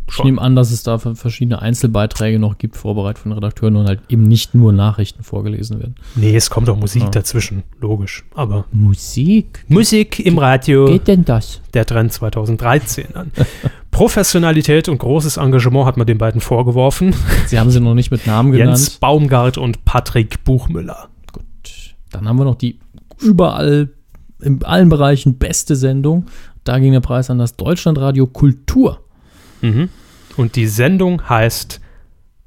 S2: Ich
S1: schon.
S2: nehme an, dass es da verschiedene Einzelbeiträge noch gibt, vorbereitet von Redakteuren und halt eben nicht nur Nachrichten vorgelesen werden.
S1: Nee, es kommt auch Musik
S2: Ah.
S1: dazwischen, logisch. Aber
S2: Musik?
S1: Musik im Radio.
S2: Geht denn das?
S1: der Trend 2013 an. Professionalität und großes Engagement hat man den beiden vorgeworfen.
S2: Sie haben sie noch nicht mit Namen
S1: Jens
S2: genannt.
S1: Baumgart und Patrick Buchmüller.
S2: Gut. Dann haben wir noch die überall, in allen Bereichen beste Sendung. Da ging der Preis an das Deutschlandradio Kultur.
S1: Mhm. Und die Sendung heißt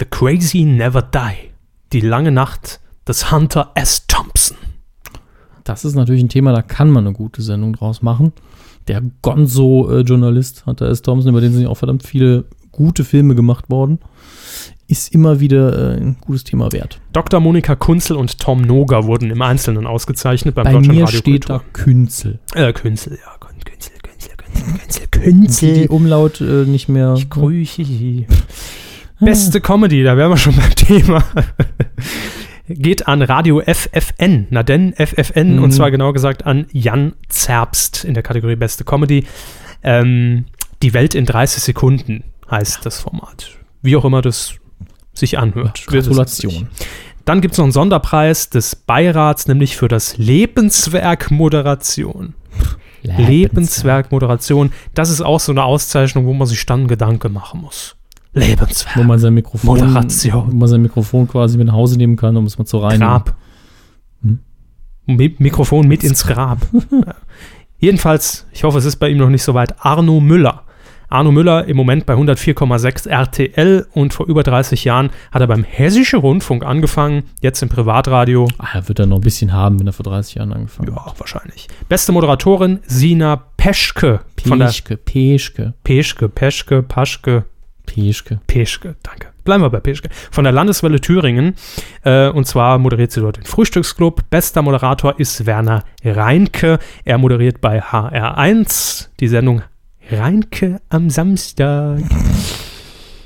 S1: The Crazy Never Die. Die lange Nacht des Hunter S. Thompson.
S2: Das ist natürlich ein Thema, da kann man eine gute Sendung draus machen. Der Gonzo-Journalist äh, Hunter S. Thompson, über den sind ja auch verdammt viele gute Filme gemacht worden, ist immer wieder äh, ein gutes Thema wert.
S1: Dr. Monika Kunzel und Tom Noga wurden im Einzelnen ausgezeichnet beim
S2: Bei
S1: Deutschen
S2: mir
S1: Radio
S2: steht da
S1: Kultur.
S2: Künzel.
S1: Äh, Künzel, ja. Kün- Künzel, Künzel, Künzel, Künzel,
S2: Die, die
S1: Künzel.
S2: Umlaut äh, nicht mehr.
S1: Grüße. Ah. Beste Comedy, da wären wir schon beim Thema. Geht an Radio FFN, na denn FFN,
S2: Mhm.
S1: und zwar genau gesagt an Jan Zerbst in der Kategorie Beste Comedy. Ähm, die Welt in 30 Sekunden heißt das Format. Wie auch immer das sich anhört. Wir wissen es nicht.
S2: Gratulation.
S1: Dann gibt es noch einen Sonderpreis des Beirats, nämlich für das Lebenswerk Moderation. Lebenswerk Moderation, das ist auch so eine Auszeichnung, wo man sich dann Gedanken machen muss. Lebenswerk.
S2: Wo man sein Mikrofon,
S1: Moderation.
S2: wo man sein Mikrofon quasi mit nach Hause nehmen kann, um es mal zu reinigen.
S1: Grab.
S2: Hm?
S1: Mi Mikrofon mit ins Grab. ja. Jedenfalls, ich hoffe, es ist bei ihm noch nicht so weit, Arno Müller. Arno Müller im Moment bei 104,6 RTL und vor über 30 Jahren hat er beim Hessischen Rundfunk angefangen, jetzt im Privatradio.
S2: Ah, er wird dann noch ein bisschen haben, wenn er vor 30 Jahren angefangen hat.
S1: Ja, wahrscheinlich. Beste Moderatorin Sina Peschke. Von der
S2: Peschke, Peschke,
S1: Peschke, Peschke, Paschke,
S2: Peschke.
S1: Peschke, danke. Bleiben wir bei Peschke. Von der Landeswelle Thüringen. Äh, und zwar moderiert sie dort den Frühstücksclub. Bester Moderator ist Werner Reinke. Er moderiert bei HR1 die Sendung Reinke am Samstag.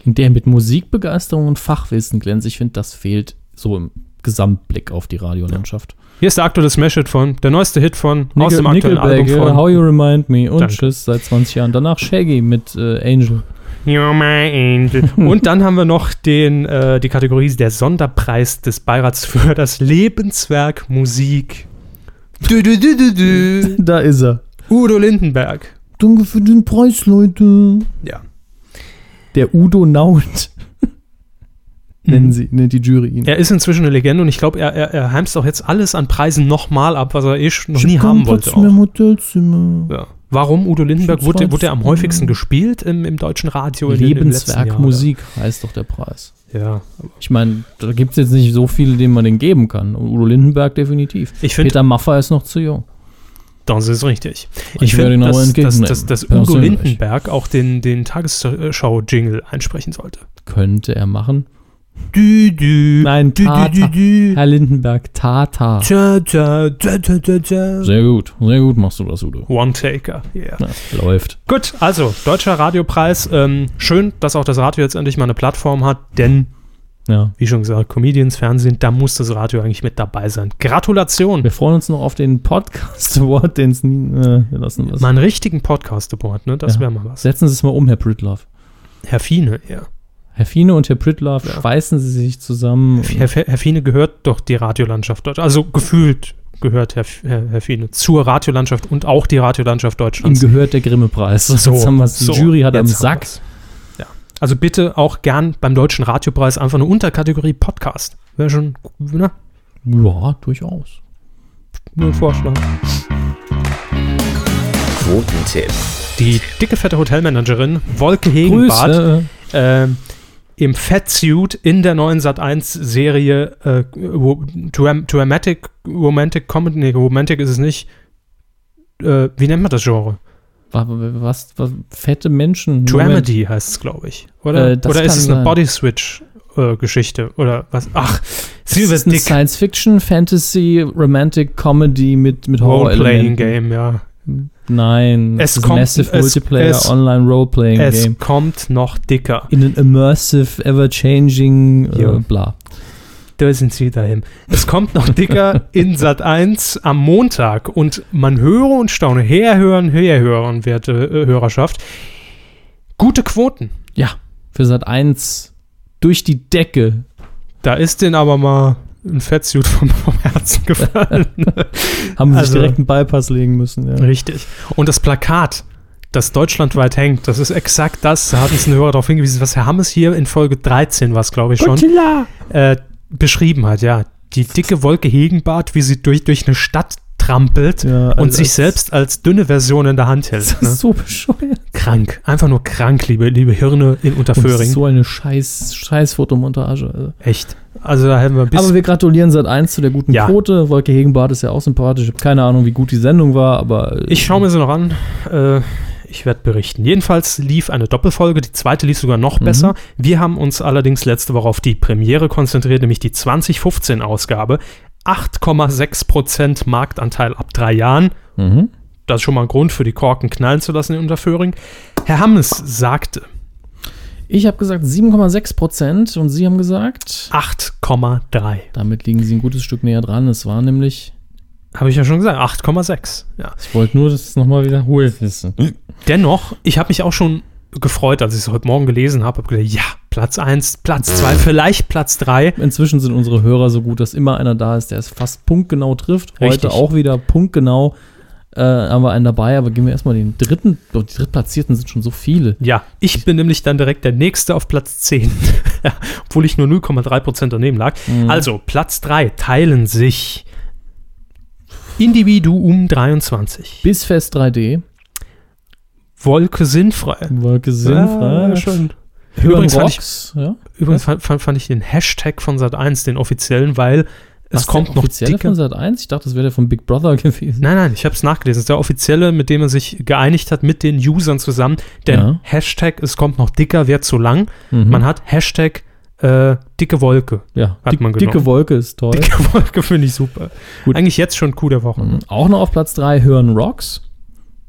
S2: Und der mit Musikbegeisterung und Fachwissen glänzt. Ich finde, das fehlt so im Gesamtblick auf die Radiolandschaft.
S1: Hier ist der aktuelle Smash-Hit von, der neueste Hit von, aus
S2: Nickel-
S1: dem aktuellen Album
S2: Nickelback, äh,
S1: von.
S2: How You Remind Me und
S1: Danke.
S2: Tschüss seit 20 Jahren. Danach Shaggy mit äh, Angel.
S1: You're my angel. Und dann haben wir noch den, äh, die Kategorie der Sonderpreis des Beirats für das Lebenswerk Musik. Du, du, du, du, du.
S2: Da ist er.
S1: Udo Lindenberg.
S2: Danke für den Preis, Leute.
S1: Ja. Mhm.
S2: Der Udo Naut. Nennen sie, nennt die Jury ihn.
S1: Er ist inzwischen eine Legende und ich glaube, er, er, er heimst auch jetzt alles an Preisen nochmal ab, was er eh schon noch nie haben wollte. Auch.
S2: Hotelzimmer.
S1: Ja. Warum Udo Lindenberg?
S2: Schon
S1: Wurde, wurde er am
S2: 20
S1: häufigsten gespielt im, im deutschen Radio? in den- im letzten
S2: Lebenswerk
S1: Jahr,
S2: Musik heißt doch der Preis.
S1: oder? Ja.
S2: Ich meine, da gibt es jetzt nicht so viele, denen man den geben kann. Und Udo Lindenberg definitiv.
S1: Ich finde,
S2: Peter Maffay ist noch zu jung.
S1: das ist richtig.
S2: Und
S1: Ich
S2: werde
S1: finde,
S2: ihn aber
S1: dass, dass,
S2: entgegennehmen.
S1: dass, dass
S2: Bin auch
S1: Udo
S2: sehr reich.
S1: Lindenberg auch den, den Tagesschau-Jingle einsprechen sollte.
S2: Könnte er machen.
S1: Dü, dü.
S2: Nein,
S1: Dü, dü, dü,
S2: Tata.
S1: dü.
S2: Herr Lindenberg, Tata.
S1: Tja, tja, tja, tja, tja, tja.
S2: Sehr gut, sehr gut machst du das, Udo.
S1: One-Taker, yeah.
S2: Ja, läuft.
S1: Gut, also, Deutscher Radiopreis. Ähm, schön, dass auch das Radio jetzt endlich mal eine Plattform hat, denn,
S2: Ja.
S1: wie schon gesagt, Comedians, Fernsehen, da muss das Radio eigentlich mit dabei sein. Gratulation!
S2: Wir freuen uns noch auf den Podcast Award, den es nie äh, wir lassen wir.
S1: Mal
S2: es.
S1: einen richtigen Podcast-Award, ne? Das
S2: Ja.
S1: wäre mal was.
S2: Setzen Sie es mal um, Herr Pritlove.
S1: Herr Fiene, ja.
S2: Herr Fiene und Herr Pritlove
S1: Ja.
S2: schweißen Sie sich zusammen. und-
S1: Herr, Fe- Herr Fiene gehört doch die Radiolandschaft Deutschlands. Also, gefühlt gehört Herr, F- Herr, Herr Fiene zur Radiolandschaft und auch die Radiolandschaft
S2: Ihm
S1: Deutschlands.
S2: gehört der Grimme-Preis. jetzt haben wir's. Die
S1: so,
S2: Jury hat am
S1: jetzt haben
S2: Sack.
S1: wir's. Ja. Also bitte auch gern beim Deutschen Radiopreis einfach eine Unterkategorie Podcast. Wäre schon, ne?
S2: Ja, durchaus.
S1: Nur ein Vorschlag.
S3: Quotentipp.
S1: Die dicke, fette Hotelmanagerin Wolke Hegenbart
S2: Grüße. Äh,
S1: ähm, im Fatsuit in der neuen Sat1-Serie äh, wo- Dram Dramatic Romantic Comedy. Nee, Romantic ist es nicht. Äh, wie nennt man das Genre?
S2: Was, was, was fette Menschen.
S1: Dramedy heißt es, glaube ich. Oder,
S2: Äh, das
S1: oder ist
S2: kann
S1: es eine
S2: sein.
S1: Body-Switch-Geschichte? oder was? Ach,
S2: Das ist eine
S1: Silverstick
S2: Science Fiction, Fantasy, Romantic Comedy mit, mit
S1: Role-Playing
S2: Horror-Elementen.
S1: Game, ja.
S2: Nein,
S1: Es
S2: es ist
S1: kommt-
S2: ein Massive
S1: es-
S2: Multiplayer
S1: es-
S2: Online Roleplaying
S1: Es
S2: Game.
S1: kommt noch dicker.
S2: In an immersive, ever-changing,
S1: Jo.
S2: äh, bla.
S1: Da sind sie dahin. Es kommt noch dicker in Sat 1 am Montag und man höre und staune. Herhören, herhören, werte äh, Hörerschaft. Gute Quoten.
S2: Für Sat 1 durch die Decke.
S1: Da ist denen aber mal ein Fettsuit vom, vom Herzen gefallen.
S2: Haben sie
S1: Also-
S2: sich direkt einen Bypass legen müssen. Ja.
S1: Richtig. Und das Plakat, das deutschlandweit hängt, das ist exakt das, da hat uns ein Hörer darauf hingewiesen, was Herr Hammes hier in Folge 13, was glaube ich schon,
S2: Godzilla!
S1: äh, beschrieben hat, ja. die dicke Wolke Hegenbart, wie sie durch, durch eine Stadt trampelt
S2: Ja, also
S1: und sich
S2: als-
S1: selbst als dünne Version in der Hand
S2: Das
S1: hält.
S2: ist
S1: Ne?
S2: so bescheuert.
S1: Krank. Einfach nur krank, liebe, liebe Hirne in
S2: Und das
S1: Unterföhring.
S2: ist so eine scheiß, scheiß Fotomontage. Also.
S1: Echt. Also da hätten wir ein
S2: Aber
S1: bisschen.
S2: wir gratulieren seit eins zu der guten
S1: Ja.
S2: Quote. Wolke Hegenbart ist ja auch sympathisch. Ich habe keine Ahnung, wie gut die Sendung war, aber äh,
S1: Ich schaue mir sie noch an. Äh, ich werde berichten. Jedenfalls lief eine Doppelfolge. Die zweite lief sogar noch
S2: Mhm.
S1: besser. Wir haben uns allerdings letzte Woche auf die Premiere konzentriert, nämlich die 2015-Ausgabe. 8,6% Marktanteil ab drei Jahren.
S2: mhm.
S1: Das ist schon mal ein Grund für die Korken knallen zu lassen in Unterföhring. Herr Hammes sagte
S2: ich habe gesagt 7,6 Prozent und Sie haben gesagt,
S1: 8,3.
S2: damit liegen Sie ein gutes Stück näher dran. Es war nämlich,
S1: Habe ich ja schon gesagt, 8,6. Ja.
S2: ich wollte nur das nochmal wiederholen wissen.
S1: Dennoch, ich habe mich auch schon gefreut, als ich es heute Morgen gelesen habe. Hab gedacht, ja, Platz 1, Platz 2, vielleicht Platz 3.
S2: Inzwischen sind unsere Hörer so gut, dass immer einer da ist, der es fast punktgenau trifft. Heute
S1: Richtig.
S2: auch wieder punktgenau äh, haben wir einen dabei, aber gehen wir erstmal den dritten. Doch, die Drittplatzierten sind schon so viele.
S1: Ja, ich bin nämlich dann direkt der Nächste auf Platz 10, Ja, obwohl ich nur 0,3% daneben lag.
S2: Mhm.
S1: Also, Platz 3 teilen sich Individuum 23,
S2: Bisfest 3D.
S1: Wolke sinnfrei.
S2: Wolke
S1: Ja,
S2: sinnfrei.
S1: schön. Übrigens
S2: Übrigens
S1: fand ich-
S2: Rocks. Ja?
S1: Übrigens fand, fand, fand ich den Hashtag von Sat1, den offiziellen, weil es
S2: Was, der
S1: kommt noch
S2: offizielle
S1: dicker.
S2: von Sat 1? Ich dachte, das wäre der von Big Brother gewesen.
S1: Nein, nein, ich habe es nachgelesen. Das ist der offizielle, mit dem er sich geeinigt hat mit den Usern zusammen. Denn
S2: Ja. Mhm.
S1: Hashtag, es kommt noch dicker, wird zu lang. Man hat Hashtag äh, dicke Wolke.
S2: ja,
S1: hat
S2: dick,
S1: man genommen.
S2: dicke Wolke ist toll.
S1: Dicke Wolke finde ich super.
S2: Gut.
S1: Eigentlich jetzt schon Coup der Woche.
S2: Mhm. Auch noch auf Platz 3 hören Rocks.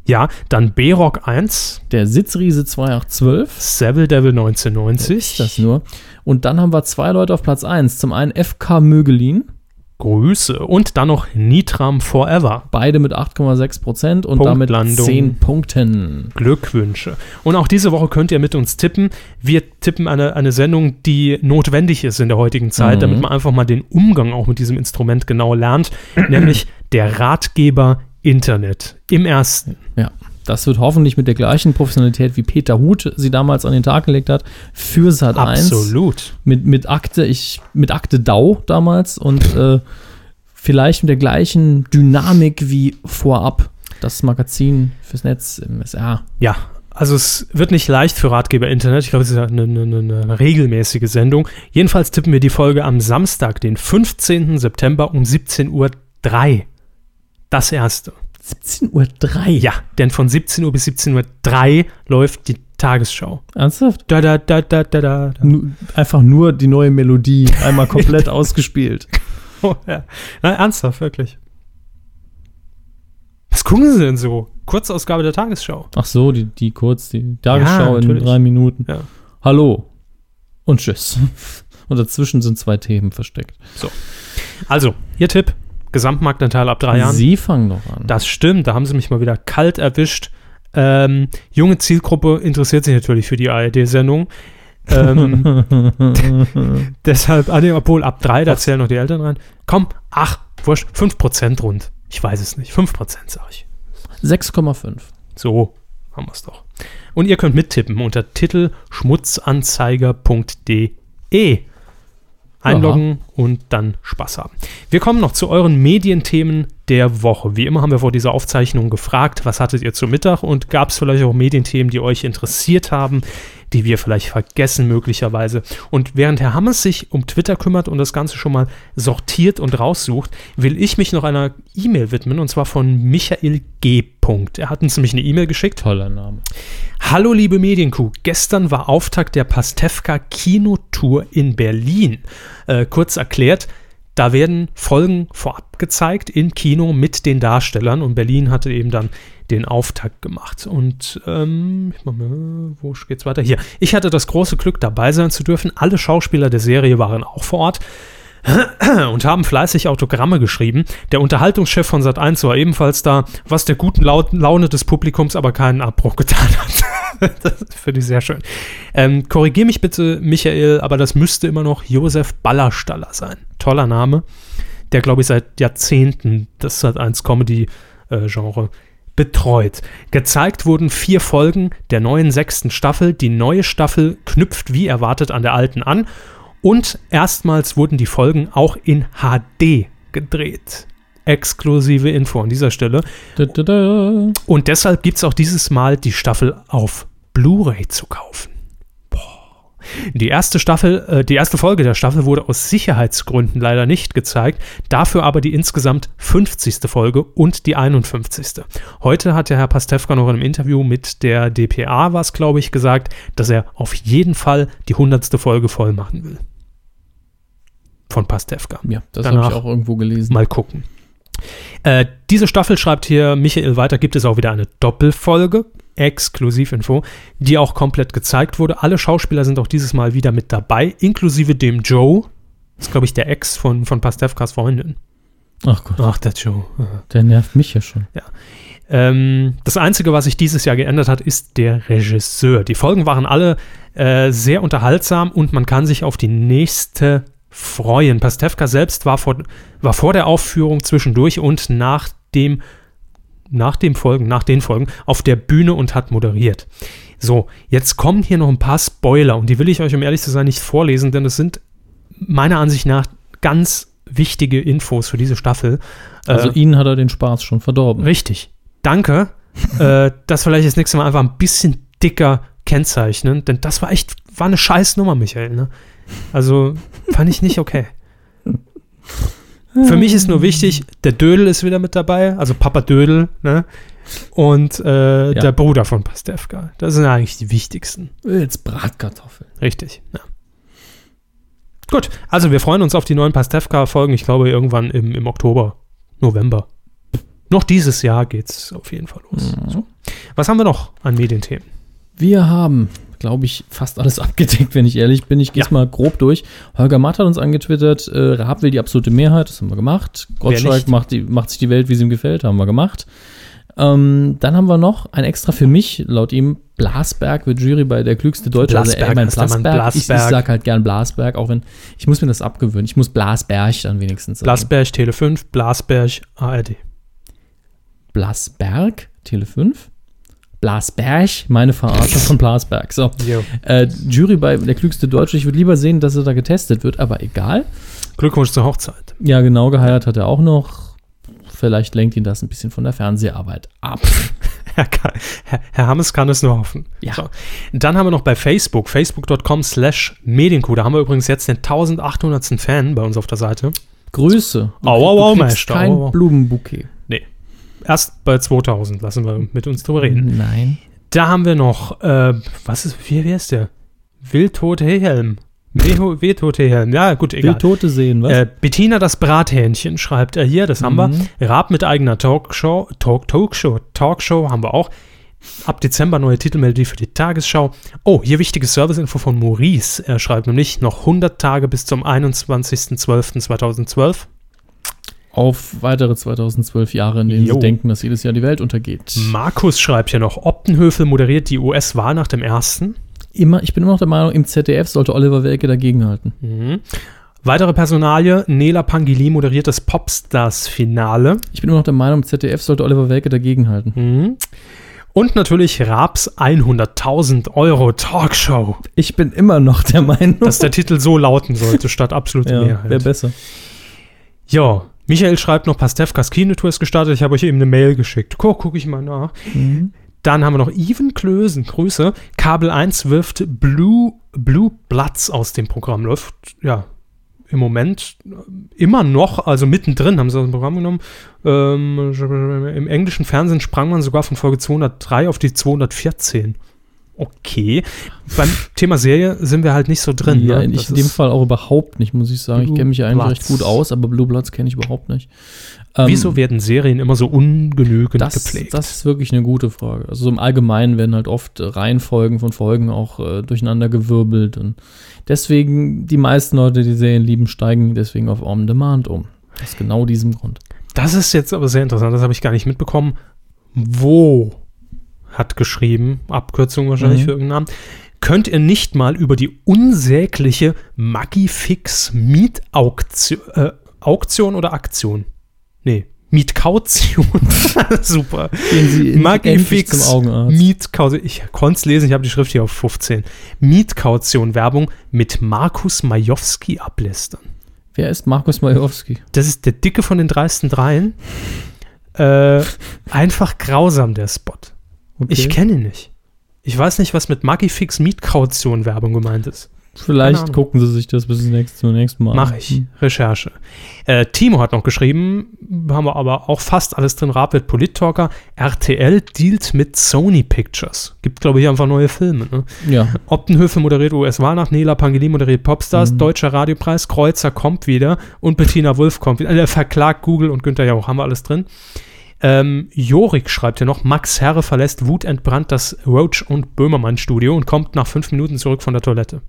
S1: Ja, dann B-Rock 1,
S2: Der Sitzriese 2812.
S1: Seville Devil 1990.
S2: Ist das nur? Und dann haben wir zwei Leute auf Platz 1. Zum einen FK Mögelin.
S1: Grüße. Und dann noch Nitram Forever.
S2: Beide mit 8,6 Prozent und damit
S1: Punktlandung.
S2: 10 Punkten.
S1: Glückwünsche. Und auch diese Woche könnt ihr mit uns tippen. Wir tippen eine, eine Sendung, die notwendig ist in der heutigen Zeit,
S2: Mhm.
S1: damit man einfach mal den Umgang auch mit diesem Instrument genau lernt, nämlich der Ratgeber Internet. Im ersten.
S2: Ja, das wird hoffentlich mit der gleichen Professionalität, wie Peter Huth sie damals an den Tag gelegt hat, für Sat 1
S1: Absolut.
S2: mit, mit Akte, ich, mit Akte Dau damals und äh, vielleicht mit der gleichen Dynamik wie vorab. Das Magazin fürs Netz im SR.
S1: Ja. Also es wird nicht leicht für Ratgeber Internet. Ich glaube, es ist ja eine, eine, eine regelmäßige Sendung. Jedenfalls tippen wir die Folge am Samstag, den 15. September um 17.03 Uhr. Das erste.
S2: 17.03 Uhr.
S1: Ja, denn von 17 Uhr bis 17.03 Uhr läuft die Tagesschau.
S2: Ernsthaft?
S1: Da, da, da, da, da, da. da.
S2: Nu- Einfach nur die neue Melodie einmal komplett ausgespielt.
S1: Oh, ja. Nein, ernsthaft, wirklich. Was gucken Sie denn so? Kurzausgabe der Tagesschau.
S2: Ach so, die, die kurz, die Tagesschau in
S1: natürlich.
S2: drei Minuten.
S1: Ja.
S2: Hallo und tschüss. Und dazwischen sind zwei Themen versteckt.
S1: Also, Ihr Tipp: Gesamtmarktanteil ab drei Jahren.
S2: Sie fangen doch an.
S1: Das stimmt, da haben Sie mich mal wieder kalt erwischt. Ähm, junge Zielgruppe interessiert sich natürlich für die ARD-Sendung. Ähm, deshalb, ah, nee, obwohl ab drei, da zählen noch die Eltern rein. Komm, ach, wurscht, 5% rund. Ich weiß es nicht. 5% sage ich.
S2: 6,5.
S1: So haben wir es doch. Und ihr könnt mittippen unter titelschmutzanzeiger.de. Einloggen und dann Spaß haben. Wir kommen noch zu euren Medienthemen der Woche. Wie immer haben wir vor dieser Aufzeichnung gefragt, was hattet ihr zu Mittag und gab es vielleicht auch Medienthemen, die euch interessiert haben, die wir vielleicht vergessen möglicherweise. Und während Herr Hammers sich um Twitter kümmert und das Ganze schon mal sortiert und raussucht, will ich mich noch einer E-Mail widmen und zwar von Michael G. Er hat uns nämlich eine E-Mail geschickt.
S2: Toller Name.
S1: Hallo liebe Medienkuh, gestern war Auftakt der Pastewka Kinotour in Berlin. Äh, kurz erklärt, da werden Folgen vorab gezeigt im Kino mit den Darstellern und Berlin hatte eben dann den Auftakt gemacht. Und ähm, ich mach mal, wo geht's weiter? Hier. Ich hatte das große Glück, dabei sein zu dürfen. Alle Schauspieler der Serie waren auch vor Ort und haben fleißig Autogramme geschrieben. Der Unterhaltungschef von Sat1 war ebenfalls da, was der guten Lau Laune des Publikums aber keinen Abbruch getan hat. das finde ich sehr schön. Ähm, Korrigier mich bitte, Michael, aber das müsste immer noch Josef Ballerstaller sein. Toller Name, der, glaube ich, seit Jahrzehnten das Sat1 Comedy-Genre äh, betreut. Gezeigt wurden vier Folgen der neuen sechsten Staffel. Die neue Staffel knüpft wie erwartet an der alten an Und erstmals wurden die Folgen auch in HD gedreht. Exklusive Info an dieser Stelle.
S2: Da, da, da.
S1: Und deshalb gibt es auch dieses Mal die Staffel auf Blu-ray zu kaufen. Boah. Die erste Staffel, äh, die erste Folge der Staffel wurde aus Sicherheitsgründen leider nicht gezeigt, dafür aber die insgesamt 50. Folge und die 51. Heute hat der Herr Pastewka noch in einem Interview mit der DPA was, glaube ich, gesagt, dass er auf jeden Fall die 100. Folge voll machen will. Von Pastewka.
S2: Ja, das habe ich
S1: Danach-
S2: auch irgendwo gelesen.
S1: Mal gucken. Äh, diese Staffel schreibt hier Michael weiter, gibt es auch wieder eine Doppelfolge, Exklusivinfo, die auch komplett gezeigt wurde. Alle Schauspieler sind auch dieses Mal wieder mit dabei, inklusive dem Joe. Das ist, glaube ich, der Ex von, von Pastewkas Freundin.
S2: Ach Gott,
S1: Ach, der Joe.
S2: der nervt mich ja schon.
S1: Ähm, das Einzige, was sich dieses Jahr geändert hat, ist der Regisseur. Die Folgen waren alle äh, sehr unterhaltsam und man kann sich auf die nächste freuen. Pastewka selbst war vor, war vor der Aufführung zwischendurch und nach dem nach dem Folgen, nach den Folgen auf der Bühne und hat moderiert. So, jetzt kommen hier noch ein paar Spoiler und die will ich euch, um ehrlich zu sein, nicht vorlesen, denn es sind meiner Ansicht nach ganz wichtige Infos für diese Staffel.
S2: Also
S1: Äh,
S2: ihnen hat er den Spaß schon verdorben.
S1: Richtig. Danke. äh, das vielleicht das nächste Mal einfach ein bisschen dicker kennzeichnen, denn das war echt, war eine scheiß Nummer, Michael. Ne? Also fand ich nicht okay. Für mich ist nur wichtig, der Dödel ist wieder mit dabei, also Papa Dödel, ne? Und äh,
S2: Ja.
S1: der Bruder von Pastewka. Das sind eigentlich die wichtigsten.
S2: Jetzt Bratkartoffeln.
S1: Richtig, ja. Gut, also wir freuen uns auf die neuen Pastewka-Folgen. Ich glaube, irgendwann im, im Oktober, November. Noch dieses Jahr geht's auf jeden Fall los. So. Was haben wir noch an Medienthemen?
S2: Wir haben, glaube ich, fast alles abgedeckt, wenn ich ehrlich bin. Ich gehe es mal grob durch. Holger Matt hat uns angetwittert, äh, Raab will die absolute Mehrheit, das haben wir gemacht. Gottschalk
S1: nicht?
S2: macht, die, macht sich die Welt, wie sie ihm gefällt, haben wir gemacht. Ähm, dann haben wir noch ein extra für mich, laut ihm, Blasberg wird Jury bei der klügste Deutsche.
S1: Blasberg
S2: er meint
S1: heißt der Mann,
S2: Blasberg. Ich, ich
S1: Blasberg.
S2: sag halt gern Blasberg, auch wenn, ich muss mir das abgewöhnen. Ich muss Blasberg dann wenigstens sagen.
S1: Blasberg, Tele5, Blasberg, ARD.
S2: Blasberg, Tele 5. Blasberg, meine Verarsche von Blasberg. So.
S1: Jo.
S2: Äh, Jury bei der klügste Deutsche. Ich würde lieber sehen, dass er da getestet wird, aber egal.
S1: Glückwunsch zur Hochzeit.
S2: Ja, genau, geheiratet hat er auch noch. Vielleicht lenkt ihn das ein bisschen von der Fernseharbeit ab.
S1: Herr, Ka- Herr, Herr Hammes kann es nur hoffen.
S2: Ja.
S1: So. Dann haben wir noch bei Facebook, facebook.com slash Medienkuh. Da haben wir übrigens jetzt den 1800. Fan bei uns auf der Seite.
S2: Grüße. Du,
S1: Au, au, au,
S2: du kriegst
S1: Meister,
S2: kein
S1: au, au.
S2: Blumenbouquet.
S1: Nee. Erst bei 2000 lassen wir mit uns drüber reden.
S2: Nein.
S1: Da haben wir noch, äh, was ist, wie, wer ist der? Wildtot Hehelm. Weho- Wildtot Hehelm, ja gut,
S2: Will
S1: egal.
S2: Tote sehen, was?
S1: Äh, Bettina das Brathähnchen schreibt er hier, das haben wir. Raab mit eigener Talkshow, Talk, Talkshow, Talkshow haben wir auch. Ab Dezember neue Titelmelodie für die Tagesschau. Oh, hier wichtige Serviceinfo von Maurice. Er schreibt nämlich noch 100 Tage bis zum 21.12.2012.
S2: Auf weitere 2012 Jahre, in denen
S1: Jo. Mhm.
S2: sie denken, dass jedes Jahr die Welt untergeht.
S1: Markus schreibt hier noch, Optenhöfel moderiert die US-Wahl nach dem ersten.
S2: Immer, ich bin immer noch der Meinung, im ZDF sollte Oliver Welke dagegenhalten.
S1: Mhm. Weitere Personalie, Nela Pangili moderiert das Popstars-Finale.
S2: Ich bin immer noch der Meinung, im ZDF sollte Oliver Welke dagegenhalten.
S1: Mhm. Und natürlich Raps 100.000 Euro Talkshow,
S2: Ich bin immer noch der Meinung,
S1: dass der Titel so lauten sollte, statt absolute
S2: ja, wäre
S1: Mehrheit.
S2: besser.
S1: Ja, Michael schreibt noch, Pastewkas Kinotour ist gestartet, ich habe euch eben eine Mail geschickt. Guck, guck ich mal nach.
S2: Mhm.
S1: Dann haben wir noch Even Klösen, Grüße. Kabel 1 wirft Blue, Blue Bloods aus dem Programm. Läuft, ja, im Moment immer noch, also mittendrin haben sie das Programm genommen. Ähm, Im englischen Fernsehen sprang man sogar von Folge 203 auf die 214. Okay. Beim Thema Serie sind wir halt nicht so drin.
S2: Ja,
S1: ne?
S2: in,
S1: Das
S2: in dem
S1: ist-
S2: Fall auch überhaupt nicht, muss ich sagen. Ich
S1: Blue
S2: kenne mich ja eigentlich recht
S1: Bloods.
S2: gut aus, aber Blue Bloods kenne ich überhaupt nicht. Ähm,
S1: Wieso werden Serien immer so ungenügend
S2: das,
S1: gepflegt?
S2: das ist wirklich eine gute Frage. Also so im Allgemeinen werden halt oft äh, Reihenfolgen von Folgen auch äh, durcheinander gewirbelt. Und deswegen, die meisten Leute, die Serien lieben, steigen deswegen auf On Demand um. Aus genau diesem Grund.
S1: Das ist jetzt aber sehr interessant, das habe ich gar nicht mitbekommen. Wo hat geschrieben, Abkürzung wahrscheinlich
S2: Mhm.
S1: für irgendeinen Namen, könnt ihr nicht mal über die unsägliche Magifix Mietauktion äh, Auktion oder Aktion? Nee, Mietkautium. Super.
S2: Gehen Sie in- endlich
S1: Magifix.
S2: zum Augenarzt.
S1: Mietkaution. Ich konnte es lesen, ich habe die Schrift hier auf 15. Mietkaution Werbung mit Markus Majowski ablästern.
S2: Wer ist Markus Majowski?
S1: Das ist der Dicke von den dreisten Dreien. Äh, einfach grausam, der Spot.
S2: Okay.
S1: Ich kenne ihn nicht. Ich weiß nicht, was mit Magifix Mietkaution Werbung gemeint ist. keine
S2: Vielleicht
S1: Ahnung.
S2: gucken Sie sich das bis nächst- zum nächsten Mal. Hm.
S1: Mache ich. Recherche. Äh, Timo hat noch geschrieben, haben wir aber auch fast alles drin. Rapid Polit-Talker. RTL dealt mit Sony Pictures. Gibt, glaube ich, einfach neue Filme. Ne?
S2: Ja.
S1: Optenhöfe moderiert US-Wahlnacht. Nela Pangeli moderiert Popstars. Deutscher Radiopreis. Kreuzer kommt wieder. Und Bettina Wulff kommt wieder. Der verklagt Google und Günther Jauch. Haben wir alles drin. Ähm, Jorik schreibt hier noch, Max Herre verlässt wutentbrannt das Roach und Böhmermann Studio und kommt nach fünf Minuten zurück von der Toilette.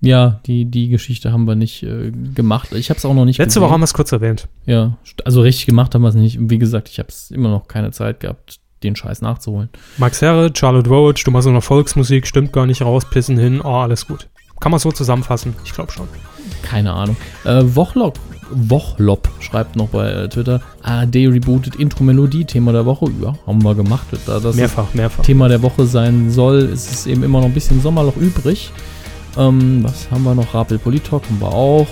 S2: Ja, die, die Geschichte haben wir nicht äh, gemacht. Ich habe es auch noch nicht
S1: Letzte Woche haben wir es kurz erwähnt.
S2: Ja, st- also richtig gemacht haben wir es nicht. Wie gesagt, ich habe es immer noch keine Zeit gehabt, den Scheiß nachzuholen.
S1: Max Herre, Charlotte Roach, du machst nur noch Volksmusik, stimmt gar nicht raus, pissen hin, oh, alles gut. Kann man so zusammenfassen? Ich glaube schon.
S2: Keine Ahnung. Äh, Wochlop, Wochlop schreibt noch bei äh, Twitter, ARD rebootet Intro-Melodie, Thema der Woche. Ja, haben wir gemacht. Da das
S1: Mehrfach, mehrfach.
S2: Thema der Woche sein soll, ist es eben immer noch ein bisschen Sommerloch übrig. Ähm, was haben wir noch? Rapel Politok haben wir auch.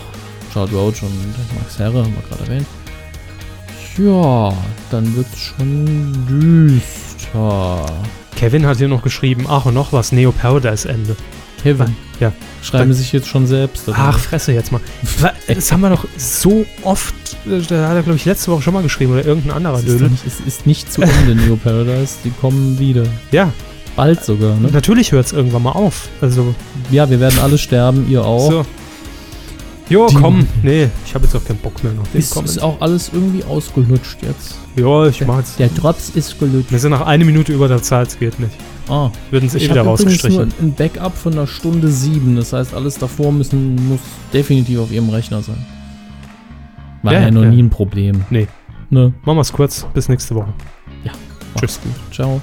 S2: Charles Roach und Max Herre haben wir gerade erwähnt. Ja, dann wird's schon düster.
S1: Kevin hat hier noch geschrieben, ach und noch was, Neo Paradise Ende.
S2: Kevin.
S1: Ah, Ja.
S2: Schreiben Sie sich jetzt schon selbst. dazu.
S1: Ach, fresse jetzt mal. Wa- Das haben wir doch so oft, äh, da hat er, glaube ich, letzte Woche schon mal geschrieben oder irgendein anderer
S2: es ist, doch
S1: Dödel.
S2: nicht, es ist nicht zu Ende, Neo Paradise. Die kommen wieder.
S1: Ja,
S2: Bald sogar, ne?
S1: natürlich hört es irgendwann mal auf. Also,
S2: Ja, wir werden alle sterben, ihr auch.
S1: so. Jo,
S2: Die-
S1: komm. Nee, ich habe jetzt auch keinen Bock mehr noch.
S2: Ist, ist auch alles irgendwie ausgelutscht jetzt.
S1: Jo, ich mach's.
S2: Der Drops ist gelutscht.
S1: Wir sind nach einer Minute über der Zeit, es geht nicht.
S2: Ah,
S1: Würden sie eh
S2: ich
S1: wieder
S2: habe übrigens nur
S1: rausgestrichen.
S2: ein Backup von einer Stunde sieben. Das heißt, alles davor müssen, muss definitiv auf ihrem Rechner sein. War
S1: Ja,
S2: ja, noch
S1: ja.
S2: nie ein Problem.
S1: Nee.
S2: Ne?
S1: Machen wir es kurz. Bis nächste Woche.
S2: Ja.
S1: Tschüss.
S2: Macht's gut. Ciao.